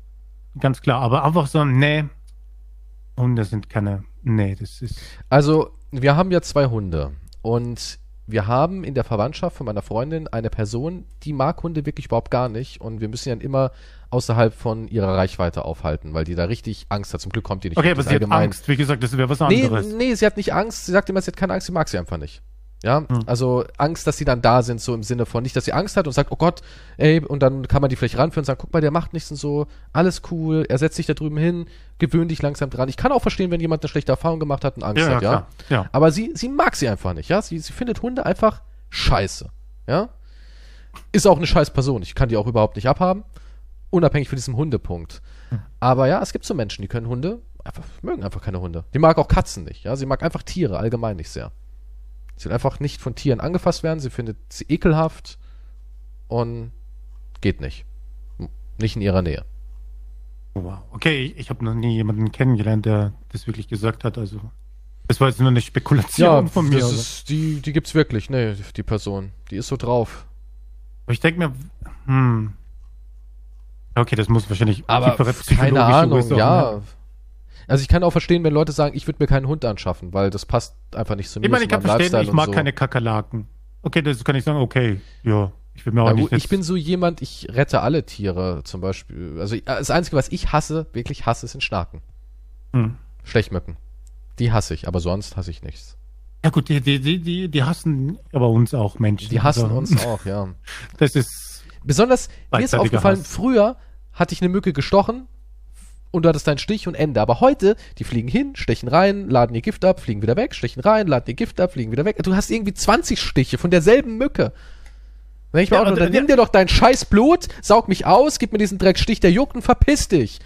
Speaker 2: ganz klar. Aber einfach so, nee, Hunde sind keine, nee, das ist...
Speaker 1: Also, wir haben ja zwei Hunde und wir haben in der Verwandtschaft von meiner Freundin eine Person, die mag Hunde wirklich überhaupt gar nicht und wir müssen sie dann immer außerhalb von ihrer Reichweite aufhalten, weil die da richtig Angst hat. Zum Glück kommt die nicht.
Speaker 2: Okay,
Speaker 1: mit,
Speaker 2: aber
Speaker 1: das
Speaker 2: sie hat
Speaker 1: allgemein.
Speaker 2: Angst. Wie gesagt, das wäre was
Speaker 1: Nee,
Speaker 2: anderes.
Speaker 1: nee, sie hat nicht Angst. Sie sagt immer, sie hat keine Angst, sie mag sie einfach nicht. Ja,
Speaker 2: Hm.
Speaker 1: also Angst, dass sie dann da sind, so im Sinne von nicht, dass sie Angst hat und sagt, oh Gott, ey, und dann kann man die vielleicht ranführen und sagen, guck mal, der macht nichts und so, alles cool, er setzt sich da drüben hin, gewöhn dich langsam dran. Ich kann auch verstehen, wenn jemand eine schlechte Erfahrung gemacht hat und Angst hat, ja.
Speaker 2: klar. ja.
Speaker 1: Aber sie, sie mag sie einfach nicht, ja. Sie, sie findet Hunde einfach scheiße, ja. Ist auch eine scheiß Person. Ich kann die auch überhaupt nicht abhaben. Unabhängig von diesem Hundepunkt.
Speaker 2: Hm.
Speaker 1: Aber ja, es gibt so Menschen, die können Hunde, einfach, mögen einfach keine Hunde. Die mag auch Katzen nicht, ja. Sie mag einfach Tiere allgemein nicht sehr. Sie will einfach nicht von Tieren angefasst werden. Sie findet sie ekelhaft und geht nicht. M- Nicht in ihrer Nähe.
Speaker 2: Oh, Wow. Okay, ich, ich habe noch nie jemanden kennengelernt, der das wirklich gesagt hat. Also, das war jetzt nur eine Spekulation von mir.
Speaker 1: das
Speaker 2: aber-
Speaker 1: ist, die, die gibt's wirklich, ne, die Person. Die ist so drauf.
Speaker 2: Aber ich denke mir, hm. Okay, das muss wahrscheinlich
Speaker 1: Aber
Speaker 2: tiefere
Speaker 1: keine
Speaker 2: psychologische
Speaker 1: Ahnung,
Speaker 2: Ursachen ne?
Speaker 1: ja.
Speaker 2: haben.
Speaker 1: Also ich kann auch verstehen, wenn Leute sagen, ich würde mir keinen Hund anschaffen, weil das passt einfach nicht zu mir.
Speaker 2: Ich meine,
Speaker 1: zu
Speaker 2: ich kann
Speaker 1: meinem
Speaker 2: verstehen,
Speaker 1: Lifestyle
Speaker 2: ich
Speaker 1: und
Speaker 2: mag
Speaker 1: so.
Speaker 2: keine Kakerlaken. Okay, das kann ich sagen, okay, ja. Ich will mir auch
Speaker 1: Na
Speaker 2: nicht.
Speaker 1: gut, ich
Speaker 2: jetzt-
Speaker 1: bin so jemand, ich rette alle Tiere zum Beispiel. Also äh, das Einzige, was ich hasse, wirklich hasse, sind Schnaken.
Speaker 2: Hm.
Speaker 1: Stechmücken. Die hasse ich, aber sonst hasse ich nichts.
Speaker 2: Ja gut, die, die, die, die, die hassen aber uns auch Menschen.
Speaker 1: Die hassen
Speaker 2: Also,
Speaker 1: uns auch, ja.
Speaker 2: Das ist.
Speaker 1: Besonders, mir ist
Speaker 2: Beidseitiger
Speaker 1: aufgefallen,
Speaker 2: Hass.
Speaker 1: früher hatte ich eine Mücke gestochen und du hattest deinen Stich und Ende. Aber heute, die fliegen hin, stechen rein, laden ihr Gift ab, fliegen wieder weg, stechen rein, laden ihr Gift ab, fliegen wieder weg. Du hast irgendwie 20 Stiche von derselben Mücke. Wenn ich mir
Speaker 2: Ja,
Speaker 1: auch nur,
Speaker 2: und-
Speaker 1: dann
Speaker 2: ja.
Speaker 1: nimm dir doch dein scheiß Blut, saug mich aus, gib mir diesen Dreckstich, der juckt und verpiss dich.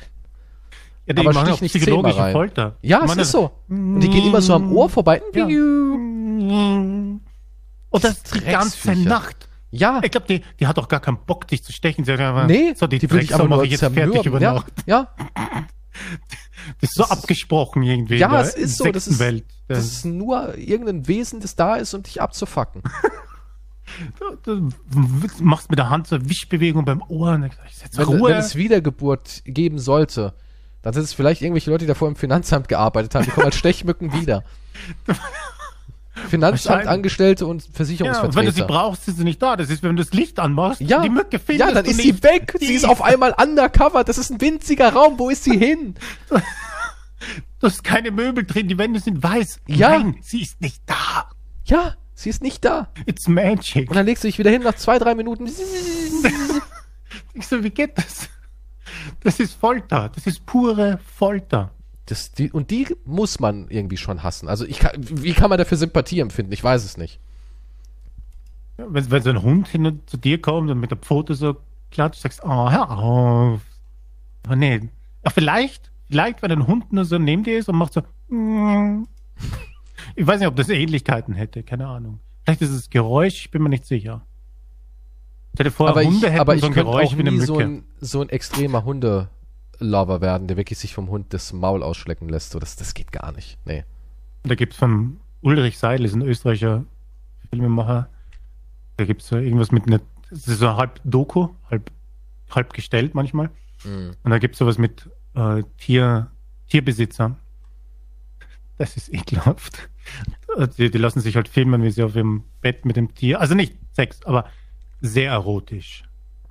Speaker 2: Ja, die
Speaker 1: Aber
Speaker 2: machen
Speaker 1: stich
Speaker 2: auch
Speaker 1: nicht
Speaker 2: psychologische
Speaker 1: zehnmal rein.
Speaker 2: Folter.
Speaker 1: Ja,
Speaker 2: Ich
Speaker 1: es
Speaker 2: meine,
Speaker 1: ist so. Und die gehen immer so am Ohr vorbei.
Speaker 2: Hm. Ja.
Speaker 1: Ja,
Speaker 2: Und das die ganze
Speaker 1: Drecksviecher.
Speaker 2: Nacht. Ich glaube, die, die hat auch gar keinen Bock, dich zu stechen. Sie hat einfach,
Speaker 1: nee,
Speaker 2: so, die, die
Speaker 1: will ich aber
Speaker 2: mache
Speaker 1: nur
Speaker 2: ich jetzt
Speaker 1: zermürben.
Speaker 2: fertig über
Speaker 1: ja,
Speaker 2: Nacht.
Speaker 1: ja,
Speaker 2: Das ist so
Speaker 1: Das ist-
Speaker 2: abgesprochen irgendwie.
Speaker 1: Ja,
Speaker 2: in der Äh,
Speaker 1: es ist so, das ist-
Speaker 2: Insektenwelt.
Speaker 1: das ist nur irgendein Wesen, das da ist, um dich abzufacken.
Speaker 2: Du- du machst mit der Hand so Wischbewegung beim Ohr. Und dann sag ich setz
Speaker 1: wenn,
Speaker 2: Ruhe.
Speaker 1: wenn es Wiedergeburt geben sollte, dann sind es vielleicht irgendwelche Leute, die davor im Finanzamt gearbeitet haben. Die kommen als Stechmücken wieder. Finanzamt,
Speaker 2: Wahrscheinlich.
Speaker 1: Angestellte und
Speaker 2: ja, und wenn du sie
Speaker 1: Versicherungsvertreter.
Speaker 2: brauchst, ist sie nicht da. Das ist, wenn du das Licht anmachst,
Speaker 1: Ja,
Speaker 2: die Mücke findest
Speaker 1: ja, dann
Speaker 2: du
Speaker 1: ist sie
Speaker 2: nicht.
Speaker 1: weg.
Speaker 2: Die-
Speaker 1: Sie ist auf einmal undercover. Das ist ein winziger Raum. Wo ist sie hin?
Speaker 2: Du hast keine Möbel drin, die Wände sind weiß.
Speaker 1: Ja.
Speaker 2: Nein, sie ist nicht da.
Speaker 1: Ja, sie ist nicht da.
Speaker 2: It's magic.
Speaker 1: Und dann legst du dich wieder hin nach zwei, drei Minuten.
Speaker 2: Ich so, wie geht das? Das ist Folter. Das ist pure Folter.
Speaker 1: Das, die, und die muss man irgendwie schon hassen. Also ich kann, wie kann man dafür Sympathie empfinden? Ich weiß es nicht.
Speaker 2: Ja, Wenn, wenn so ein Hund hin und zu dir kommt und mit der Pfote so klatscht, sagst oh, hör auf. Aber nee. Ja, vielleicht, vielleicht, wenn ein Hund nur so neben dir ist und macht so. "Mm." Ich weiß nicht, ob das Ähnlichkeiten hätte, keine Ahnung. Vielleicht ist es Geräusch, ich bin mir nicht sicher. Stell dir vor,
Speaker 1: aber
Speaker 2: Hunde
Speaker 1: ich,
Speaker 2: hätten
Speaker 1: aber ich
Speaker 2: so ein
Speaker 1: könnte
Speaker 2: Geräusch
Speaker 1: auch
Speaker 2: wie eine
Speaker 1: nie
Speaker 2: Mücke.
Speaker 1: so ein, so ein extremer Hundelover werden, der wirklich sich vom Hund das Maul ausschlecken lässt. So, das, das geht gar nicht. Nee.
Speaker 2: Da gibt es von Ulrich Seidel, ist ein österreichischer Filmemacher. Da gibt es so irgendwas mit einer, das ist so halb Doku, halb, halb gestellt manchmal.
Speaker 1: Mhm.
Speaker 2: Und da gibt es sowas mit äh, Tier, Tierbesitzern. Das ist ekelhaft. Äh, Die, die lassen sich halt filmen, wie sie auf ihrem Bett mit dem Tier, also nicht Sex, aber sehr erotisch.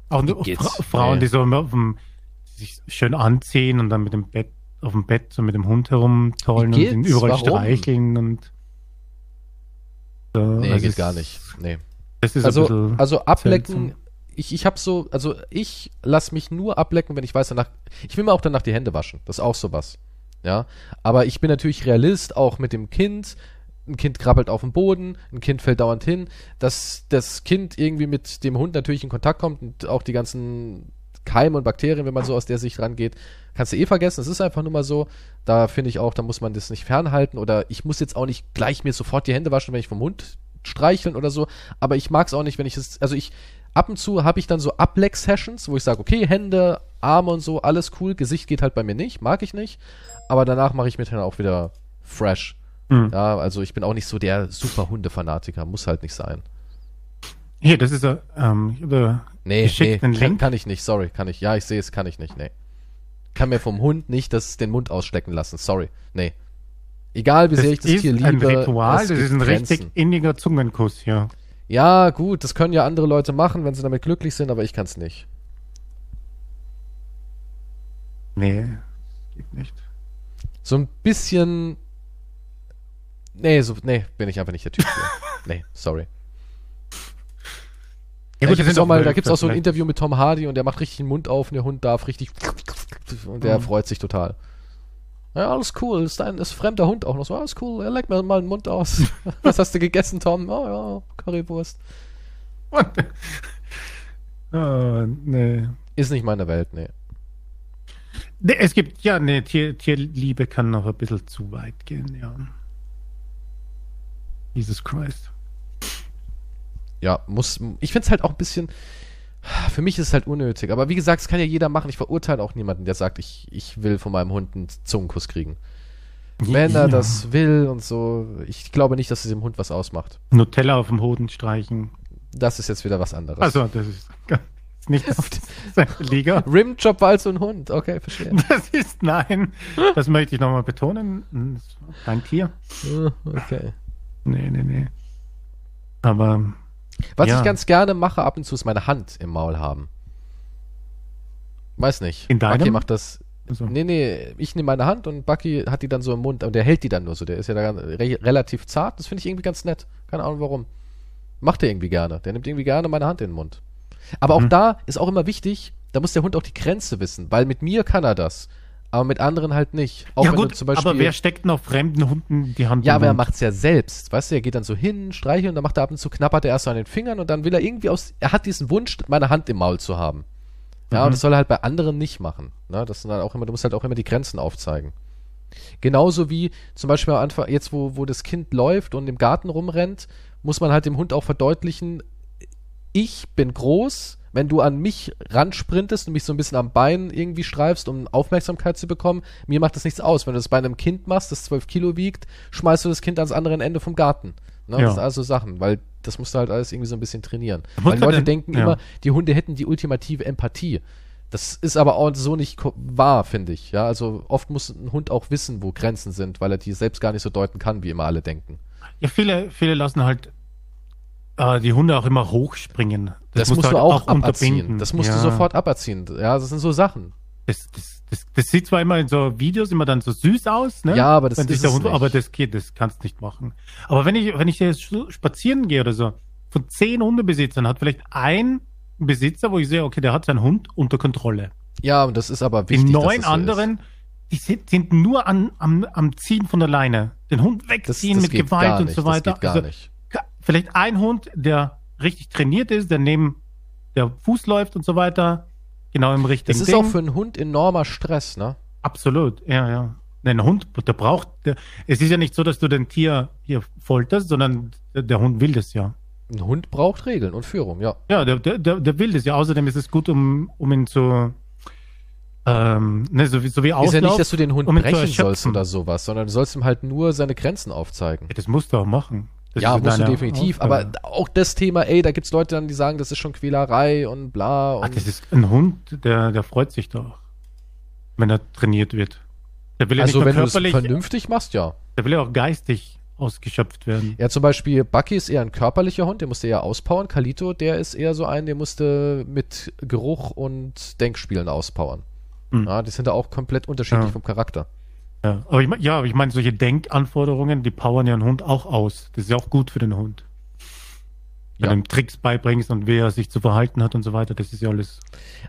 Speaker 2: Auch nur
Speaker 1: geht's?
Speaker 2: Fra Frauen,
Speaker 1: Ja.
Speaker 2: die so auf dem, sich schön anziehen und dann mit dem Bett, auf dem Bett so mit dem Hund herumtollen und
Speaker 1: Wie
Speaker 2: ihn
Speaker 1: geht's?
Speaker 2: überall
Speaker 1: Warum?
Speaker 2: streicheln und. Äh,
Speaker 1: Nee,
Speaker 2: also
Speaker 1: geht
Speaker 2: es-
Speaker 1: gar nicht. Nee.
Speaker 2: Das ist ein
Speaker 1: Also,
Speaker 2: bisschen,
Speaker 1: also
Speaker 2: seltsam.
Speaker 1: ablecken. Ich, ich habe so, also ich lass mich nur ablecken, wenn ich weiß, danach. Ich will mir auch danach die Hände waschen. Das ist auch sowas. Ja. Aber ich bin natürlich Realist, auch mit dem Kind. Ein Kind krabbelt auf den Boden, ein Kind fällt dauernd hin. Dass das Kind irgendwie mit dem Hund natürlich in Kontakt kommt und auch die ganzen Keime und Bakterien, wenn man so aus der Sicht rangeht, kannst du eh vergessen. Es ist einfach nur mal so. Da finde ich auch, da muss man das nicht fernhalten. Oder ich muss jetzt auch nicht gleich mir sofort die Hände waschen, wenn ich vom Hund streicheln oder so. Aber ich mag es auch nicht, wenn ich es. Also ich. Ab und zu habe ich dann so Ableck-Sessions, wo ich sage, okay, Hände, Arme und so, alles cool. Gesicht geht halt bei mir nicht, mag ich nicht. Aber danach mache ich mich dann auch wieder fresh.
Speaker 2: Hm.
Speaker 1: Ja, also ich bin auch nicht so der super Hundefanatiker, muss halt nicht sein.
Speaker 2: Hier, das ist äh, ähm, ich hab da
Speaker 1: Nee, nee
Speaker 2: geschickt einen
Speaker 1: kann,
Speaker 2: Link.
Speaker 1: kann ich nicht, sorry, kann ich. Ja, ich sehe es, kann ich nicht, nee. Kann mir vom Hund nicht das, den Mund ausstecken lassen, sorry, nee. Egal, wie
Speaker 2: Das
Speaker 1: sehr ich
Speaker 2: ist
Speaker 1: das Tier liebe.
Speaker 2: ein Ritual,
Speaker 1: es
Speaker 2: das ist
Speaker 1: gibt
Speaker 2: ein
Speaker 1: Grenzen.
Speaker 2: richtig inniger Zungenkuss hier.
Speaker 1: Ja, gut, das können ja andere Leute machen, wenn sie damit glücklich sind, aber ich kann es nicht.
Speaker 2: Nee, geht nicht.
Speaker 1: so ein bisschen. Nee, so, nee, bin ich einfach nicht der Typ für. nee, sorry.
Speaker 2: Ja,
Speaker 1: Äh, ich hab jetzt auch mal, da
Speaker 2: gibt
Speaker 1: gibt's
Speaker 2: es
Speaker 1: auch so ein Interview mit Tom Hardy und der macht richtig den Mund auf und der Hund darf richtig. Und der
Speaker 2: Mhm.
Speaker 1: freut sich total. Ja, alles cool. Ist ein ist fremder Hund auch noch so. Alles cool. Er leckt mir mal den Mund aus. Was hast du gegessen, Tom? Oh ja, Currywurst.
Speaker 2: Ah, nee.
Speaker 1: Ist nicht meine Welt, nee.
Speaker 2: nee. Es gibt, ja, nee, Tier, Tierliebe kann noch ein bisschen zu weit gehen, ja. Jesus Christ.
Speaker 1: Ja, muss. Ich find's halt auch ein bisschen. Für mich ist es halt unnötig. Aber wie gesagt, es kann ja jeder machen. Ich verurteile auch niemanden, der sagt, ich, ich will von meinem Hund einen Zungenkuss kriegen. Wenn er das will und so, ich glaube nicht, dass es dem Hund was ausmacht.
Speaker 2: Nutella auf dem Hoden streichen.
Speaker 1: Das ist jetzt wieder was anderes.
Speaker 2: Also, das ist gar- ist nicht auf der Liga.
Speaker 1: Rimjob war also ein Hund. Okay, verstehe.
Speaker 2: Das ist nein. Das möchte ich nochmal betonen. Ein Tier.
Speaker 1: Ah, okay.
Speaker 2: Nee, nee, nee. Aber
Speaker 1: Was
Speaker 2: Ja.
Speaker 1: ich ganz gerne mache ab und zu, ist meine Hand im Maul haben. Weiß nicht.
Speaker 2: In deinem?
Speaker 1: Bucky macht das.
Speaker 2: also,
Speaker 1: Nee, nee, ich nehme meine Hand und Bucky hat die dann so im Mund. Und der hält die dann nur so. Der ist ja da ganz, re relativ zart. Das finde ich irgendwie ganz nett. Keine Ahnung warum. Macht er irgendwie gerne. Der nimmt irgendwie gerne meine Hand in den Mund. Aber auch
Speaker 2: Mhm.
Speaker 1: da ist auch immer wichtig, da muss der Hund auch die Grenze wissen. Weil mit mir kann er das. Aber mit anderen halt nicht. Auch
Speaker 2: ja
Speaker 1: wenn
Speaker 2: gut,
Speaker 1: du zum Beispiel.
Speaker 2: aber wer steckt denn auf fremden Hunden die Hand
Speaker 1: Ja,
Speaker 2: in
Speaker 1: aber
Speaker 2: den
Speaker 1: er
Speaker 2: Mund?
Speaker 1: macht's ja selbst. Weißt du, er geht dann so hin, streichelt und dann macht er ab und zu, knappert er erst so an den Fingern und dann will er irgendwie aus. Er hat diesen Wunsch, meine Hand im Maul zu haben. Ja,
Speaker 2: Mhm.
Speaker 1: und das soll er halt bei anderen nicht machen. Ne? Das sind dann auch immer, du musst halt auch immer die Grenzen aufzeigen. Genauso wie zum Beispiel am Anfang, jetzt wo, wo das Kind läuft und im Garten rumrennt, muss man halt dem Hund auch verdeutlichen, ich bin groß, wenn du an mich ransprintest und mich so ein bisschen am Bein irgendwie streifst, um Aufmerksamkeit zu bekommen, mir macht das nichts aus. Wenn du das bei einem Kind machst, das 12 Kilo wiegt, schmeißt du das Kind ans andere Ende vom Garten. Ne?
Speaker 2: Ja.
Speaker 1: Das sind also Sachen, weil das musst du halt alles irgendwie so ein bisschen trainieren.
Speaker 2: Muss
Speaker 1: Weil
Speaker 2: man
Speaker 1: Leute
Speaker 2: denn-
Speaker 1: denken
Speaker 2: ja.
Speaker 1: immer, die Hunde hätten die ultimative Empathie. Das ist aber auch so nicht ko- wahr, finde ich. Ja, also oft muss ein Hund auch wissen, wo Grenzen sind, weil er die selbst gar nicht so deuten kann, wie immer alle denken.
Speaker 2: Ja, viele, viele lassen halt äh, die Hunde auch immer hochspringen.
Speaker 1: Das,
Speaker 2: musst
Speaker 1: musst du
Speaker 2: halt
Speaker 1: auch, aberziehen.
Speaker 2: unterbinden.
Speaker 1: Das musst
Speaker 2: ja.
Speaker 1: du sofort aberziehen. Ja, das sind so Sachen.
Speaker 2: Das, das, das, das sieht zwar immer in so Videos immer dann so süß aus, ne?
Speaker 1: Ja, aber das
Speaker 2: wenn sich
Speaker 1: ist
Speaker 2: der
Speaker 1: es
Speaker 2: Hund,
Speaker 1: nicht.
Speaker 2: aber das geht, das kannst nicht machen. Aber wenn ich, wenn ich jetzt sch- spazieren gehe oder so, von zehn Hundebesitzern hat vielleicht ein Besitzer, wo ich sehe, okay, der hat seinen Hund unter Kontrolle.
Speaker 1: Ja, und das ist aber
Speaker 2: Die
Speaker 1: wichtig. dass das
Speaker 2: neun
Speaker 1: so ist.
Speaker 2: anderen, die sind, sind nur an, am, am Ziehen von der Leine. Den Hund
Speaker 1: das,
Speaker 2: wegziehen
Speaker 1: das
Speaker 2: mit
Speaker 1: geht
Speaker 2: Gewalt
Speaker 1: gar
Speaker 2: und
Speaker 1: nicht,
Speaker 2: so weiter.
Speaker 1: Das geht gar
Speaker 2: Also,
Speaker 1: nicht.
Speaker 2: ka- vielleicht ein Hund, der richtig trainiert ist, der neben der Fuß läuft und so weiter, genau im richtigen
Speaker 1: Das ist
Speaker 2: Ding.
Speaker 1: auch für einen Hund enormer Stress, ne?
Speaker 2: Absolut, ja, ja. Ein Hund, der braucht, der, es ist ja nicht so, dass du den Tier hier folterst, sondern der, der Hund will das ja.
Speaker 1: Ein Hund braucht Regeln und Führung, ja.
Speaker 2: Ja, der, der, der, der will das ja. Außerdem ist es gut, um, um ihn zu, ähm, ne, so wie, so wie
Speaker 1: ist ja nicht,
Speaker 2: Auslauf.
Speaker 1: dass du den Hund
Speaker 2: um ihn zu
Speaker 1: brechen
Speaker 2: erschöpfen.
Speaker 1: sollst oder sowas, sondern du sollst ihm halt nur seine Grenzen aufzeigen.
Speaker 2: Ja, das musst du auch machen. Das
Speaker 1: ja,
Speaker 2: ist
Speaker 1: musst du
Speaker 2: deine
Speaker 1: definitiv.
Speaker 2: Aufgabe.
Speaker 1: Aber auch das Thema, ey, da gibt's Leute dann, die sagen, das ist schon Quälerei und bla. Und
Speaker 2: Ach, das ist ein Hund, der, der freut sich doch, wenn er trainiert wird. Der will ja
Speaker 1: also
Speaker 2: nicht
Speaker 1: wenn du
Speaker 2: nur
Speaker 1: es
Speaker 2: körperlich,
Speaker 1: vernünftig machst, ja.
Speaker 2: der will ja auch geistig ausgeschöpft werden.
Speaker 1: Ja, zum Beispiel Bucky ist eher ein körperlicher Hund, der musste eher auspowern. Kalito, der ist eher so ein, der musste mit Geruch und Denkspielen auspowern.
Speaker 2: Hm.
Speaker 1: Ja, die sind da auch komplett unterschiedlich
Speaker 2: Ja.
Speaker 1: vom Charakter.
Speaker 2: Ja, aber ich, mein- ja, aber ich meine, solche Denkanforderungen, die powern ja einen Hund auch aus. Das ist ja auch gut für den Hund. Wenn
Speaker 1: Ja.
Speaker 2: du ihm Tricks beibringst und wie er sich zu verhalten hat und so weiter, das ist ja alles.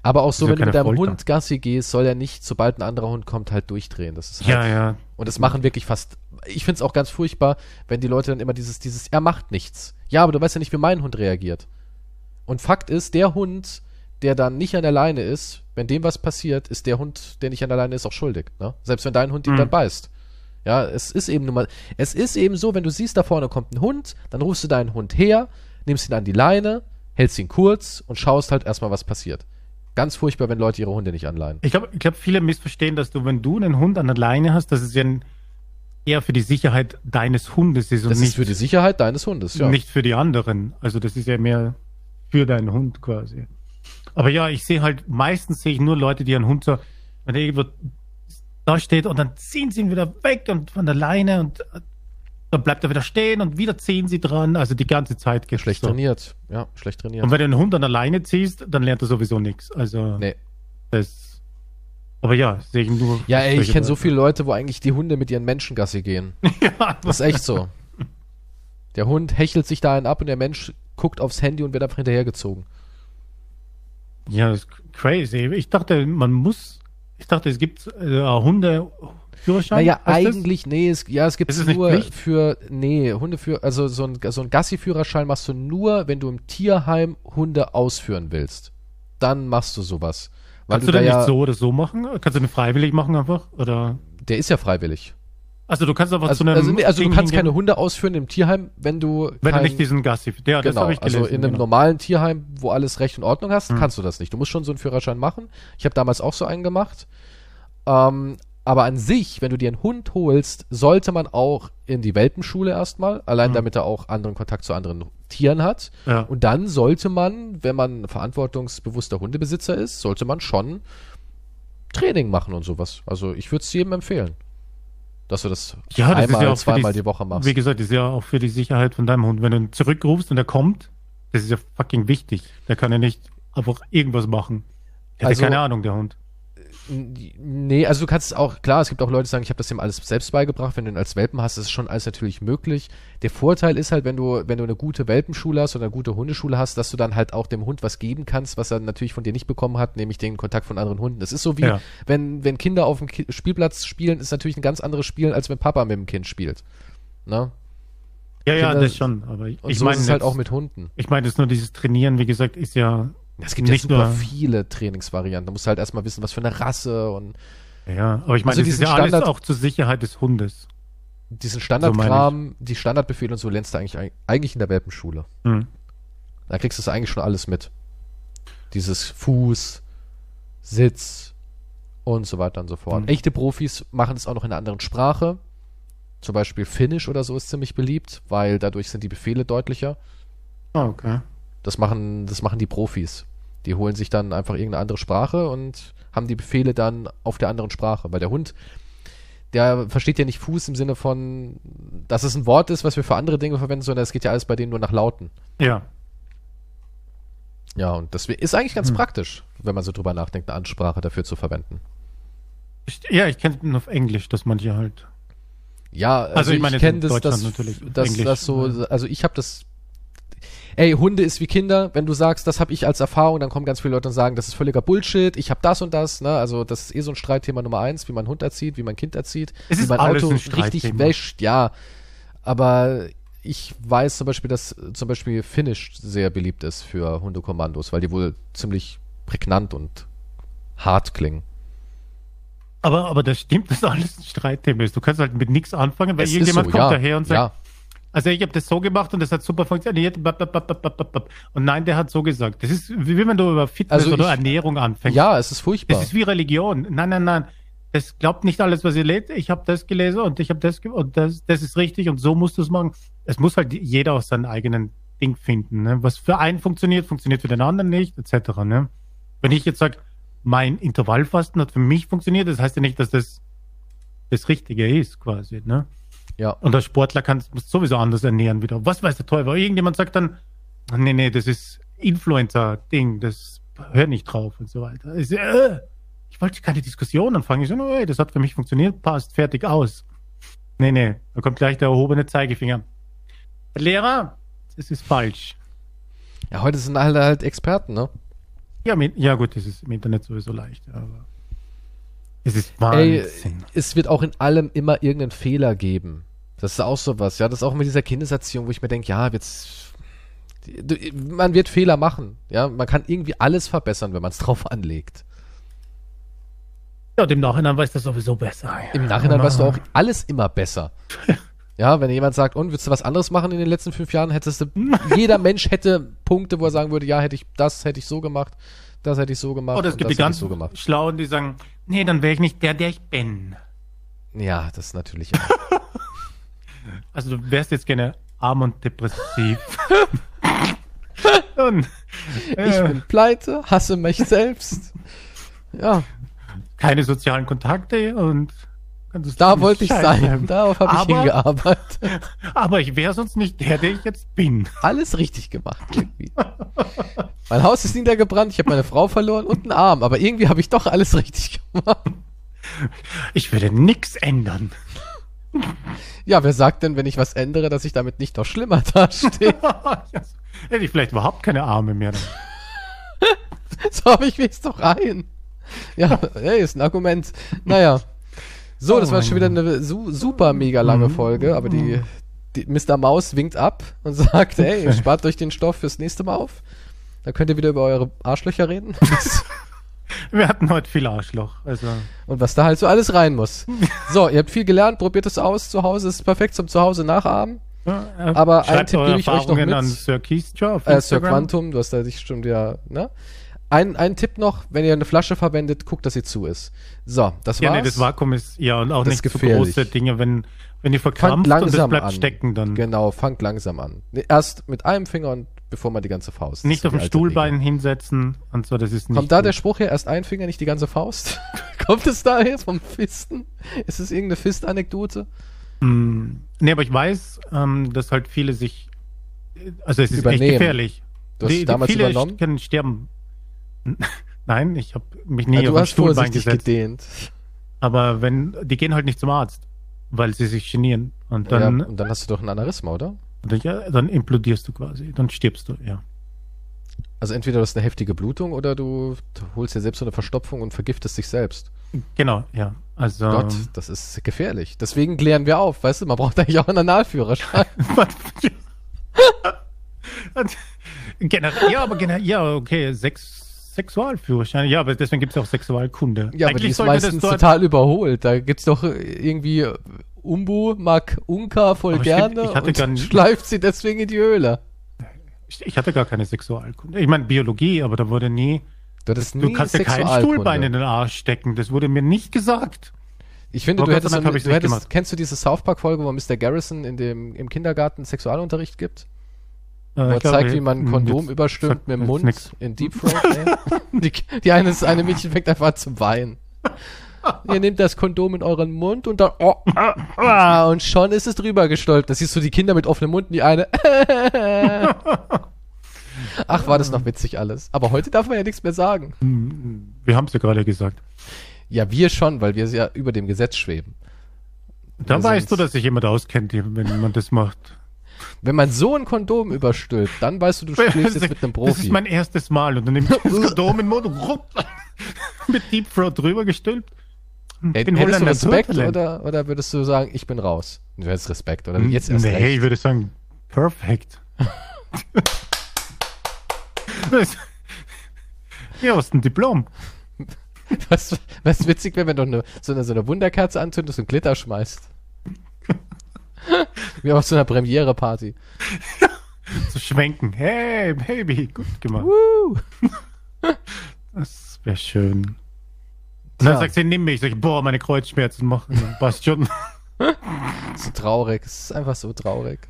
Speaker 1: Aber auch so,
Speaker 2: Ist ja
Speaker 1: wenn du mit
Speaker 2: keine
Speaker 1: deinem
Speaker 2: Folter.
Speaker 1: Hund Gassi gehst, soll er nicht, sobald ein anderer Hund kommt, halt durchdrehen. Das ist halt
Speaker 2: Ja, ja.
Speaker 1: Und das machen wirklich fast. Ich find's auch ganz furchtbar, wenn die Leute dann immer dieses, dieses, er macht nichts. Ja, aber du weißt ja nicht, wie mein Hund reagiert. Und Fakt ist, der Hund, der dann nicht an der Leine ist, wenn dem was passiert, ist der Hund, der nicht an der Leine ist, auch schuldig. Ne? Selbst wenn dein Hund ihm
Speaker 2: Mhm.
Speaker 1: dann beißt. Ja, es ist eben nun mal, es ist eben so, wenn du siehst, da vorne kommt ein Hund, dann rufst du deinen Hund her, nimmst ihn an die Leine, hältst ihn kurz und schaust halt erstmal, was passiert. Ganz furchtbar, wenn Leute ihre Hunde nicht anleihen.
Speaker 2: Ich glaube, ich glaub, viele missverstehen, dass du, wenn du einen Hund an der Leine hast, dass es ja ein- eher für die Sicherheit deines Hundes ist und
Speaker 1: Das
Speaker 2: nicht,
Speaker 1: ist für die Sicherheit deines Hundes, ja.
Speaker 2: nicht für die anderen. Also das ist ja mehr für deinen Hund quasi. Aber ja, ich sehe halt, meistens sehe ich nur Leute, die einen Hund so, wenn der irgendwo da steht und dann ziehen sie ihn wieder weg und von der Leine und äh, dann bleibt er wieder stehen und wieder ziehen sie dran. Also die ganze Zeit geht's
Speaker 1: Schlecht
Speaker 2: so.
Speaker 1: trainiert. Ja, schlecht trainiert.
Speaker 2: Und wenn du einen Hund an der Leine ziehst, dann lernt er sowieso nichts. Also
Speaker 1: Nee.
Speaker 2: das. Aber ja, sehe ich nur.
Speaker 1: Ja, ey, ich
Speaker 2: solche
Speaker 1: kenne so
Speaker 2: Leute.
Speaker 1: viele Leute, wo eigentlich die Hunde mit ihren Menschen Gassi gehen.
Speaker 2: Ja,
Speaker 1: Das ist echt so. Der Hund hechelt sich da einen ab und der Mensch guckt aufs Handy und wird einfach hinterhergezogen.
Speaker 2: Ja, das ist crazy. Ich dachte, man muss. Ich dachte, es gibt äh, Hunde-Führerschein.
Speaker 1: Naja,
Speaker 2: heißt das?
Speaker 1: eigentlich, nee, es, ja, es gibt
Speaker 2: Ist es nicht
Speaker 1: nur
Speaker 2: Pflicht?
Speaker 1: für, nee, Hunde für, also so ein, so ein Gassi-Führerschein machst du nur, wenn du im Tierheim Hunde ausführen willst. Dann machst du sowas. Weil
Speaker 2: Kannst du
Speaker 1: da
Speaker 2: den
Speaker 1: ja,
Speaker 2: nicht so oder so machen? Kannst du den freiwillig machen einfach? Oder
Speaker 1: der ist ja freiwillig.
Speaker 2: Also du kannst aber
Speaker 1: Also,
Speaker 2: zu einem
Speaker 1: also, nee, also du
Speaker 2: Ding
Speaker 1: kannst keine
Speaker 2: hingehen,
Speaker 1: Hunde ausführen im Tierheim, wenn du
Speaker 2: wenn du
Speaker 1: kein-
Speaker 2: nicht diesen Gassi. Ja, Ah, das
Speaker 1: genau,
Speaker 2: habe ich gelesen.
Speaker 1: also in einem
Speaker 2: genau.
Speaker 1: normalen Tierheim, wo alles Recht und Ordnung hast,
Speaker 2: Hm.
Speaker 1: kannst du das nicht. Du musst schon so einen Führerschein machen. Ich habe damals auch so einen gemacht. Ähm, aber an sich, wenn du dir einen Hund holst, sollte man auch in die Welpenschule erstmal, allein
Speaker 2: Hm.
Speaker 1: damit er auch anderen Kontakt zu anderen Tieren hat.
Speaker 2: Ja.
Speaker 1: Und dann sollte man, wenn man verantwortungsbewusster Hundebesitzer ist, sollte man schon Training machen und sowas. Also ich würde es jedem empfehlen, dass du das
Speaker 2: Ja, das ist
Speaker 1: einmal,
Speaker 2: ja auch für
Speaker 1: zweimal
Speaker 2: die-
Speaker 1: die Woche machst.
Speaker 2: Wie gesagt, ist ja auch für die Sicherheit von deinem Hund. Wenn du ihn zurückrufst und er kommt, das ist ja fucking wichtig. Der kann ja nicht einfach irgendwas machen. Der
Speaker 1: Also-
Speaker 2: hat ja keine Ahnung, der Hund.
Speaker 1: Nee, also du kannst auch, klar, es gibt auch Leute, die sagen, ich habe das dem alles selbst beigebracht. Wenn du ihn als Welpen hast, ist schon alles natürlich möglich. Der Vorteil ist halt, wenn du, wenn du eine gute Welpenschule hast oder eine gute Hundeschule hast, dass du dann halt auch dem Hund was geben kannst, was er natürlich von dir nicht bekommen hat, nämlich den Kontakt von anderen Hunden. Das ist so wie,
Speaker 2: Ja.
Speaker 1: wenn, wenn Kinder auf dem Ki Spielplatz spielen, ist natürlich ein ganz anderes Spielen, als wenn Papa mit dem Kind spielt. Ne?
Speaker 2: Ja, ja,
Speaker 1: Kinder-
Speaker 2: das schon. Aber ich,
Speaker 1: Und
Speaker 2: ich
Speaker 1: so
Speaker 2: meine
Speaker 1: ist es halt
Speaker 2: jetzt-
Speaker 1: auch mit Hunden.
Speaker 2: Ich meine, das nur dieses Trainieren, wie gesagt, ist ja,
Speaker 1: Es gibt ja
Speaker 2: Nicht
Speaker 1: super
Speaker 2: nur-
Speaker 1: viele Trainingsvarianten. Du musst halt erstmal wissen, was für eine Rasse und
Speaker 2: ja. Aber ich meine,
Speaker 1: Also
Speaker 2: das ist
Speaker 1: diesen
Speaker 2: ja alles
Speaker 1: Standard-
Speaker 2: auch zur Sicherheit des Hundes.
Speaker 1: diesen
Speaker 2: meine ich.
Speaker 1: Standardkram, die Standardbefehle und so lernst du eigentlich, eigentlich in der Welpenschule.
Speaker 2: Hm.
Speaker 1: Da kriegst du es eigentlich schon alles mit. Dieses Fuß, Sitz und so weiter und so fort.
Speaker 2: Mhm.
Speaker 1: Echte Profis machen es auch noch in einer anderen Sprache. Zum Beispiel Finnisch oder so ist ziemlich beliebt, weil dadurch sind die Befehle deutlicher.
Speaker 2: Ah, okay.
Speaker 1: Das machen, das machen die Profis. Die holen sich dann einfach irgendeine andere Sprache und haben die Befehle dann auf der anderen Sprache. Weil der Hund, der versteht ja nicht Fuß im Sinne von, dass es ein Wort ist, was wir für andere Dinge verwenden, sondern es geht ja alles bei denen nur nach Lauten.
Speaker 2: Ja.
Speaker 1: Ja, und das ist eigentlich ganz praktisch, wenn man so drüber nachdenkt, eine Ansprache dafür zu verwenden.
Speaker 2: Ich, ja, ich kenne es auf Englisch, dass manche halt.
Speaker 1: Ja, also,
Speaker 2: ich
Speaker 1: ich,
Speaker 2: meine,
Speaker 1: kenne
Speaker 2: in
Speaker 1: das, das,
Speaker 2: Deutschland natürlich, ne?
Speaker 1: das,
Speaker 2: Englisch,
Speaker 1: das so, also ich habe das. Ey, Hunde ist wie Kinder. Wenn du sagst, das habe ich als Erfahrung, dann kommen ganz viele Leute und sagen, das ist völliger Bullshit. Ich habe das und das. Ne? Also das ist eh so ein Streitthema Nummer eins, wie man Hund erzieht, wie man Kind erzieht,
Speaker 2: Es
Speaker 1: wie
Speaker 2: ist
Speaker 1: man
Speaker 2: alles ein
Speaker 1: richtig
Speaker 2: Streitthema.
Speaker 1: wäscht. Ja, aber ich weiß zum Beispiel, dass äh, zum Beispiel Finnisch sehr beliebt ist für Hundekommandos, weil die wohl ziemlich prägnant und hart klingen.
Speaker 2: Aber, aber das stimmt, dass alles ein Streitthema ist. Du kannst halt mit nichts anfangen, weil
Speaker 1: Es ist
Speaker 2: irgendjemand
Speaker 1: so,
Speaker 2: kommt
Speaker 1: ja,
Speaker 2: daher und sagt,
Speaker 1: ja.
Speaker 2: Also ich habe das so gemacht und das hat super funktioniert. bap, bap, bap, bap, bap, bap, bap. Und nein, der hat so gesagt. Das ist wie wenn du über Fitness
Speaker 1: Also
Speaker 2: oder
Speaker 1: ich-
Speaker 2: Ernährung anfängst.
Speaker 1: Ja, es ist furchtbar.
Speaker 2: Das ist wie Religion. Nein, nein, nein. Das glaubt nicht alles, was ihr lebt. Ich habe das gelesen und ich habe das ge und das, das ist richtig und so musst du es machen. Es muss halt jeder aus seinem eigenen Ding finden. Ne? Was für einen funktioniert, funktioniert für den anderen nicht, etc. Ne? Wenn ich jetzt sage, mein Intervallfasten hat für mich funktioniert, das heißt ja nicht, dass das das Richtige ist, quasi. Ne?
Speaker 1: ja.
Speaker 2: Und der Sportler kann muss sowieso anders ernähren wieder. Was weiß der Teufel? Irgendjemand sagt dann, nee, nee, das ist Influencer-Ding, das hör nicht drauf und so weiter. Ich, so, äh, ich wollte keine Diskussion anfangen. Ich so, nee, das hat für mich funktioniert, passt, fertig, aus. Nee, nee, da kommt gleich der erhobene Zeigefinger. Lehrer, das ist falsch.
Speaker 1: Ja, heute sind alle halt Experten, ne?
Speaker 2: Ja, mit, ja gut, das ist im Internet sowieso leicht, aber es ist
Speaker 1: Ey,
Speaker 2: Wahnsinn.
Speaker 1: es wird auch in allem immer irgendeinen Fehler geben. Das ist auch sowas, ja. Das ist auch mit dieser Kindeserziehung, wo ich mir denke, ja, jetzt. du- Man wird Fehler machen, ja. Man kann irgendwie alles verbessern, wenn man es drauf anlegt.
Speaker 2: ja, und im Nachhinein weiß das sowieso besser.
Speaker 1: Im Nachhinein weißt du auch alles immer besser. Ja, wenn jemand sagt, und willst du was anderes machen in den letzten fünf Jahren, hättest du. Jeder Mensch hätte Punkte, wo er sagen würde, ja, hätte ich das, hätte ich so gemacht, das hätte ich so gemacht.
Speaker 2: Oder es
Speaker 1: und
Speaker 2: Oh, gibt
Speaker 1: das hätte
Speaker 2: die
Speaker 1: ich
Speaker 2: ganz
Speaker 1: so gemacht.
Speaker 2: Schlauen, die sagen, nee, dann wäre ich nicht der, der ich bin.
Speaker 1: Ja, das ist natürlich.
Speaker 2: Also du wärst jetzt gerne arm und depressiv. und,
Speaker 1: Ich
Speaker 2: äh,
Speaker 1: bin pleite, hasse mich selbst. Ja,
Speaker 2: keine sozialen Kontakte und kannst
Speaker 1: da wollte ich
Speaker 2: Scheiße
Speaker 1: sein.
Speaker 2: haben.
Speaker 1: Darauf habe ich
Speaker 2: Aber-
Speaker 1: hingearbeitet.
Speaker 2: Aber ich wäre sonst nicht der, der ich jetzt bin.
Speaker 1: Alles richtig gemacht irgendwie. Mein Haus ist niedergebrannt, ich habe meine Frau verloren und einen Arm, aber irgendwie habe ich doch alles richtig gemacht.
Speaker 2: Ich würde nichts ändern.
Speaker 1: Ja, wer sagt denn, wenn ich was ändere, dass ich damit nicht noch schlimmer dastehe?
Speaker 2: Hätte ich vielleicht überhaupt keine Arme mehr. Dann.
Speaker 1: So habe ich mich doch ein. Ja, hey, ist ein Argument. Naja. So,
Speaker 2: Oh
Speaker 1: das war
Speaker 2: mein
Speaker 1: schon wieder eine su super mega
Speaker 2: Mhm.
Speaker 1: lange Folge, aber die, die Mr. Maus winkt ab und sagt, hey, spart euch den Stoff fürs nächste Mal auf. Da könnt ihr wieder über eure Arschlöcher reden.
Speaker 2: Wir hatten heute viel Arschloch. Also,
Speaker 1: und was da halt so alles rein muss. So, ihr habt viel gelernt, probiert es aus zu Hause, ist perfekt zum Zuhause nachahmen.
Speaker 2: ja, äh,
Speaker 1: Aber einen
Speaker 2: schreibt
Speaker 1: Tipp
Speaker 2: eure
Speaker 1: gebe ich euch noch
Speaker 2: Erfahrungen
Speaker 1: mit.
Speaker 2: an Sir Keystra auf
Speaker 1: Äh, Sir
Speaker 2: Instagram.
Speaker 1: Quantum, du hast da dich schon ja, ne? Ein, ein Tipp noch, wenn ihr eine Flasche verwendet, guckt, dass sie zu ist. So, das
Speaker 2: Ja,
Speaker 1: war's.
Speaker 2: nee, das Vakuum ist ja und auch
Speaker 1: Das
Speaker 2: nicht
Speaker 1: ist
Speaker 2: so
Speaker 1: gefährlich.
Speaker 2: große Dinge, wenn, wenn die
Speaker 1: fangt
Speaker 2: verkrampft und
Speaker 1: langsam
Speaker 2: das bleibt
Speaker 1: an.
Speaker 2: stecken, dann
Speaker 1: Genau, fangt langsam an. Nee, Erst mit einem Finger und bevor man die ganze Faust. Das ist
Speaker 2: nicht
Speaker 1: so
Speaker 2: auf
Speaker 1: die
Speaker 2: dem
Speaker 1: alte
Speaker 2: Stuhlbein
Speaker 1: Regel.
Speaker 2: hinsetzen und so, das ist nicht.
Speaker 1: Kommt da der
Speaker 2: gut.
Speaker 1: Spruch her, erst ein Finger, nicht die ganze Faust? Kommt es daher vom Fisten? Ist es irgendeine Fist-Anekdote?
Speaker 2: Mm, nee, aber ich weiß, ähm, dass halt viele sich, also es ist echt
Speaker 1: Übernehmen.
Speaker 2: gefährlich.
Speaker 1: Du hast es damals
Speaker 2: viele
Speaker 1: übernommen?
Speaker 2: können sterben. Nein, ich habe mich nie
Speaker 1: Ja, Also du
Speaker 2: auf dem
Speaker 1: hast
Speaker 2: Stuhlbein
Speaker 1: vorsichtig
Speaker 2: gesetzt.
Speaker 1: gedehnt.
Speaker 2: Aber wenn, die gehen halt nicht zum Arzt, weil sie sich genieren. Und dann,
Speaker 1: ja, und dann hast du doch ein Aneurysma, oder?
Speaker 2: dann, ja, dann implodierst du quasi, dann stirbst du, ja.
Speaker 1: Also entweder du hast eine heftige Blutung oder du holst dir selbst so eine Verstopfung und vergiftest dich selbst.
Speaker 2: Genau, ja. Also,
Speaker 1: Gott, das ist gefährlich. Deswegen klären wir auf, weißt du, man braucht eigentlich auch einen Analführerschein.
Speaker 2: generell, ja, aber generell, ja, okay, Sex, Sexualführerschein. Ja, aber deswegen gibt es auch Sexualkunde.
Speaker 1: Ja, aber die ist
Speaker 2: sollte
Speaker 1: meistens
Speaker 2: dort-
Speaker 1: total überholt. Da gibt's doch äh, irgendwie Umbu mag Unka voll
Speaker 2: Aber stimmt,
Speaker 1: gerne
Speaker 2: ich hatte gar
Speaker 1: und
Speaker 2: nicht-
Speaker 1: schleift sie deswegen in die Höhle.
Speaker 2: Ich, ich hatte gar keine Sexualkunde. Ich meine Biologie, aber da wurde nie.
Speaker 1: Du, hattest
Speaker 2: Du
Speaker 1: nie
Speaker 2: kannst ja kein
Speaker 1: Sexualkunde.
Speaker 2: Stuhlbein in den Arsch stecken. Das wurde mir nicht gesagt.
Speaker 1: Ich finde,
Speaker 2: Aber
Speaker 1: du
Speaker 2: Gott
Speaker 1: hättest,
Speaker 2: sei Dank
Speaker 1: so-
Speaker 2: hab ich's
Speaker 1: du
Speaker 2: nicht
Speaker 1: hättest
Speaker 2: gemacht.
Speaker 1: kennst du diese South Park Folge, wo Mr. Garrison in dem im Kindergarten Sexualunterricht gibt?
Speaker 2: Äh,
Speaker 1: Wo er
Speaker 2: ich glaube,
Speaker 1: zeigt, wie man ein
Speaker 2: jetzt-
Speaker 1: Kondom
Speaker 2: hm, jetzt-
Speaker 1: überstülpt
Speaker 2: sagt
Speaker 1: mit dem
Speaker 2: jetzt
Speaker 1: Mund
Speaker 2: nix.
Speaker 1: in Deep Throat. ey. die, die eine, das eine Mädchen fängt einfach an zu weinen. Ihr nehmt das Kondom in euren Mund und dann oh, ah, ah, und schon ist es drüber gestolpert. Das siehst du die Kinder mit offenem Mund und die eine. Ach, war das noch witzig alles. Aber heute darf man ja nichts mehr sagen.
Speaker 2: Wir haben es ja gerade gesagt.
Speaker 1: Ja, wir schon, weil wir ja über dem Gesetz schweben.
Speaker 2: Dann
Speaker 1: Wir
Speaker 2: weißt du,
Speaker 1: sind's.
Speaker 2: dass sich jemand auskennt, wenn man das macht.
Speaker 1: Wenn man so ein Kondom überstülpt, dann weißt du, du schläfst jetzt mit einem Profi.
Speaker 2: Das ist mein erstes Mal und dann nehme ich das Kondom in den Mund und rupp, mit Deep Throat drüber gestülpt.
Speaker 1: Ey,
Speaker 2: bin
Speaker 1: hättest du
Speaker 2: Holländer,
Speaker 1: Respekt
Speaker 2: Deutschland.
Speaker 1: oder, oder würdest du sagen, ich bin raus? Du hättest Respekt oder jetzt erst
Speaker 2: Hm, nee,
Speaker 1: recht.
Speaker 2: ich würde sagen, perfekt. Das- ja, was ein Diplom.
Speaker 1: Was, was witzig wäre, wenn du eine, so, eine, so eine Wunderkerze anzündest und Glitter schmeißt. Wie auf so einer Premiere-Party.
Speaker 2: Zu schwenken. Hey, Baby, gut gemacht.
Speaker 1: Woo!
Speaker 2: Das wäre schön. Und
Speaker 1: Tja.
Speaker 2: dann sagt sie, nimm mich. Sag ich, boah, meine Kreuzschmerzen machen. Passt schon.
Speaker 1: So traurig. Es ist einfach so traurig.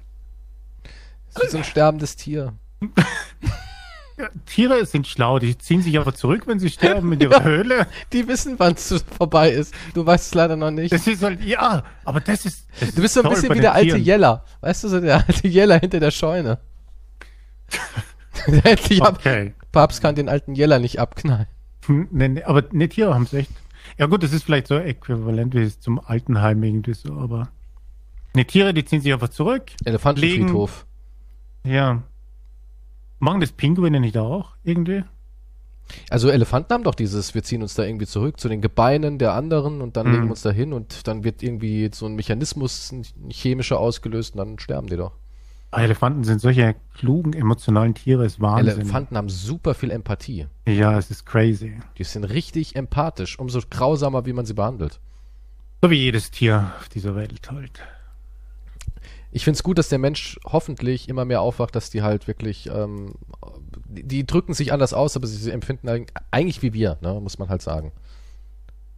Speaker 1: Es ist wie so ein sterbendes Tier.
Speaker 2: Tiere sind schlau, die ziehen sich aber zurück, wenn sie sterben in ihrer Höhle.
Speaker 1: Die wissen, wann es vorbei ist. Du weißt es leider noch nicht.
Speaker 2: Das ist halt, ja, aber das ist. Das
Speaker 1: Du bist so ein
Speaker 2: ist toll
Speaker 1: bisschen
Speaker 2: bei
Speaker 1: wie
Speaker 2: den
Speaker 1: der alte
Speaker 2: Tieren.
Speaker 1: Jeller. Weißt du, so der alte Jeller hinter der Scheune. Der Endlich ab.
Speaker 2: Okay.
Speaker 1: Papst kann den alten Jeller nicht abknallen.
Speaker 2: Hm, nee, nee, aber ne, Tiere haben es echt. Ja gut, das ist vielleicht so äquivalent wie es zum Altenheim irgendwie so, aber. Ne, Tiere, die ziehen sich einfach zurück.
Speaker 1: Elefantenfriedhof.
Speaker 2: Ja. Machen das Pinguine nicht auch irgendwie?
Speaker 1: Also Elefanten haben doch dieses, wir ziehen uns da irgendwie zurück zu den Gebeinen der anderen und dann
Speaker 2: Mhm.
Speaker 1: legen wir uns da hin und dann wird irgendwie so ein Mechanismus, ein chemischer ausgelöst und dann sterben die doch.
Speaker 2: Ah, Elefanten sind solche klugen, emotionalen Tiere, ist Wahnsinn.
Speaker 1: Elefanten haben super viel Empathie.
Speaker 2: Ja, es ist crazy.
Speaker 1: Die sind richtig empathisch, umso grausamer, wie man sie behandelt.
Speaker 2: So wie jedes Tier auf dieser Welt halt.
Speaker 1: Ich finde es gut, dass der Mensch hoffentlich immer mehr aufwacht, dass die halt wirklich, ähm, die, die drücken sich anders aus, aber sie empfinden eig- eigentlich wie wir, ne, muss man halt sagen.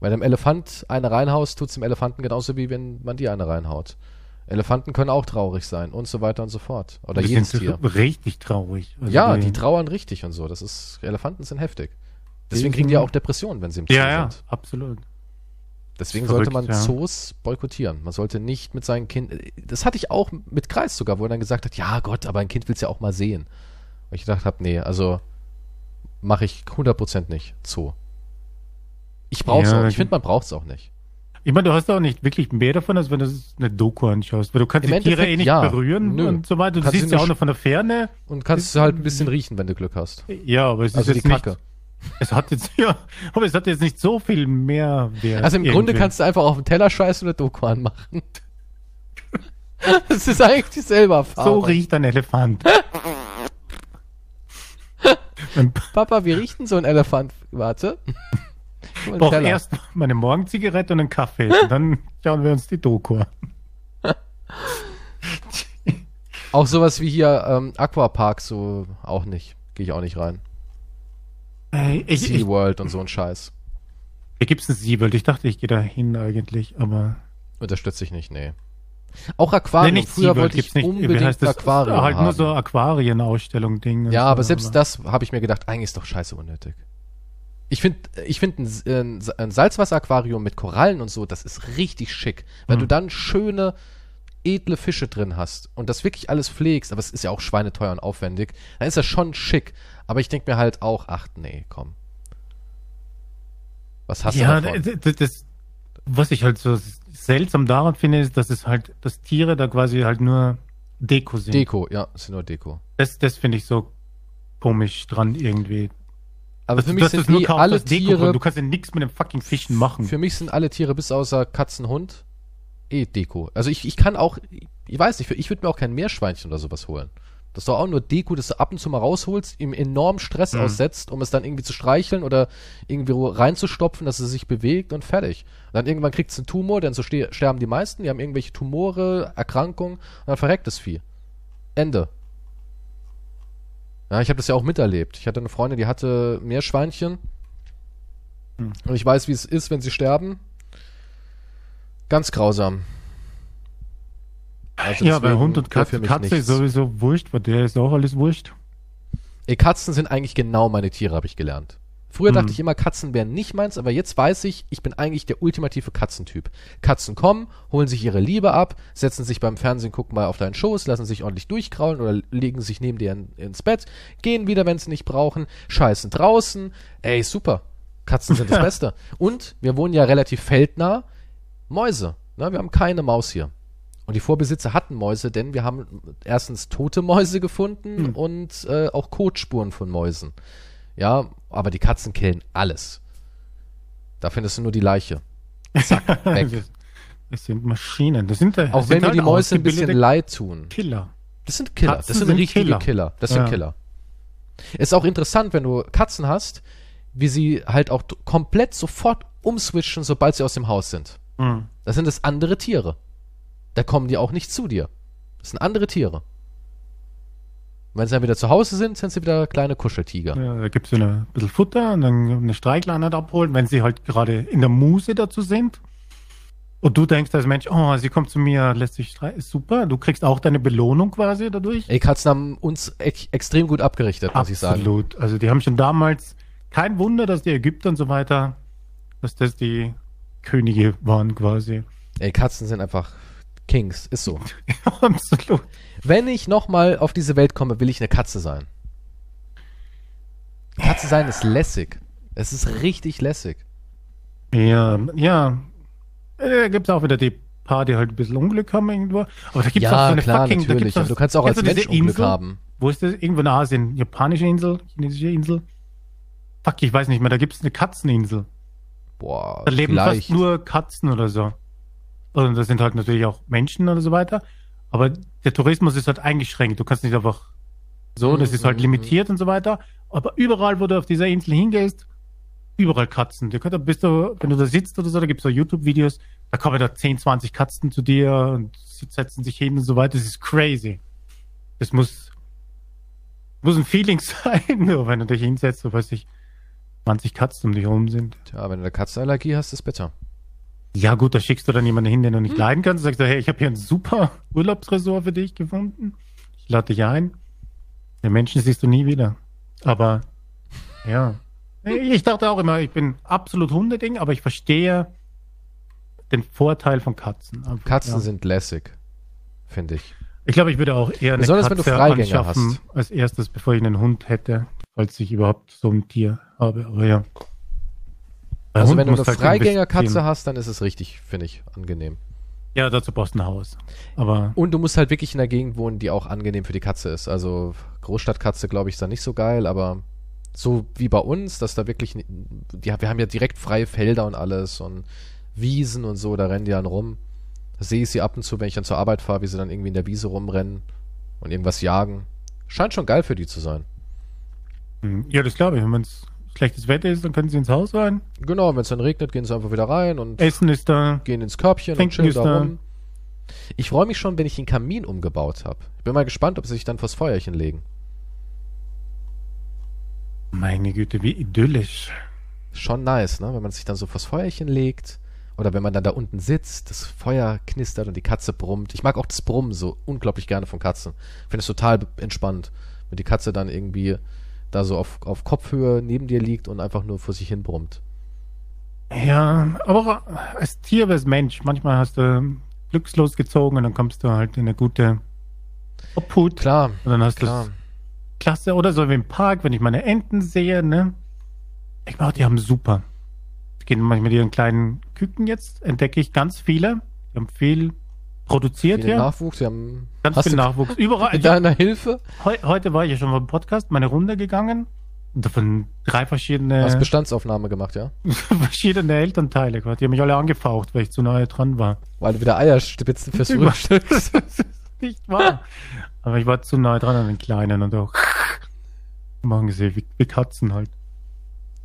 Speaker 1: Wenn einem Elefant eine reinhaust, tut es dem Elefanten genauso wie wenn man dir eine reinhaut. Elefanten können auch traurig sein und so weiter und so fort. Oder
Speaker 2: Die
Speaker 1: jedes
Speaker 2: sind
Speaker 1: Tier.
Speaker 2: richtig traurig. Also
Speaker 1: Ja, die trauern richtig und so. Das ist, Elefanten sind heftig. Deswegen
Speaker 2: Die
Speaker 1: kriegen die ja
Speaker 2: sind-
Speaker 1: auch Depressionen, wenn sie im Zoo
Speaker 2: Ja, ja,
Speaker 1: sind.
Speaker 2: absolut.
Speaker 1: Deswegen
Speaker 2: Verrückt,
Speaker 1: sollte man
Speaker 2: ja.
Speaker 1: Zoos boykottieren. Man sollte nicht mit seinen Kindern. Das hatte ich auch mit Kreis sogar, wo er dann gesagt hat, ja Gott, aber ein Kind will's ja auch mal sehen. Und ich gedacht habe, nee, also mache ich 100% nicht Zoo. Ich brauch's
Speaker 2: Ja,
Speaker 1: auch. Ich
Speaker 2: die-
Speaker 1: finde, man braucht's auch nicht.
Speaker 2: Ich meine, du hast auch nicht wirklich mehr davon, als wenn du es eine Doku anschaust, weil du kannst
Speaker 1: Im
Speaker 2: die Tiere eh
Speaker 1: Endeffekt
Speaker 2: nicht
Speaker 1: ja.
Speaker 2: berühren
Speaker 1: Nö.
Speaker 2: und so weiter. Du
Speaker 1: Kannst
Speaker 2: siehst
Speaker 1: sie
Speaker 2: ja
Speaker 1: nur
Speaker 2: auch nur von der Ferne.
Speaker 1: Und kannst halt ein bisschen riechen, wenn du Glück hast.
Speaker 2: Ja, aber es
Speaker 1: Also
Speaker 2: ist
Speaker 1: die
Speaker 2: jetzt
Speaker 1: Kacke.
Speaker 2: nicht. Es hat jetzt ja, aber es hat jetzt nicht so viel mehr Wert.
Speaker 1: Also im Grunde
Speaker 2: irgendwie.
Speaker 1: kannst du einfach auf den Teller scheißen und eine Doku anmachen. Das ist eigentlich dieselbe
Speaker 2: so
Speaker 1: Erfahrung.
Speaker 2: riecht ein Elefant. Mein
Speaker 1: Papa, wie riecht denn so ein Elefant? Warte. Guck mal in den
Speaker 2: brauche
Speaker 1: Teller.
Speaker 2: erst meine Morgenzigarette und einen Kaffee. Und dann schauen wir uns die Doku an.
Speaker 1: Auch sowas wie hier ähm, Aquapark, so auch nicht. Gehe ich auch nicht rein.
Speaker 2: Äh, ich, ich,
Speaker 1: SeaWorld und so ein Scheiß.
Speaker 2: hier gibt es ein Siebel. Ich dachte, ich gehe da hin eigentlich, aber.
Speaker 1: Unterstütze ich nicht, nee. Auch Aquarium. Früher
Speaker 2: Siebel,
Speaker 1: wollte ich
Speaker 2: gibt's nicht. Wie
Speaker 1: unbedingt
Speaker 2: heißt das?
Speaker 1: Aquarium
Speaker 2: Halt
Speaker 1: haben.
Speaker 2: nur so Aquarienausstellung-Ding.
Speaker 1: ja,
Speaker 2: und so,
Speaker 1: aber selbst das habe ich mir gedacht, eigentlich ist doch scheiße unnötig. Ich finde ich find ein, S- äh, ein, S- ein Salzwasseraquarium mit Korallen und so, das ist richtig schick, weil
Speaker 2: Hm.
Speaker 1: du dann schöne, edle Fische drin hast und das wirklich alles pflegst, aber es ist ja auch schweineteuer und aufwendig, dann ist das schon schick. Aber ich denke mir halt auch, ach nee, komm. Was hast
Speaker 2: ja,
Speaker 1: du davon?
Speaker 2: d- d- das, was ich halt so seltsam daran finde, ist, dass es halt, dass Tiere da quasi halt nur Deko sind.
Speaker 1: Deko, ja, es sind nur Deko.
Speaker 2: Das, das finde ich so komisch dran irgendwie.
Speaker 1: Aber
Speaker 2: Dass-
Speaker 1: für mich
Speaker 2: dass
Speaker 1: sind
Speaker 2: Also du es nur
Speaker 1: die
Speaker 2: kaufst
Speaker 1: alle
Speaker 2: als Deko
Speaker 1: Tiere,
Speaker 2: du kannst ja nichts mit den fucking Fischen machen.
Speaker 1: Für mich sind alle Tiere bis außer Katzenhund eh Deko. Also ich, ich kann auch, ich weiß nicht, ich würde mir auch kein Meerschweinchen oder sowas holen. Das ist doch auch nur Deko, das du ab und zu mal rausholst, ihm enormen Stress
Speaker 2: Mhm.
Speaker 1: aussetzt, um es dann irgendwie zu streicheln oder irgendwie wo reinzustopfen, dass es sich bewegt und fertig. Und dann irgendwann kriegt es einen Tumor, denn so ste sterben die meisten, die haben irgendwelche Tumore, Erkrankungen und dann verreckt das Vieh. Ende. Ja, ich habe das ja auch miterlebt. Ich hatte eine Freundin, die hatte Meerschweinchen.
Speaker 2: Hm.
Speaker 1: Und ich weiß, wie es ist, wenn sie sterben. Ganz grausam. Also
Speaker 2: ja, bei
Speaker 1: deswegen
Speaker 2: Hund und
Speaker 1: wäre für
Speaker 2: Katze,
Speaker 1: mich
Speaker 2: Katze ist
Speaker 1: nichts.
Speaker 2: sowieso wurscht, weil der ist auch alles wurscht.
Speaker 1: Ey, Katzen sind eigentlich genau meine Tiere, habe ich gelernt. Früher
Speaker 2: Mhm.
Speaker 1: dachte ich immer, Katzen wären nicht meins, aber jetzt weiß ich, ich bin eigentlich der ultimative Katzentyp. Katzen kommen, holen sich ihre Liebe ab, setzen sich beim Fernsehen, gucken mal auf deinen Schoß, lassen sich ordentlich durchkraulen oder legen sich neben dir in, ins Bett, gehen wieder, wenn sie nicht brauchen, scheißen draußen. Ey, super. Katzen sind das Beste. Und wir wohnen ja relativ feldnah. Mäuse. Ne? Wir haben keine Maus hier. Und die Vorbesitzer hatten Mäuse, denn wir haben erstens tote Mäuse gefunden
Speaker 2: Hm.
Speaker 1: und äh, auch Kotspuren von Mäusen. Ja, aber die Katzen killen alles. Da findest du nur die Leiche. Zack, weg.
Speaker 2: Das sind Maschinen. Das sind das
Speaker 1: auch
Speaker 2: sind
Speaker 1: wenn mir
Speaker 2: halt
Speaker 1: die Mäuse ein bisschen
Speaker 2: ausgebildete
Speaker 1: leid tun.
Speaker 2: Killer.
Speaker 1: Das sind Killer.
Speaker 2: Katzen
Speaker 1: das sind,
Speaker 2: sind
Speaker 1: richtige Killer.
Speaker 2: Killer.
Speaker 1: Das sind
Speaker 2: Ja.
Speaker 1: Killer. Ist auch interessant, wenn du Katzen hast, wie sie halt auch t- komplett sofort umswitchen, sobald sie aus dem Haus sind.
Speaker 2: Hm.
Speaker 1: Das sind das andere Tiere. Da kommen die auch nicht zu dir. Das sind andere Tiere. Wenn sie dann wieder zu Hause sind, sind sie wieder kleine Kuscheltiger.
Speaker 2: Ja, da gibt's so ein bisschen Futter und dann eine Streichleiner abholen, wenn sie halt gerade in der Muse dazu sind. Und du denkst als Mensch, oh, sie kommt zu mir, lässt sich streicheln. Super, du kriegst auch deine Belohnung quasi dadurch.
Speaker 1: Ey, Katzen haben uns e extrem gut abgerichtet, muss ich sagen.
Speaker 2: Absolut. Also die haben schon damals, kein Wunder, dass die Ägypter und so weiter, dass das die Könige waren quasi.
Speaker 1: Ey, Katzen sind einfach Kings, ist so.
Speaker 2: Absolut.
Speaker 1: Wenn ich nochmal auf diese Welt komme, will ich eine Katze sein. Katze sein ist lässig. Es ist richtig lässig.
Speaker 2: Ja, ja. Äh, Da gibt's auch wieder die paar, die halt ein bisschen Unglück haben irgendwo. Aber da gibt's auch so
Speaker 1: ja,
Speaker 2: eine
Speaker 1: klar,
Speaker 2: fucking, da
Speaker 1: natürlich.
Speaker 2: gibt's auch-
Speaker 1: Und du kannst auch als
Speaker 2: kennst du
Speaker 1: Mensch
Speaker 2: diese
Speaker 1: Unglück
Speaker 2: Insel?
Speaker 1: haben.
Speaker 2: Wo ist das? Irgendwo in Asien. Japanische Insel? Chinesische Insel? Fuck, ich weiß nicht mehr. Da gibt's eine Katzeninsel.
Speaker 1: Boah,
Speaker 2: Da leben
Speaker 1: vielleicht.
Speaker 2: fast nur Katzen oder so. Und da sind halt natürlich auch Menschen oder so weiter. Aber der Tourismus ist halt eingeschränkt. Du kannst nicht einfach so, das ist halt
Speaker 1: Mhm.
Speaker 2: limitiert und so weiter. Aber überall, wo du auf dieser Insel hingehst, überall Katzen. Du kannst, da bist du, wenn du da sitzt oder so, da gibt's so YouTube-Videos, da kommen da 10, 20 Katzen zu dir und sie setzen sich hin und so weiter. Das ist crazy. Das muss, muss ein Feeling sein, nur wenn du dich hinsetzt, so weiß ich, 20 Katzen um dich herum sind.
Speaker 1: Tja, wenn du eine Katzenallergie hast, ist besser.
Speaker 2: Ja, gut, da schickst du dann jemanden hin, den du nicht leiden kannst und sagst, hey, ich habe hier ein super Urlaubsresort für dich gefunden. Ich lade dich ein. Den Menschen siehst du nie wieder. Aber ja. Ich dachte auch immer, ich bin absolut Hundeding, aber ich verstehe den Vorteil von Katzen. Einfach,
Speaker 1: Katzen
Speaker 2: ja.
Speaker 1: sind lässig, finde ich.
Speaker 2: Ich glaube, ich würde auch eher eine
Speaker 1: Besonders, wenn du
Speaker 2: Katze
Speaker 1: Freigänger
Speaker 2: anschaffen als erstes, bevor ich einen Hund hätte, falls ich überhaupt so ein Tier habe. Aber ja. Bei
Speaker 1: Also
Speaker 2: Hunden
Speaker 1: wenn du eine
Speaker 2: musst halt ein bisschen-
Speaker 1: Freigängerkatze hast, dann ist es richtig, finde ich, angenehm.
Speaker 2: Ja, dazu brauchst du ein Haus. Aber
Speaker 1: Und du musst halt wirklich in einer Gegend wohnen, die auch angenehm für die Katze ist. Also Großstadtkatze, glaube ich, ist da nicht so geil, aber so wie bei uns, dass da wirklich, ni- die, wir haben ja direkt freie Felder und alles und Wiesen und so, da rennen die dann rum. Da sehe ich sie ab und zu, wenn ich dann zur Arbeit fahre, wie sie dann irgendwie in der Wiese rumrennen und irgendwas jagen. Scheint schon geil für die zu sein.
Speaker 2: Hm, Ja, das glaube ich. Wenn es schlechtes Wetter ist, dann können sie ins Haus rein.
Speaker 1: Genau, wenn es dann regnet, gehen sie einfach wieder rein und
Speaker 2: Essen ist da.
Speaker 1: gehen ins Körbchen und
Speaker 2: Trinken
Speaker 1: chillen
Speaker 2: ist
Speaker 1: da
Speaker 2: da.
Speaker 1: rum. Ich freue mich schon, wenn ich den Kamin umgebaut habe. Ich bin mal gespannt, ob sie sich dann vors Feuerchen legen.
Speaker 2: Meine Güte, wie idyllisch.
Speaker 1: Schon nice, ne? Wenn man sich dann so vors Feuerchen legt oder wenn man dann da unten sitzt, das Feuer knistert und die Katze brummt. Ich mag auch das Brummen so unglaublich gerne von Katzen. Finde es total be- entspannt, wenn die Katze dann irgendwie da so auf, auf Kopfhöhe neben dir liegt und einfach nur vor sich hin brummt.
Speaker 2: Ja, aber auch als Tier, aber als Mensch. Manchmal hast du glückslos gezogen und dann kommst du halt in eine gute Obhut.
Speaker 1: Klar,
Speaker 2: Und dann hast du
Speaker 1: klar.
Speaker 2: das klasse. Oder so wie im Park, wenn ich meine Enten sehe, ne? Ich meine, die haben super. Die gehen manchmal mit ihren kleinen Küken jetzt, entdecke ich ganz viele. Die haben viel produziert
Speaker 1: Viele
Speaker 2: hier.
Speaker 1: Nachwuchs, sie haben
Speaker 2: Ganz
Speaker 1: Hast
Speaker 2: viel
Speaker 1: du-
Speaker 2: Nachwuchs. Überall.
Speaker 1: mit deiner Hilfe.
Speaker 2: Heu heute war ich ja schon beim Podcast, meine Runde gegangen. Und davon drei
Speaker 1: Hast
Speaker 2: verschiedene,
Speaker 1: Bestandsaufnahme gemacht, ja?
Speaker 2: verschiedene Elternteile. Die haben mich alle angefaucht, weil ich zu nahe dran war.
Speaker 1: Weil du wieder Eier spitzen fürs
Speaker 2: Über-
Speaker 1: Frühstück.
Speaker 2: das ist nicht wahr. Aber ich war zu nah dran an den Kleinen und auch machen sie wie, wie Katzen halt.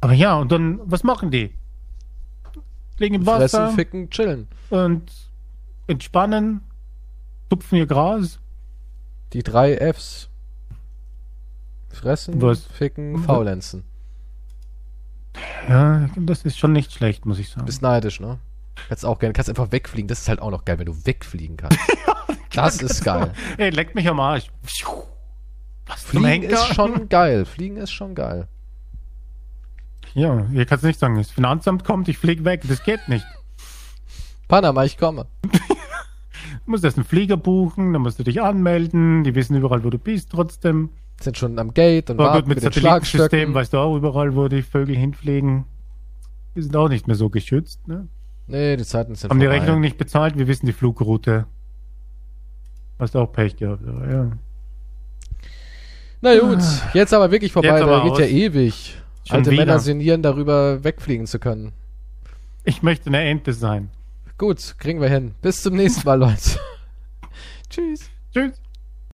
Speaker 2: Aber ja, und dann, was machen die? Liegen im
Speaker 1: Fressen,
Speaker 2: Wasser
Speaker 1: ficken, chillen.
Speaker 2: und entspannen, tupfen ihr Gras.
Speaker 1: Die drei Fs. Fressen,
Speaker 2: Was?
Speaker 1: ficken,
Speaker 2: Was?
Speaker 1: faulenzen.
Speaker 2: Ja, das ist schon nicht schlecht, muss ich sagen.
Speaker 1: Bist neidisch, ne? Hättest auch gerne. Kannst einfach wegfliegen. Das ist halt auch noch geil, wenn du wegfliegen kannst. das ist geil.
Speaker 2: Ey, leck mich am Arsch. Was zum
Speaker 1: Fliegen
Speaker 2: Henker?
Speaker 1: ist schon geil. Fliegen ist schon geil.
Speaker 2: Ja, hier kannst du nicht sagen, das Finanzamt kommt, ich flieg weg. Das geht nicht.
Speaker 1: Panama, ich komme.
Speaker 2: Du musst erst einen Flieger buchen, dann musst du dich anmelden. Die wissen überall, wo du bist trotzdem.
Speaker 1: Sind schon am Gate und
Speaker 2: Aber
Speaker 1: warten
Speaker 2: gut, mit,
Speaker 1: mit, den
Speaker 2: Satellitensystem
Speaker 1: Schlagstöcken.
Speaker 2: weißt du auch überall, wo die Vögel hinfliegen. Die sind auch nicht mehr so geschützt. Ne?
Speaker 1: Nee, die Zeiten sind
Speaker 2: Haben die
Speaker 1: vorbei.
Speaker 2: Rechnung nicht bezahlt, wir wissen die Flugroute. Hast auch Pech gehabt. Aber ja.
Speaker 1: Na gut, jetzt aber wirklich vorbei.
Speaker 2: Jetzt aber
Speaker 1: da geht
Speaker 2: aus.
Speaker 1: ja ewig.
Speaker 2: Schon
Speaker 1: Alte
Speaker 2: wieder.
Speaker 1: Männer sinnieren darüber, wegfliegen zu können.
Speaker 2: Ich möchte eine Ente sein.
Speaker 1: Gut, kriegen wir hin. Bis zum nächsten Mal, Leute. Tschüss.
Speaker 2: Tschüss.